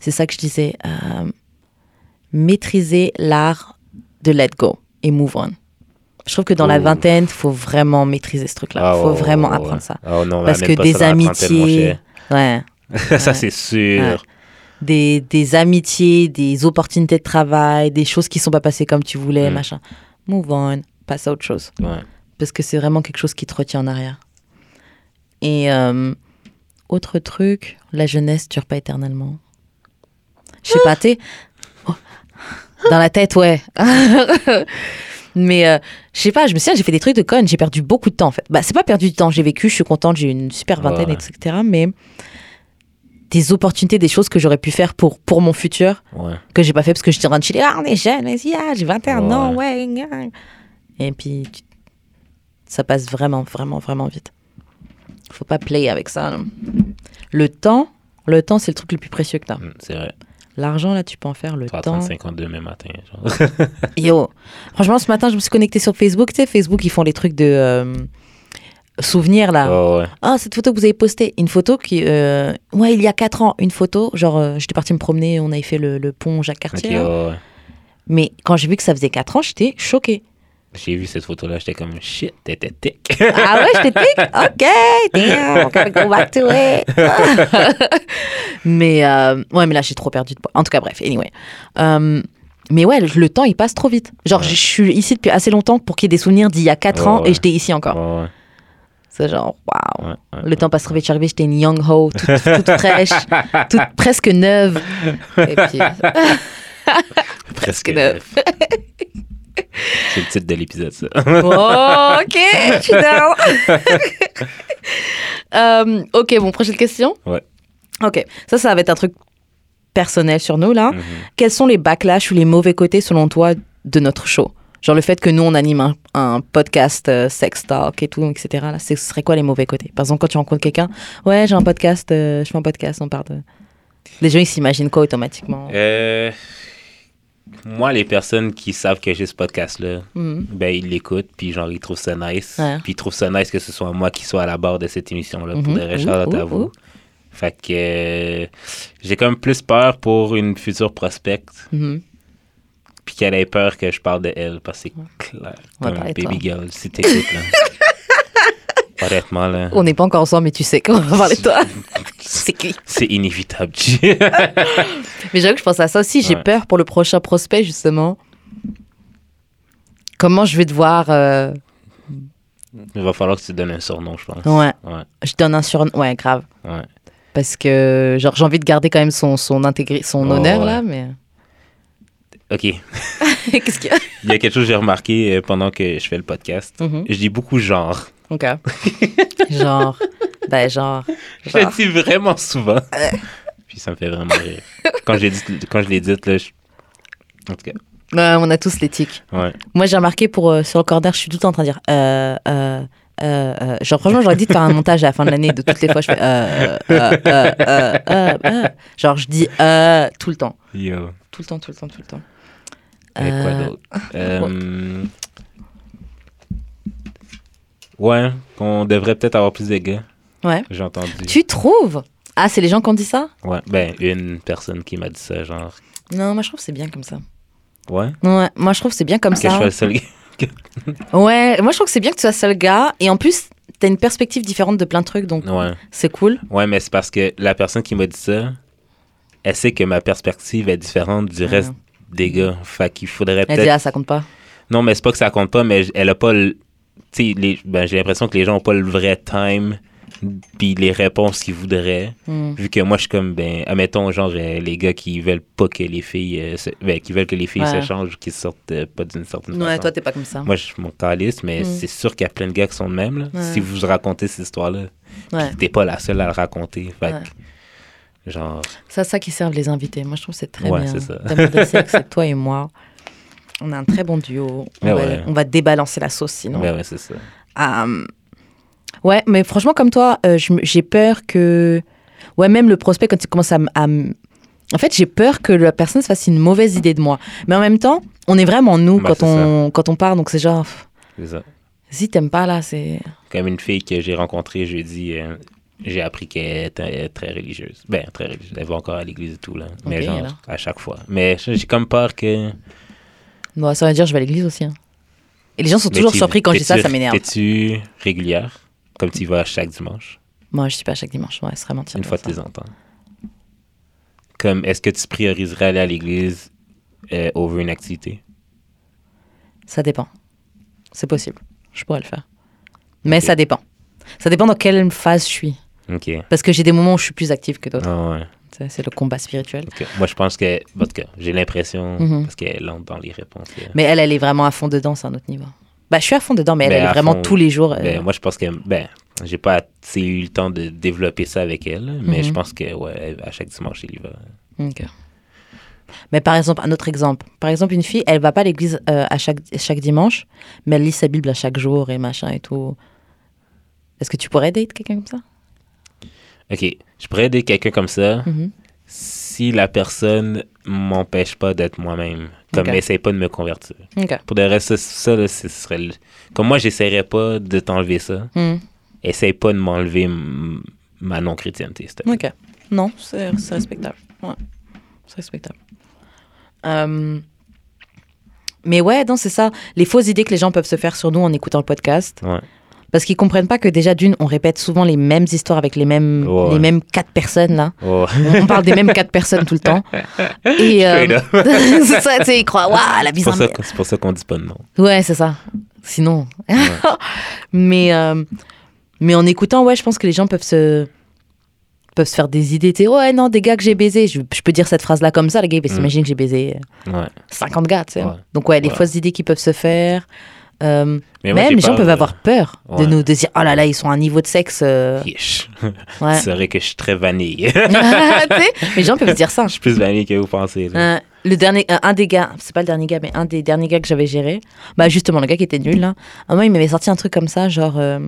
Speaker 1: c'est ça que je disais. euh, maîtriser l'art de let go et move on. Je trouve que dans la
Speaker 2: Ouh.
Speaker 1: vingtaine, faut vraiment maîtriser ce truc-là.
Speaker 2: Ah,
Speaker 1: faut
Speaker 2: ouais,
Speaker 1: vraiment
Speaker 2: ouais, ouais.
Speaker 1: apprendre ça.
Speaker 2: Oh non, on
Speaker 1: Parce
Speaker 2: amène
Speaker 1: que
Speaker 2: pas
Speaker 1: des
Speaker 2: ça dans la trentaine, mon
Speaker 1: amitiés, ouais,
Speaker 2: cher. *laughs* ça,
Speaker 1: ouais.
Speaker 2: c'est sûr.
Speaker 1: Ouais. des, des amitiés, des opportunités de travail, des choses qui sont pas passées comme tu voulais,
Speaker 2: Mm.
Speaker 1: machin. Move on, passe à autre chose.
Speaker 2: Ouais.
Speaker 1: Parce que c'est vraiment quelque chose qui te retient en arrière. Et euh, autre truc, la jeunesse dure pas éternellement. Je sais pas, t'es. Oh. Dans la tête, ouais. *laughs* Mais euh, je sais pas, je me souviens, j'ai fait des trucs de connes, j'ai perdu beaucoup de temps en fait. Bah, c'est pas perdu du temps, j'ai vécu, je suis contente, j'ai eu une super vingtaine,
Speaker 2: Ouais.
Speaker 1: etc. Mais des opportunités, des choses que j'aurais pu faire pour, pour mon futur,
Speaker 2: Ouais.
Speaker 1: que j'ai pas fait parce que j'étais en train de chiller. Ah, on est jeune, vas-y, ah, j'ai 21 ans, ouais. gna. Et puis, tu- ça passe vraiment, vraiment, vraiment vite. Faut pas play avec ça. non. Le temps, le temps, c'est le truc le plus précieux que t'as.
Speaker 2: Mm, C'est vrai.
Speaker 1: L'argent, là, tu peux en faire le
Speaker 2: Toi,
Speaker 1: temps.
Speaker 2: 35 ans demain matin. genre.
Speaker 1: Yo, franchement, ce matin, je me suis connectée sur Facebook. Tu sais, Facebook, ils font les trucs de euh, souvenirs, là.
Speaker 2: Oh, *laughs* ouais.
Speaker 1: Ah, cette photo que vous avez postée, une photo qui. euh, Ouais, il y a 4 ans, une photo. Genre, euh, j'étais partie me promener, on avait fait le, le pont
Speaker 2: Ok,
Speaker 1: Jacques-Cartier. là.
Speaker 2: oh, ouais.
Speaker 1: Mais quand j'ai vu que ça faisait 4 ans, j'étais choquée.
Speaker 2: J'ai vu cette photo-là, j'étais comme shit, t'étais tic.
Speaker 1: Ah ouais, j'étais tic?
Speaker 2: *laughs*
Speaker 1: Ok, damn, on gotta go back to it. *laughs* mais, euh, ouais, mais là, j'ai trop perdu de poids. En tout cas, bref, anyway. Euh, mais ouais, le, le temps, il passe trop vite. Genre,
Speaker 2: Ouais.
Speaker 1: je suis ici depuis assez longtemps pour qu'il y ait des souvenirs d'il y a 4
Speaker 2: Ouais,
Speaker 1: ans
Speaker 2: ouais.
Speaker 1: et j'étais ici encore.
Speaker 2: Ouais, ouais,
Speaker 1: C'est genre, waouh.
Speaker 2: ouais, ouais.
Speaker 1: Le temps passe trop vite. J'arrivais, j'étais une young ho, toute,
Speaker 2: *laughs*
Speaker 1: toute fraîche, toute presque neuve. Et puis,
Speaker 2: presque
Speaker 1: que *laughs* neuf.
Speaker 2: C'est le titre de l'épisode, ça.
Speaker 1: oh, ok, je suis down. Euh, ok, bon, prochaine question.
Speaker 2: Ouais.
Speaker 1: Ok, ça, ça va être un truc personnel sur nous, là.
Speaker 2: Mhm.
Speaker 1: Quels sont les backlash ou les mauvais côtés, selon toi, de notre show Genre le fait que nous, on anime un, un podcast euh, sex talk et tout, etc. Là, ce serait quoi les mauvais côtés Par exemple, quand tu rencontres quelqu'un, ouais, j'ai un podcast, euh, je fais un podcast, on parle de... Les gens, ils s'imaginent quoi automatiquement
Speaker 2: Euh, moi, les personnes qui savent que j'ai ce podcast-là,
Speaker 1: Mhm.
Speaker 2: ben, ils l'écoutent, puis genre, ils trouvent ça nice.
Speaker 1: Ouais.
Speaker 2: Puis ils trouvent ça nice que ce soit moi qui sois à la barre de cette émission-là. Pour
Speaker 1: Mhm.
Speaker 2: de vrai, shout-out
Speaker 1: Ouh,
Speaker 2: à
Speaker 1: ouh,
Speaker 2: vous.
Speaker 1: ouh.
Speaker 2: Fait que euh, j'ai quand même plus peur pour une future prospecte,
Speaker 1: Mhm.
Speaker 2: puis qu'elle ait peur que je parle de elle, parce que c'est clair.
Speaker 1: On va
Speaker 2: Comme
Speaker 1: parler de
Speaker 2: baby girl, si
Speaker 1: *laughs*
Speaker 2: t'écoutes, là. Honnêtement, là.
Speaker 1: On n'est pas encore ensemble, mais tu sais qu'on va parler de
Speaker 2: *laughs*
Speaker 1: toi. C'est qui
Speaker 2: C'est inévitable. *laughs* G.
Speaker 1: Mais j'avoue que je pense à ça aussi. J'ai
Speaker 2: Ouais.
Speaker 1: peur pour le prochain prospect, justement. Comment je vais devoir. euh,
Speaker 2: Il va falloir que tu donnes un surnom, je pense.
Speaker 1: Ouais,
Speaker 2: Ouais,
Speaker 1: je donne un surnom. Ouais, grave.
Speaker 2: ouais.
Speaker 1: Parce que, genre, j'ai envie de garder quand même son, son, intégré... son
Speaker 2: Oh,
Speaker 1: honneur,
Speaker 2: ouais.
Speaker 1: là, mais. *laughs*
Speaker 2: OK.
Speaker 1: Qu'est-ce qu'il y a
Speaker 2: Il y a quelque chose que j'ai remarqué euh, pendant que je fais le podcast.
Speaker 1: *laughs* Mhm.
Speaker 2: Je dis beaucoup genre.
Speaker 1: Ok. genre. Ben, genre.
Speaker 2: *laughs* Je
Speaker 1: genre.
Speaker 2: le dis vraiment souvent. *laughs* Puis ça me fait vraiment rire. Quand, j'ai dit- quand je l'ai dit, là, je... En tout cas,
Speaker 1: Ouais, on a tous les tics.
Speaker 2: ouais.
Speaker 1: Moi, j'ai remarqué pour, euh, sur le corner, je suis tout le temps en train de dire. Euh, euh, euh, euh. genre, franchement, j'aurais dit de faire un montage à la fin de l'année de toutes les fois. Je fais. Euh, euh, euh, euh, euh, euh. Genre, je dis euh, tout le temps.
Speaker 2: Yo.
Speaker 1: Tout le temps, tout le temps, tout le temps.
Speaker 2: Et quoi
Speaker 1: Euh, *laughs*
Speaker 2: d'autre? Euh, Ouais, qu'on devrait peut-être avoir plus de gars.
Speaker 1: Ouais.
Speaker 2: J'ai entendu.
Speaker 1: Tu trouves Ah, c'est les gens qui ont dit ça
Speaker 2: Ouais, ben, une personne qui m'a dit ça, genre...
Speaker 1: Non, moi je trouve que c'est bien comme ça.
Speaker 2: Ouais,
Speaker 1: Ouais, moi je trouve que c'est bien comme
Speaker 2: que je
Speaker 1: ça.
Speaker 2: sois le seul gars. *laughs*
Speaker 1: Ouais, moi je trouve que c'est bien que tu sois seul gars. Et en plus, t'as une perspective différente de plein de trucs, donc
Speaker 2: Ouais.
Speaker 1: c'est cool.
Speaker 2: Ouais, mais c'est parce que la personne qui m'a dit ça, elle sait que ma perspective est différente du reste des gars. Fait qu'il faudrait
Speaker 1: Elle dit,
Speaker 2: peut-être.
Speaker 1: ah, ça compte pas.
Speaker 2: Non, mais c'est pas que ça compte pas, mais j- elle a pas le. Tu sais, les- ben, j'ai l'impression que les gens ont pas le vrai time puis les réponses qu'ils voudraient.
Speaker 1: Hmm.
Speaker 2: Vu que moi, je suis comme, ben, admettons, genre, euh, les gars qui veulent pas que les filles. euh, se- ben, qui veulent que les filles
Speaker 1: Ouais.
Speaker 2: se changent, qui sortent euh, pas d'une certaine
Speaker 1: Ouais,
Speaker 2: façon.
Speaker 1: toi t'es pas comme ça.
Speaker 2: Moi, je m'en calisse, mais
Speaker 1: Mm.
Speaker 2: c'est sûr qu'il y a plein de gars qui sont de même, là.
Speaker 1: Ouais.
Speaker 2: Si vous racontez cette histoire-là,
Speaker 1: Ouais.
Speaker 2: t'es pas la seule à le raconter. Fait que,
Speaker 1: Ouais.
Speaker 2: genre.
Speaker 1: C'est à ça qui servent les invités. Moi je trouve que c'est très
Speaker 2: Ouais,
Speaker 1: bien.
Speaker 2: c'est ça.
Speaker 1: D'amour de sexe, c'est toi et moi. On a un très bon duo. On,
Speaker 2: Mais
Speaker 1: va,
Speaker 2: ouais.
Speaker 1: on va débalancer la sauce sinon.
Speaker 2: Ouais, ouais, c'est ça.
Speaker 1: Euh, ouais, mais franchement, comme toi, euh, je me- j'ai peur que. Ouais, même le prospect, quand il commence à. m- à m- en fait, j'ai peur que la personne se fasse une mauvaise idée de moi. Mais en même temps, on est vraiment nous
Speaker 2: Bah,
Speaker 1: quand,
Speaker 2: c'est
Speaker 1: on, quand on part, donc c'est genre. pff,
Speaker 2: C'est ça.
Speaker 1: Si t'aimes pas là, c'est.
Speaker 2: Comme une fille que j'ai rencontrée jeudi, euh, j'ai appris qu'elle était euh, très religieuse. Ben, très religieuse. Elle va encore à l'église et tout, là. Mais
Speaker 1: Ok,
Speaker 2: genre,
Speaker 1: alors.
Speaker 2: à chaque fois. Mais j'ai j'ai comme peur que.
Speaker 1: Bon, ça veut dire je vais à l'église aussi. hein. Et les gens sont
Speaker 2: Mais
Speaker 1: toujours
Speaker 2: t'es-
Speaker 1: surpris quand je dis ça,
Speaker 2: t'es-tu-
Speaker 1: ça m'énerve.
Speaker 2: T'es-tu régulière, comme tu y vas chaque dimanche,
Speaker 1: Moi, je suis pas chaque dimanche, ouais, ce serait mentir.
Speaker 2: une
Speaker 1: de
Speaker 2: fois de
Speaker 1: dire ça.
Speaker 2: temps en temps? Comme, est-ce que tu prioriserais aller à l'église euh, over une activité?
Speaker 1: Ça dépend. C'est possible. Je pourrais le faire. Mais ça dépend. Ça dépend dans quelle phase je suis.
Speaker 2: OK.
Speaker 1: Parce que j'ai des moments où je suis plus active que d'autres.
Speaker 2: Ah ouais.
Speaker 1: Tu sais, C'est le combat spirituel.
Speaker 2: Ok. Moi, je pense que, en tout cas, j'ai l'impression,
Speaker 1: Mhm.
Speaker 2: parce qu'elle est lente dans les réponses. là.
Speaker 1: Mais elle, elle est vraiment à fond dedans, c'est un autre niveau. Bah, je suis à fond dedans, mais elle,
Speaker 2: Ben,
Speaker 1: elle est
Speaker 2: à
Speaker 1: vraiment
Speaker 2: fond,
Speaker 1: tous les jours. euh,
Speaker 2: Ben, moi, je pense que, ben, j'ai pas assez eu le temps de développer ça avec elle, mais
Speaker 1: Mhm.
Speaker 2: je pense que, ouais, à chaque dimanche, elle y va.
Speaker 1: Ok. Mais par exemple, un autre exemple. Par exemple, une fille, elle va pas à l'église euh, à chaque, chaque dimanche, mais elle lit sa Bible à chaque jour et machin et tout. Est-ce que tu pourrais date quelqu'un comme ça
Speaker 2: Ok, je pourrais aider quelqu'un comme ça
Speaker 1: Mhm.
Speaker 2: si la personne m'empêche pas d'être moi-même, comme
Speaker 1: Ok.
Speaker 2: elle essaye pas de me convertir.
Speaker 1: Ok.
Speaker 2: Pour le reste, ça, ça, là, ce serait. le- Comme moi, j'essaierais pas de t'enlever ça.
Speaker 1: Hmm.
Speaker 2: Essaye pas de m'enlever m- ma non-chrétienté. s'il te plaît.
Speaker 1: Ok. Non, c'est c'est respectable. Ouais. C'est respectable. Euh, Mais ouais, non, c'est ça. Les fausses idées que les gens peuvent se faire sur nous en écoutant le podcast.
Speaker 2: Ouais.
Speaker 1: Parce qu'ils comprennent pas que déjà, d'une, on répète souvent les mêmes histoires avec les mêmes,
Speaker 2: Ouais,
Speaker 1: les
Speaker 2: ouais.
Speaker 1: mêmes quatre personnes, là.
Speaker 2: Oh.
Speaker 1: On *laughs* parle des mêmes quatre personnes tout le temps. Et euh,
Speaker 2: *laughs* Straight up.
Speaker 1: *laughs* c'est ça, tu sais, ils croient, waouh, la
Speaker 2: C'est
Speaker 1: vie
Speaker 2: pour
Speaker 1: en
Speaker 2: ça que- c'est pour ça qu'on dit pas de nom.
Speaker 1: Ouais, c'est ça. Sinon. *laughs* mais, euh, mais en écoutant, ouais, je pense que les gens peuvent se peuvent se faire des idées. Tu sais, ouais, non, des gars que j'ai baisé. Je, je peux dire cette phrase-là comme ça, les gars, ils
Speaker 2: Mm.
Speaker 1: s'imaginent que j'ai baisé euh,
Speaker 2: Ouais.
Speaker 1: 50 gars, tu sais.
Speaker 2: Ouais.
Speaker 1: Donc, ouais, les
Speaker 2: Ouais.
Speaker 1: fausses idées qui peuvent se faire. Euh,
Speaker 2: Mais moi,
Speaker 1: même
Speaker 2: j'ai
Speaker 1: les gens
Speaker 2: peur
Speaker 1: peuvent
Speaker 2: de-
Speaker 1: avoir peur de
Speaker 2: Ouais.
Speaker 1: nous de dire, oh là là, ils sont à un niveau de sexe. euh,
Speaker 2: Yesh.
Speaker 1: ouais.
Speaker 2: Tu saurais que je suis très vanille. *laughs*
Speaker 1: *laughs* Tu sais, les gens peuvent se dire ça.
Speaker 2: je suis plus vanille que vous pensez. là.
Speaker 1: Euh, le dernier, euh, un des gars, c'est pas le dernier gars, mais un des derniers gars que j'avais géré, bah justement le gars qui était nul là, à un moment il m'avait sorti un truc comme ça, genre euh,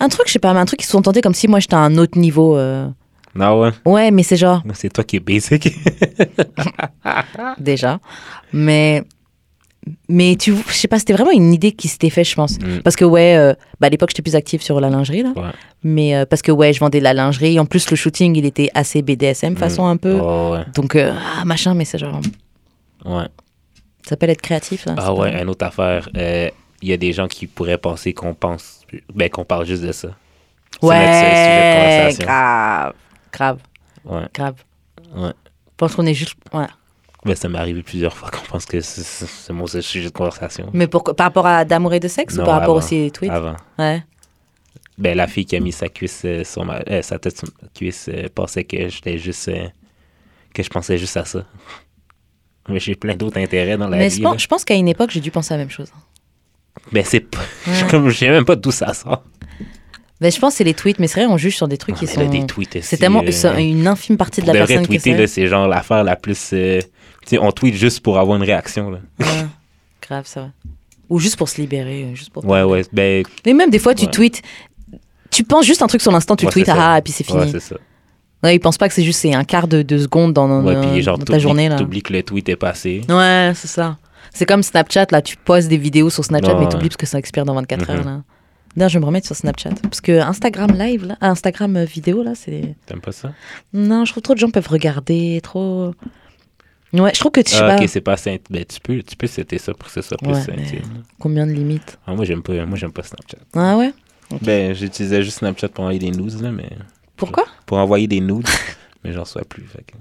Speaker 1: un truc, je sais pas, mais un truc qui sous-entendait comme si moi j'étais à un autre niveau. euh.
Speaker 2: Non, ouais.
Speaker 1: Ouais, mais c'est genre
Speaker 2: C'est toi qui
Speaker 1: *laughs*
Speaker 2: es basic.
Speaker 1: déjà, mais mais tu, je sais pas, c'était vraiment une idée qui s'était faite, je pense,
Speaker 2: Mm.
Speaker 1: parce que ouais, euh, bah à l'époque j'étais plus active sur la lingerie là,
Speaker 2: Ouais.
Speaker 1: mais euh, parce que ouais, je vendais de la lingerie, en plus le shooting il était assez BDSM façon un peu,
Speaker 2: Oh, ouais.
Speaker 1: donc euh, ah, machin, mais c'est genre,
Speaker 2: Ouais.
Speaker 1: ça s'appelle être créatif. hein, là, c'est
Speaker 2: Ah
Speaker 1: pas-
Speaker 2: ouais, une autre affaire. Euh, Il y a des gens qui pourraient penser qu'on pense, ben, qu'on parle juste de ça. C'est notre seul sujet de
Speaker 1: Ouais,
Speaker 2: conversation.
Speaker 1: grave, grave,
Speaker 2: Ouais,
Speaker 1: grave.
Speaker 2: ouais.
Speaker 1: Je pense qu'on est juste. ouais.
Speaker 2: Ben, ça m'est arrivé plusieurs fois qu'on pense que c'est- c'est c'est mon seul sujet de conversation.
Speaker 1: Mais pourquoi- par rapport à d'amour et de sexe ou
Speaker 2: Non, Ah,
Speaker 1: par rapport
Speaker 2: avant.
Speaker 1: aussi aux tweets
Speaker 2: Avant.
Speaker 1: Ouais.
Speaker 2: Ben, la fille qui a mis sa cuisse euh, sur ma, euh, sa tête sur ma cuisse euh, pensait que j'étais juste, euh, que je pensais juste à ça. *laughs* Mais j'ai plein d'autres intérêts dans la
Speaker 1: Mais je
Speaker 2: vie.
Speaker 1: pense,
Speaker 2: là.
Speaker 1: je pense qu'à une époque, j'ai dû penser à la même chose.
Speaker 2: Ben, c'est pas- *laughs* comme, je sais même pas d'où ça sort.
Speaker 1: Mais je pense que c'est les tweets, mais c'est vrai, on juge sur des trucs
Speaker 2: Non,
Speaker 1: qui
Speaker 2: mais
Speaker 1: sont.
Speaker 2: là, des tweets,
Speaker 1: c'est tellement.
Speaker 2: euh,
Speaker 1: c'est une infime partie de
Speaker 2: Pour
Speaker 1: la
Speaker 2: de vrai,
Speaker 1: personne qui
Speaker 2: tweeter, là, c'est genre l'affaire la plus. euh, tu sais, on tweet juste pour avoir une réaction. Là.
Speaker 1: Ouais. Grave, ça va. Ou juste pour se libérer. euh, Juste pour...
Speaker 2: Ouais, ouais. Ben,
Speaker 1: Mais même des fois, tu
Speaker 2: Ouais.
Speaker 1: tweets. Tu penses juste un truc sur l'instant, tu
Speaker 2: ouais,
Speaker 1: tweets,
Speaker 2: c'est ça.
Speaker 1: ah, ah, et puis c'est fini.
Speaker 2: Ouais, c'est ça.
Speaker 1: ouais, ils pensent pas que c'est juste c'est un quart de, de seconde dans, dans-
Speaker 2: Ouais,
Speaker 1: dans-
Speaker 2: puis genre,
Speaker 1: dans ta
Speaker 2: t'oublies-
Speaker 1: journée. là.
Speaker 2: T'oublies que le tweet est passé.
Speaker 1: Ouais, c'est ça. C'est comme Snapchat, là, tu poses des vidéos sur Snapchat,
Speaker 2: Ouais,
Speaker 1: mais
Speaker 2: ouais.
Speaker 1: t'oublies parce que ça expire dans 24 heures,
Speaker 2: Mhm.
Speaker 1: là. Non, je vais me remettre sur Snapchat. Parce que Instagram live, là, ah, Instagram euh, vidéo, là, c'est.
Speaker 2: T'aimes pas ça? Ah,
Speaker 1: Non, je trouve trop de gens peuvent regarder, trop. Ouais, je trouve que tu sais
Speaker 2: Ah,
Speaker 1: pas
Speaker 2: ok, c'est pas sain. Ben, tu peux, tu peux c'était ça pour que ce soit plus
Speaker 1: Ouais,
Speaker 2: sain,
Speaker 1: mais-
Speaker 2: tu sais.
Speaker 1: combien de limites.
Speaker 2: Ah, moi, j'aime pas, moi, j'aime pas Snapchat.
Speaker 1: Ah ouais
Speaker 2: Ben, j'utilisais juste Snapchat pour envoyer des news, là, mais.
Speaker 1: Pourquoi
Speaker 2: Pour envoyer
Speaker 1: *laughs*
Speaker 2: des nudes, mais j'en reçois plus. fait que-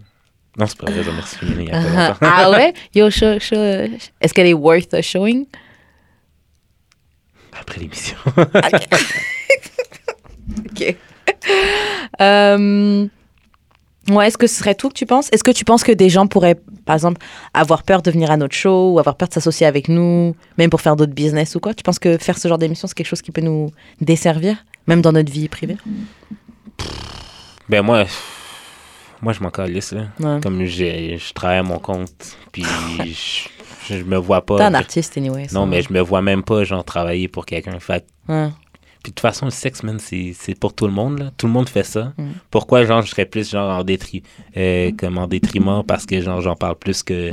Speaker 2: Non, c'est pas vrai, j'en ai reçu une il y a pas
Speaker 1: Ah
Speaker 2: longtemps.
Speaker 1: ah ouais *laughs* Yo, show, show, euh, est-ce qu'elle est worth a showing
Speaker 2: Après l'émission.
Speaker 1: Ok. *laughs* Euh, Ouais, est-ce que ce serait tout que tu penses Est-ce que tu penses que des gens pourraient, par exemple, avoir peur de venir à notre show ou avoir peur de s'associer avec nous, même pour faire d'autres business ou quoi Tu penses que faire ce genre d'émission, c'est quelque chose qui peut nous desservir, même dans notre vie privée
Speaker 2: ben, moi. Moi, je m'en calisse, là.
Speaker 1: Ouais.
Speaker 2: Comme j'ai- je travaille à mon compte, puis je, je me vois pas.
Speaker 1: T'es un artiste, anyway. ça.
Speaker 2: Non, mais je me vois même pas, genre, travailler pour quelqu'un. Fait que
Speaker 1: Ouais.
Speaker 2: Puis de toute façon, le sexe, man, c'est c'est pour tout le monde, là. Tout le monde fait ça.
Speaker 1: Mm.
Speaker 2: Pourquoi, genre, je serais plus, genre, en, détri euh, comme en détriment parce que, genre, j'en parle plus que...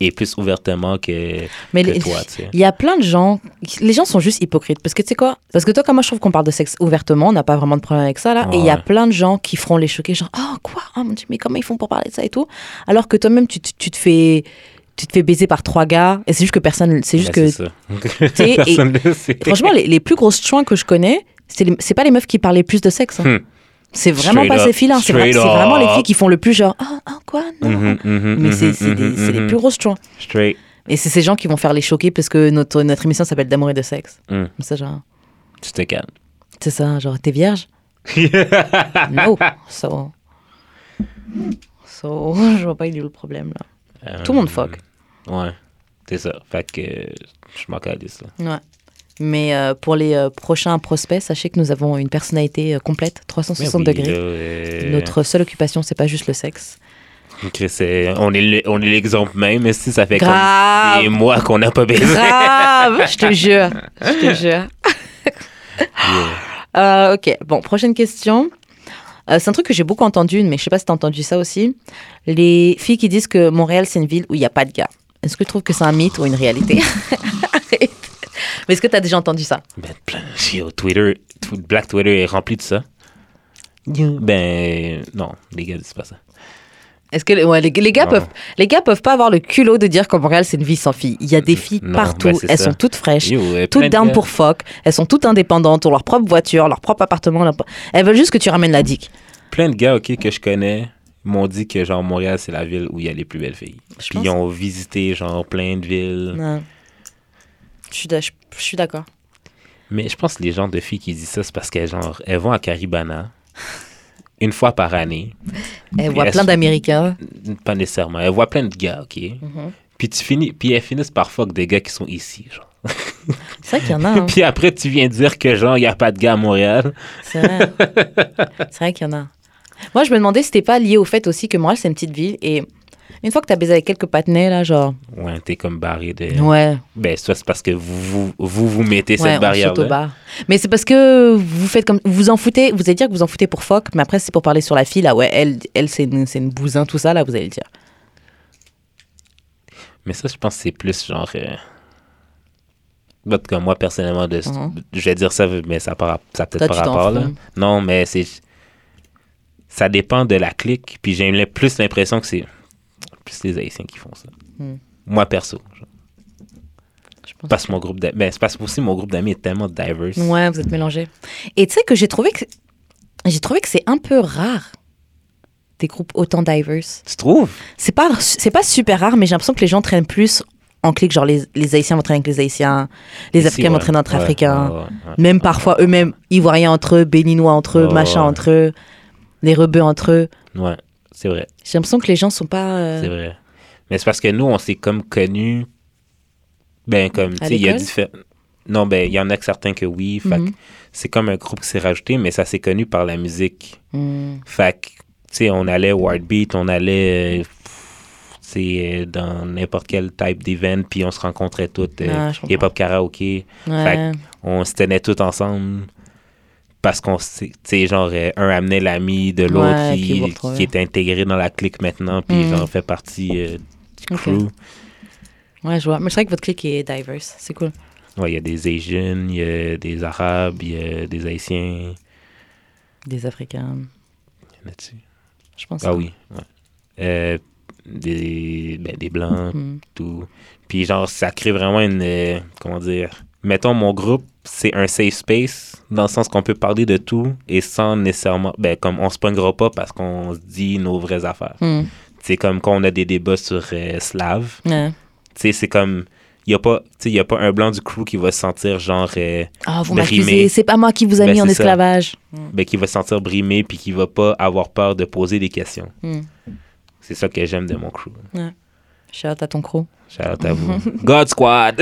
Speaker 2: Et plus ouvertement que,
Speaker 1: Mais
Speaker 2: que
Speaker 1: Mm. les-
Speaker 2: toi,
Speaker 1: *laughs*
Speaker 2: tu sais.
Speaker 1: Il y a plein de gens, les gens sont juste hypocrites parce que tu sais quoi Parce que toi comme moi je trouve qu'on parle de sexe ouvertement, on n'a pas vraiment de problème avec ça là et il y a
Speaker 2: Ouais.
Speaker 1: plein de gens qui feront les choquer genre oh quoi Oh mon dieu, mais comment ils font pour parler de ça et tout alors que toi-même tu, te- tu te fais tu te fais baiser par trois gars et c'est juste que personne c'est juste
Speaker 2: Ben,
Speaker 1: que
Speaker 2: c'est ça.
Speaker 1: *laughs*
Speaker 2: *laughs*
Speaker 1: et-
Speaker 2: Personne ne le sait.
Speaker 1: *laughs*
Speaker 2: *laughs*
Speaker 1: franchement les, les plus grosses chouins que je connais c'est les- c'est pas les meufs qui parlaient plus de sexe hein.
Speaker 2: Hmm.
Speaker 1: c'est vraiment
Speaker 2: Straight
Speaker 1: pas
Speaker 2: up,
Speaker 1: ces filles là c'est vra-
Speaker 2: straight
Speaker 1: c'est vraiment les
Speaker 2: up.
Speaker 1: filles qui font le plus genre ah ah, quoi non
Speaker 2: Mhm, mhm,
Speaker 1: mais c'est
Speaker 2: mhm,
Speaker 1: c'est des-
Speaker 2: mhm,
Speaker 1: c'est les
Speaker 2: mhm.
Speaker 1: plus grosses chouins
Speaker 2: Straight.
Speaker 1: et c'est ces gens qui vont faire les choquer parce que notre notre émission s'appelle d'amour et de sexe
Speaker 2: Hmm.
Speaker 1: comme ça genre
Speaker 2: Tu te calmes.
Speaker 1: c'est ça genre t'es
Speaker 2: *laughs*
Speaker 1: vierge no so so *laughs* je vois pas il est où le problème là tout le monde
Speaker 2: Ah,
Speaker 1: fuck
Speaker 2: Euh, Ouais. C'est ça. Fait que euh, je m'en calisse, là.
Speaker 1: Ouais. Mais euh, pour les euh, prochains prospects, sachez que nous avons une personnalité euh, complète, 360
Speaker 2: Mais oui,
Speaker 1: degrés.
Speaker 2: là, euh,
Speaker 1: Notre seule occupation, c'est pas juste le sexe.
Speaker 2: Chris, euh, on est le- on est l'exemple même, mais si ça fait comme
Speaker 1: Grave
Speaker 2: des mois qu'on n'a pas baisé. *laughs*
Speaker 1: Grave Je te jure Je te jure Euh, Ok, bon, prochaine question. Euh, c'est un truc que j'ai beaucoup entendu, mais je sais pas si t'as entendu ça aussi. Les filles qui disent que Montréal, c'est une ville où il n'y a pas de gars. Est-ce que tu trouves que c'est un mythe ou une réalité *laughs* Arrête. Mais est-ce que t'as déjà entendu ça
Speaker 2: Ben, plein. Yo, Twitter, tw- Black Twitter est rempli de ça. Yo, Ben, non, les gars, c'est pas ça.
Speaker 1: Est-ce que ouais, les, les gars
Speaker 2: Non.
Speaker 1: peuvent les gars peuvent pas avoir le culot de dire qu'en Montréal c'est une vie sans filles. Il y a des filles
Speaker 2: Non,
Speaker 1: partout,
Speaker 2: ben, c'est
Speaker 1: elles
Speaker 2: ça.
Speaker 1: sont toutes fraîches,
Speaker 2: Yo, euh, plein
Speaker 1: toutes
Speaker 2: de
Speaker 1: down
Speaker 2: gars.
Speaker 1: pour fuck, elles sont toutes indépendantes, ont leur propre voiture, leur propre appartement, leur pro- elles veulent juste que tu ramènes la dick.
Speaker 2: Plein de gars, ok, que je connais m'ont dit que, genre, Montréal, c'est la ville où il y a les plus belles filles.
Speaker 1: Je
Speaker 2: Puis
Speaker 1: pense-
Speaker 2: ils ont visité, genre, plein de villes.
Speaker 1: Non. Je suis d'a- je- je suis d'accord.
Speaker 2: Mais je pense que les gens de filles qui disent ça, c'est parce qu'elles genre, elles vont
Speaker 1: *laughs*
Speaker 2: à Caribana une fois par année.
Speaker 1: Elles
Speaker 2: Puis
Speaker 1: voient
Speaker 2: elles
Speaker 1: plein
Speaker 2: sont-
Speaker 1: d'Américains.
Speaker 2: Pas nécessairement. Elles voient plein de gars, OK?
Speaker 1: Mhm.
Speaker 2: Puis tu finis, puis elles finissent par fuck des gars qui sont ici, genre.
Speaker 1: C'est vrai qu'il y en a.
Speaker 2: *laughs*
Speaker 1: hein.
Speaker 2: Puis après, tu viens dire que genre, il n'y a pas de gars à Montréal.
Speaker 1: C'est vrai. c'est vrai qu'il y en a. Moi, je me demandais si c'était pas lié au fait aussi que Montréal c'est une petite ville et une fois que t'as baisé avec quelques patinets là, genre
Speaker 2: Ouais, t'es comme barré de...
Speaker 1: ouais.
Speaker 2: Ben, soit c'est parce que vous vous, vous, vous mettez
Speaker 1: Ouais,
Speaker 2: cette
Speaker 1: on
Speaker 2: barrière-là.
Speaker 1: s'auto-barre. Mais c'est parce que vous faites comme vous en foutez, vous allez dire que vous en foutez pour fuck, mais après c'est pour parler sur la fille là ouais, elle elle c'est une, c'est une bousin tout ça là, vous allez le dire.
Speaker 2: Mais ça, je pense que c'est plus genre... euh, En tout cas, moi, personnellement, de...
Speaker 1: Mhm.
Speaker 2: je vais dire ça, mais ça n'a ça a peut-être
Speaker 1: Toi,
Speaker 2: pas
Speaker 1: tu t'en
Speaker 2: rapport. Là.
Speaker 1: fous.
Speaker 2: Non, mais c'est... Ça dépend de la clique. Puis j'ai le- plus l'impression que c'est plus les Haïtiens qui font ça.
Speaker 1: Mm.
Speaker 2: Moi, perso. genre.
Speaker 1: Je pense.
Speaker 2: Parce que mon groupe d'amis... Ben, c'est parce que aussi, mon groupe d'amis est tellement diverse.
Speaker 1: Ouais, vous êtes mélangés. Et tu sais que j'ai trouvé que j'ai trouvé que c'est un peu rare des groupes autant divers.
Speaker 2: Tu trouves?
Speaker 1: C'est pas c'est pas super rare, mais j'ai l'impression que les gens traînent plus en clique, genre les, les Haïtiens vont traîner avec les Haïtiens, les
Speaker 2: Ici,
Speaker 1: Africains
Speaker 2: ouais.
Speaker 1: vont traîner entre
Speaker 2: Ouais,
Speaker 1: Africains,
Speaker 2: ouais, ouais, ouais.
Speaker 1: même parfois eux-mêmes Ivoiriens entre eux, Béninois entre eux,
Speaker 2: Ouais,
Speaker 1: machin
Speaker 2: ouais.
Speaker 1: entre eux, les rebeux entre eux.
Speaker 2: Ouais, c'est vrai.
Speaker 1: J'ai l'impression que les gens sont pas euh,
Speaker 2: C'est vrai. Mais c'est parce que nous, on s'est comme connus. Ben, comme, tu
Speaker 1: À
Speaker 2: sais, il y a
Speaker 1: l'école?
Speaker 2: différents. Non, ben, il y en a que certains que oui. Fait que
Speaker 1: Mhm.
Speaker 2: c'est comme un groupe qui s'est rajouté, mais ça s'est connu par la musique.
Speaker 1: hmm.
Speaker 2: Fait que, tu sais, on allait au Heartbeat, on allait, euh, pff, tu sais, euh, dans n'importe quel type d'event, puis on se rencontrait toutes.
Speaker 1: Ah,
Speaker 2: Euh,
Speaker 1: je comprends.
Speaker 2: Hip-hop karaoké. Fait
Speaker 1: Ouais.
Speaker 2: que on se tenait tous ensemble parce qu'on s'est- tu sais genre euh, un amenait l'ami de l'autre
Speaker 1: Ouais, puis
Speaker 2: qui,
Speaker 1: vous retrouvez.
Speaker 2: qui est intégré dans la clique maintenant puis
Speaker 1: Mm.
Speaker 2: j'en fais partie euh, du
Speaker 1: Ok.
Speaker 2: crew
Speaker 1: Ouais, je vois. Mais c'est vrai que votre clique est diverse. C'est cool.
Speaker 2: ouais il y a des Asians il y a des Arabes il y a des Haïtiens
Speaker 1: Des Africains,
Speaker 2: Y en a-tu?
Speaker 1: je pense.
Speaker 2: ah oui ouais. Euh, des ben, des blancs
Speaker 1: Hmm.
Speaker 2: tout puis genre ça crée vraiment une euh, comment dire mettons mon groupe c'est un safe space dans le sens qu'on peut parler de tout et sans nécessairement ben comme on se pognera pas parce qu'on se dit nos vraies affaires
Speaker 1: Hmm.
Speaker 2: c'est comme quand on a des débats sur euh, slave
Speaker 1: Ouais.
Speaker 2: tu sais c'est comme il y a pas tu sais il y a pas un blanc du crew qui va se sentir genre euh,
Speaker 1: Ah, vous
Speaker 2: Ben,
Speaker 1: m'accusez.
Speaker 2: rimer.
Speaker 1: C'est pas moi qui vous a
Speaker 2: Ben,
Speaker 1: mis en
Speaker 2: c'est ça.
Speaker 1: esclavage.
Speaker 2: ben qui va se sentir brimé puis qui va pas avoir peur de poser des questions
Speaker 1: Hmm.
Speaker 2: c'est ça que j'aime de mon crew
Speaker 1: Shout out à ton
Speaker 2: *laughs*
Speaker 1: crew.
Speaker 2: shout out à vous God Squad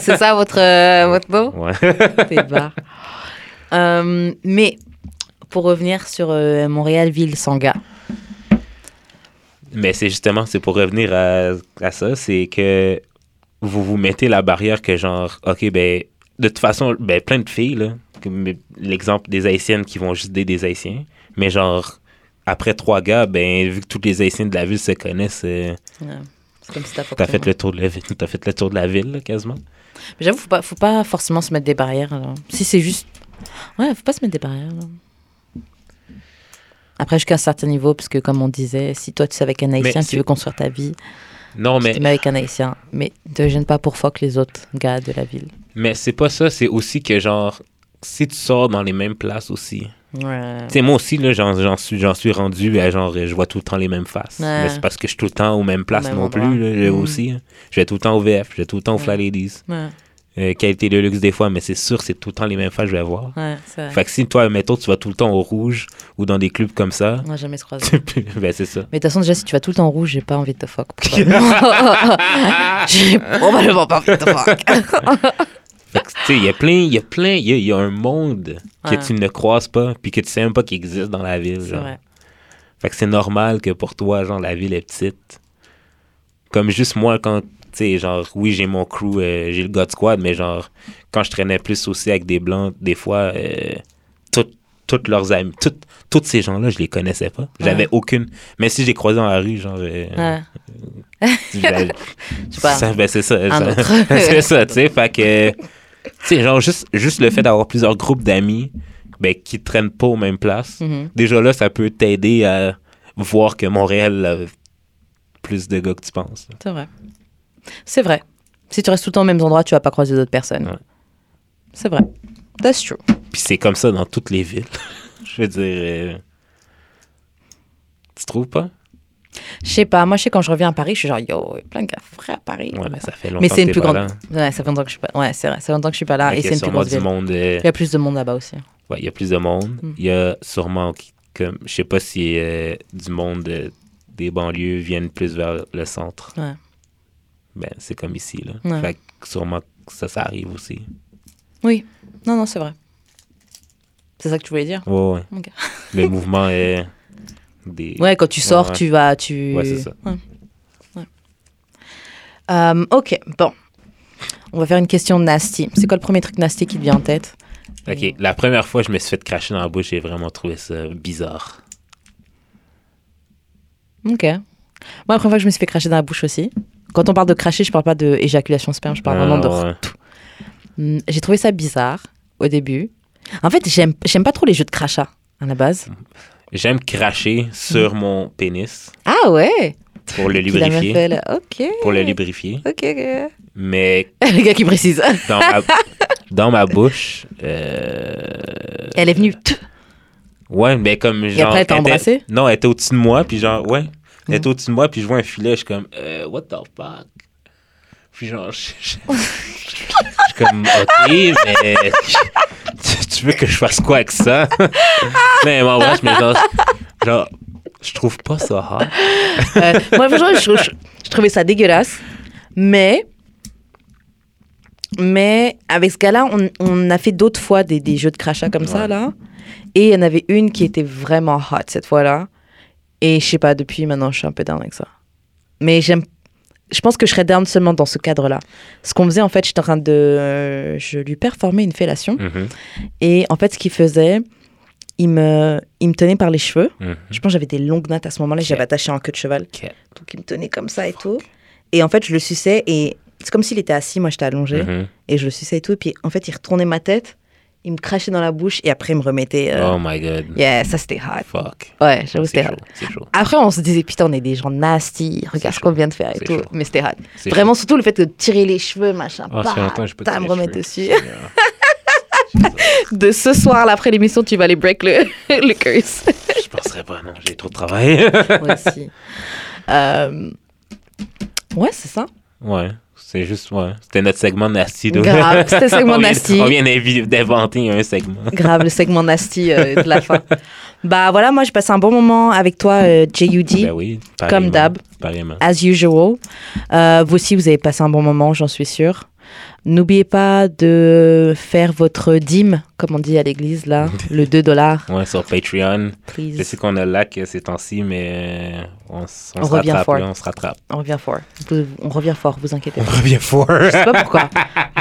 Speaker 1: c'est ça votre, euh, votre mot
Speaker 2: ouais
Speaker 1: T'es barre.
Speaker 2: *laughs*
Speaker 1: Euh, mais pour revenir sur euh, Montréal, ville sans gars.
Speaker 2: Mais c'est justement, c'est pour revenir à, à ça, c'est que vous vous mettez la barrière que genre, OK, ben, de toute façon, ben, plein de filles, là, comme l'exemple des Haïtiennes qui vont juste des, des Haïtiens, mais genre, après trois gars, ben, vu que tous les Haïtiens de la ville se connaissent, euh,
Speaker 1: Ouais. C'est comme si t'as
Speaker 2: t'as fait le tour de la ville, t'as fait le tour de la ville, là, quasiment.
Speaker 1: Mais J'avoue, faut pas, faut pas forcément se mettre des barrières. là. Si c'est juste. Ouais, faut pas se mettre des barrières. hein. là. Après, jusqu'à un certain niveau, parce que comme on disait, si toi tu es avec un Haïtien, tu
Speaker 2: c'est-
Speaker 1: veux construire ta vie.
Speaker 2: Non, mais,
Speaker 1: Tu mets avec un haïtien, mais te gêne pas pour fuck les autres gars de la ville.
Speaker 2: mais c'est pas ça. C'est aussi que, genre, si tu sors dans les mêmes places aussi.
Speaker 1: Ouais.
Speaker 2: Tu sais, moi aussi, là, j'en, j'en suis, j'en suis rendu à genre, je vois tout le temps les mêmes faces.
Speaker 1: Ouais.
Speaker 2: Mais c'est parce que je suis tout le temps aux mêmes places
Speaker 1: Même
Speaker 2: non
Speaker 1: endroit.
Speaker 2: plus, là, là
Speaker 1: Mm.
Speaker 2: aussi. hein. Je vais tout le temps au VF, je vais tout le temps au Flat Ladies.
Speaker 1: Ouais,
Speaker 2: Euh, qualité de luxe des fois, mais c'est sûr, c'est tout le temps les mêmes faces que je vais voir.
Speaker 1: ouais, c'est vrai.
Speaker 2: Fait que si toi, mettons, tu vas tout le temps au rouge ou dans des clubs comme ça, *laughs*
Speaker 1: On n'a jamais se croisé.
Speaker 2: ben c'est ça.
Speaker 1: Mais de toute façon, déjà, si tu vas tout le temps en rouge, j'ai pas envie de te
Speaker 2: *laughs*
Speaker 1: fuck. *laughs* probablement. j'ai probablement pas envie de te fuck.
Speaker 2: Fait que, tu sais, il y a plein, il y a plein, il y a, il y a un monde
Speaker 1: Ouais.
Speaker 2: que tu ne croises pas, puis que tu sais même pas qu'il existe dans la ville.
Speaker 1: c'est
Speaker 2: genre.
Speaker 1: vrai.
Speaker 2: Fait que c'est normal que pour toi, genre, la ville est petite. Comme juste moi, quand, tu sais, genre, oui, j'ai mon crew, euh, j'ai le God Squad, mais genre, quand je traînais plus aussi avec des blancs, des fois, euh, tout- toutes leurs amis, toutes toutes ces gens-là, je les connaissais pas. J'avais
Speaker 1: Ouais.
Speaker 2: aucune. Mais si je les croisais dans la rue, genre, euh,
Speaker 1: Ouais.
Speaker 2: j'avais-
Speaker 1: *laughs* Je sais pas.
Speaker 2: Ça, ben, c'est ça. ça-
Speaker 1: autre.
Speaker 2: *laughs* c'est ça, tu sais. Fait que, tu sais, genre, juste, juste le fait d'avoir plusieurs groupes d'amis ben, qui traînent pas aux mêmes places,
Speaker 1: Mhm.
Speaker 2: déjà là, ça peut t'aider à voir que Montréal a plus de gars que tu penses.
Speaker 1: C'est vrai. C'est vrai. Si tu restes tout le temps au même endroit, tu vas pas croiser d'autres personnes.
Speaker 2: Ouais.
Speaker 1: C'est vrai. That's true.
Speaker 2: Puis c'est comme ça dans toutes les villes. *laughs* Je veux dire. euh, tu trouves pas?
Speaker 1: Je sais pas. Moi, je sais quand je reviens à Paris, je suis genre yo, y a plein de gars frais à Paris.
Speaker 2: Ouais, mais ça fait longtemps
Speaker 1: Mais c'est une
Speaker 2: que
Speaker 1: plus
Speaker 2: t'es pas
Speaker 1: grande.
Speaker 2: là.
Speaker 1: Ouais, ça fait longtemps que je suis pas. Ouais, c'est vrai. Ça fait longtemps que je suis pas là
Speaker 2: Fait
Speaker 1: et
Speaker 2: qu'il y
Speaker 1: c'est
Speaker 2: a
Speaker 1: une plus
Speaker 2: sûrement
Speaker 1: grosse
Speaker 2: du
Speaker 1: ville.
Speaker 2: monde. euh,
Speaker 1: Il y a plus de monde là-bas aussi.
Speaker 2: Ouais, il y a plus de monde.
Speaker 1: Mm.
Speaker 2: Il y a sûrement, qui- comme, je sais pas si euh, du monde euh, des banlieues viennent plus vers le centre.
Speaker 1: Ouais.
Speaker 2: Ben, c'est comme ici, là.
Speaker 1: Ouais.
Speaker 2: Fait que sûrement que ça, ça arrive aussi.
Speaker 1: Oui. Non, non, c'est vrai. C'est ça que tu voulais dire.
Speaker 2: Ouais, ouais.
Speaker 1: Ok.
Speaker 2: Le mouvement euh, des...
Speaker 1: Ouais, quand tu sors,
Speaker 2: Ouais, ouais.
Speaker 1: tu vas, tu.
Speaker 2: Ouais, c'est ça.
Speaker 1: Ouais. Ouais. Euh, ok, bon. On va faire une question nasty. C'est quoi le premier truc nasty qui te vient en tête euh,
Speaker 2: OK, la première fois, je me suis fait cracher dans la bouche. J'ai vraiment trouvé ça bizarre.
Speaker 1: Ok. Moi, la première fois que je me suis fait cracher dans la bouche aussi. Quand on parle de cracher, je parle pas de éjaculation sperme, je parle
Speaker 2: Ah,
Speaker 1: vraiment de.
Speaker 2: ouais.
Speaker 1: Hmm, J'ai trouvé ça bizarre au début. En fait, j'aime j'aime pas trop les jeux de crachat à la base.
Speaker 2: J'aime cracher
Speaker 1: Mm.
Speaker 2: sur mon pénis
Speaker 1: Ah ouais
Speaker 2: pour
Speaker 1: *laughs*
Speaker 2: le
Speaker 1: Tu l'as même
Speaker 2: lubrifier.
Speaker 1: fait là. Ok.
Speaker 2: Pour le lubrifier.
Speaker 1: Ok, ok. *laughs*
Speaker 2: Mais
Speaker 1: Le gars qui précise. *laughs*
Speaker 2: dans ma, dans ma bouche... euh,
Speaker 1: Elle est venue. tch,
Speaker 2: Ouais, mais comme genre.
Speaker 1: après, elle t'a
Speaker 2: était-
Speaker 1: embrassé?
Speaker 2: Non, elle était au-dessus de moi, puis genre, ouais. Elle était
Speaker 1: Mm.
Speaker 2: au-dessus de moi, puis je vois un filet, je suis comme, euh, what the fuck? Puis genre, je. je- je- je suis comme, ok, mais. Tu, tu veux que je fasse quoi avec ça? mais moi, ouais, je me genre. Genre, je trouve pas ça hard.
Speaker 1: Euh, moi, franchement, je, je- je trouvais ça dégueulasse. Mais, mais avec ce gars-là, on, on a fait d'autres fois des, des jeux de crachat comme ça,
Speaker 2: Ouais.
Speaker 1: là. Et il y en avait une qui était vraiment hot cette fois-là. Et je sais pas, depuis maintenant, je suis un peu down avec ça. Mais j'aime. Je pense que je serais down seulement dans ce cadre-là. Ce qu'on faisait, en fait, j'étais en train de. euh, je lui performais une fellation.
Speaker 2: Mhm,
Speaker 1: Et en fait, ce qu'il faisait, il me, il me tenait par les cheveux.
Speaker 2: mhm.
Speaker 1: Je pense que j'avais des longues nattes à ce moment-là,
Speaker 2: Ok.
Speaker 1: j'avais attaché en queue de cheval.
Speaker 2: Ok.
Speaker 1: Donc il me tenait comme ça et tout. Et en fait, je le suçais et c'est comme s'il était assis, moi j'étais allongée
Speaker 2: Mhm.
Speaker 1: et je le suçais et tout. Et puis en fait, il retournait ma tête, il me crachait dans la bouche et après il me remettait. euh,
Speaker 2: Oh my god.
Speaker 1: Yeah, ça c'était hot.
Speaker 2: Fuck.
Speaker 1: Ouais, j'avoue,
Speaker 2: C'est
Speaker 1: c'était
Speaker 2: chaud.
Speaker 1: hot.
Speaker 2: C'est chaud.
Speaker 1: Après, on se disait, putain, on est des gens nasty,
Speaker 2: C'est
Speaker 1: regarde ce qu'on
Speaker 2: chaud.
Speaker 1: vient de faire et
Speaker 2: C'est
Speaker 1: tout.
Speaker 2: chaud.
Speaker 1: Mais c'était hot.
Speaker 2: C'est
Speaker 1: Vraiment, surtout le fait de tirer les cheveux, machin.
Speaker 2: chaud. Oh, ça fait
Speaker 1: bah,
Speaker 2: longtemps que je peux
Speaker 1: t'as à me remettre dessus. *laughs*
Speaker 2: Je
Speaker 1: De ce soir, là, après l'émission, tu vas aller break le, *laughs* le curse.
Speaker 2: penserais pas, non, j'ai trop de travail.
Speaker 1: Moi aussi. *laughs* Euh, Ouais, c'est ça.
Speaker 2: Ouais, c'est juste, ouais. C'était notre segment nasty. donc.
Speaker 1: Grave, c'était le segment
Speaker 2: *laughs* On vient-
Speaker 1: nasty.
Speaker 2: On vient d'invi- d'inventer un segment.
Speaker 1: Grave, le segment nasty euh, de la fin. Bah voilà, moi j'ai passé un bon moment avec toi, euh, JUD,
Speaker 2: Ben oui,
Speaker 1: Comme d'hab.
Speaker 2: Pareillement.
Speaker 1: as usual. Euh, vous aussi, vous avez passé un bon moment, j'en suis sûre. N'oubliez pas de faire votre dîme, comme on dit à l'église,
Speaker 2: *laughs*
Speaker 1: là, le 2 dollars,
Speaker 2: Ouais, sur Patreon. Je
Speaker 1: please.
Speaker 2: sais qu'on a lac euh, ces temps-ci, mais euh, on, s- on
Speaker 1: On
Speaker 2: se
Speaker 1: revient
Speaker 2: rattrape.
Speaker 1: fort.
Speaker 2: là, on se rattrape.
Speaker 1: On revient fort. Vous- on revient fort, vous inquiétez
Speaker 2: On
Speaker 1: pas.
Speaker 2: revient fort.
Speaker 1: Je sais pas pourquoi.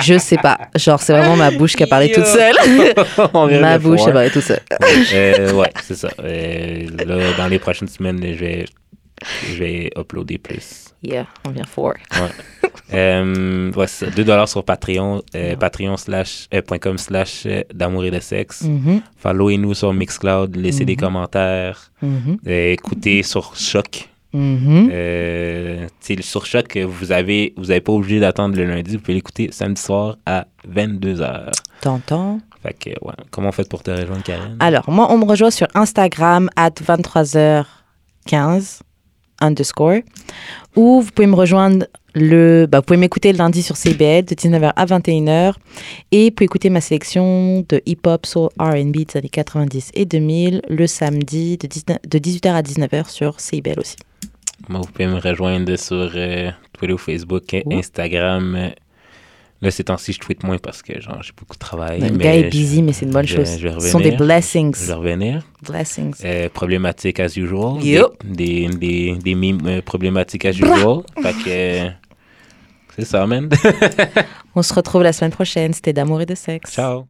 Speaker 1: Je sais pas. Genre, c'est vraiment ma bouche qui a parlé toute seule.
Speaker 2: *laughs* on revient
Speaker 1: ma
Speaker 2: fort.
Speaker 1: bouche a parlé toute seule.
Speaker 2: Euh, ouais, c'est ça. Euh, là, dans les prochaines semaines, je vais, je vais uploader plus.
Speaker 1: Yeah, on revient fort. *laughs*
Speaker 2: Ouais. Euh, ouais, c'est ça. 2 dollars sur Patreon, euh, patreon slash, euh, point com slash euh, d'amour et de sexe.
Speaker 1: Mhm,
Speaker 2: Followez-nous sur Mixcloud, laissez des commentaires,
Speaker 1: mhm.
Speaker 2: euh, écoutez sur Choc.
Speaker 1: Mhm.
Speaker 2: Euh, tu sais, le surchoc, euh, vous avez, vous avez pas obligé d'attendre le lundi. Vous pouvez l'écouter samedi soir à 22h.
Speaker 1: T'entends
Speaker 2: Fait que, ouais. Comment on fait pour te rejoindre, Karen?
Speaker 1: Alors, moi, on me rejoint sur Instagram at 23h15 underscore. Ou vous pouvez me rejoindre le. bah, vous pouvez m'écouter le lundi sur CBL de 19h à 21h. Et vous pouvez écouter ma sélection de hip-hop, soul, RB des années 90 et 2000 le samedi de, 19 de 18h à 19h sur CBL aussi.
Speaker 2: Moi, vous pouvez me rejoindre sur euh, Twitter ou Facebook, euh,
Speaker 1: Ouh.
Speaker 2: Instagram. euh, Là, ces temps-ci, je tweete moins parce que genre, j'ai beaucoup de travail.
Speaker 1: Le
Speaker 2: mais
Speaker 1: gars est
Speaker 2: je-
Speaker 1: busy, mais c'est une bonne
Speaker 2: je-
Speaker 1: chose.
Speaker 2: je vais
Speaker 1: Ce sont des
Speaker 2: revenir.
Speaker 1: blessings.
Speaker 2: Je vais revenir.
Speaker 1: Blessings.
Speaker 2: Euh, problématique as usual. Des-
Speaker 1: Yup.
Speaker 2: Des, des, des mimes euh, problématiques as
Speaker 1: Bra.
Speaker 2: usual. Fait que. euh, C'est ça, man. *laughs*
Speaker 1: On se retrouve la semaine prochaine. C'était d'amour et de sexe.
Speaker 2: Ciao.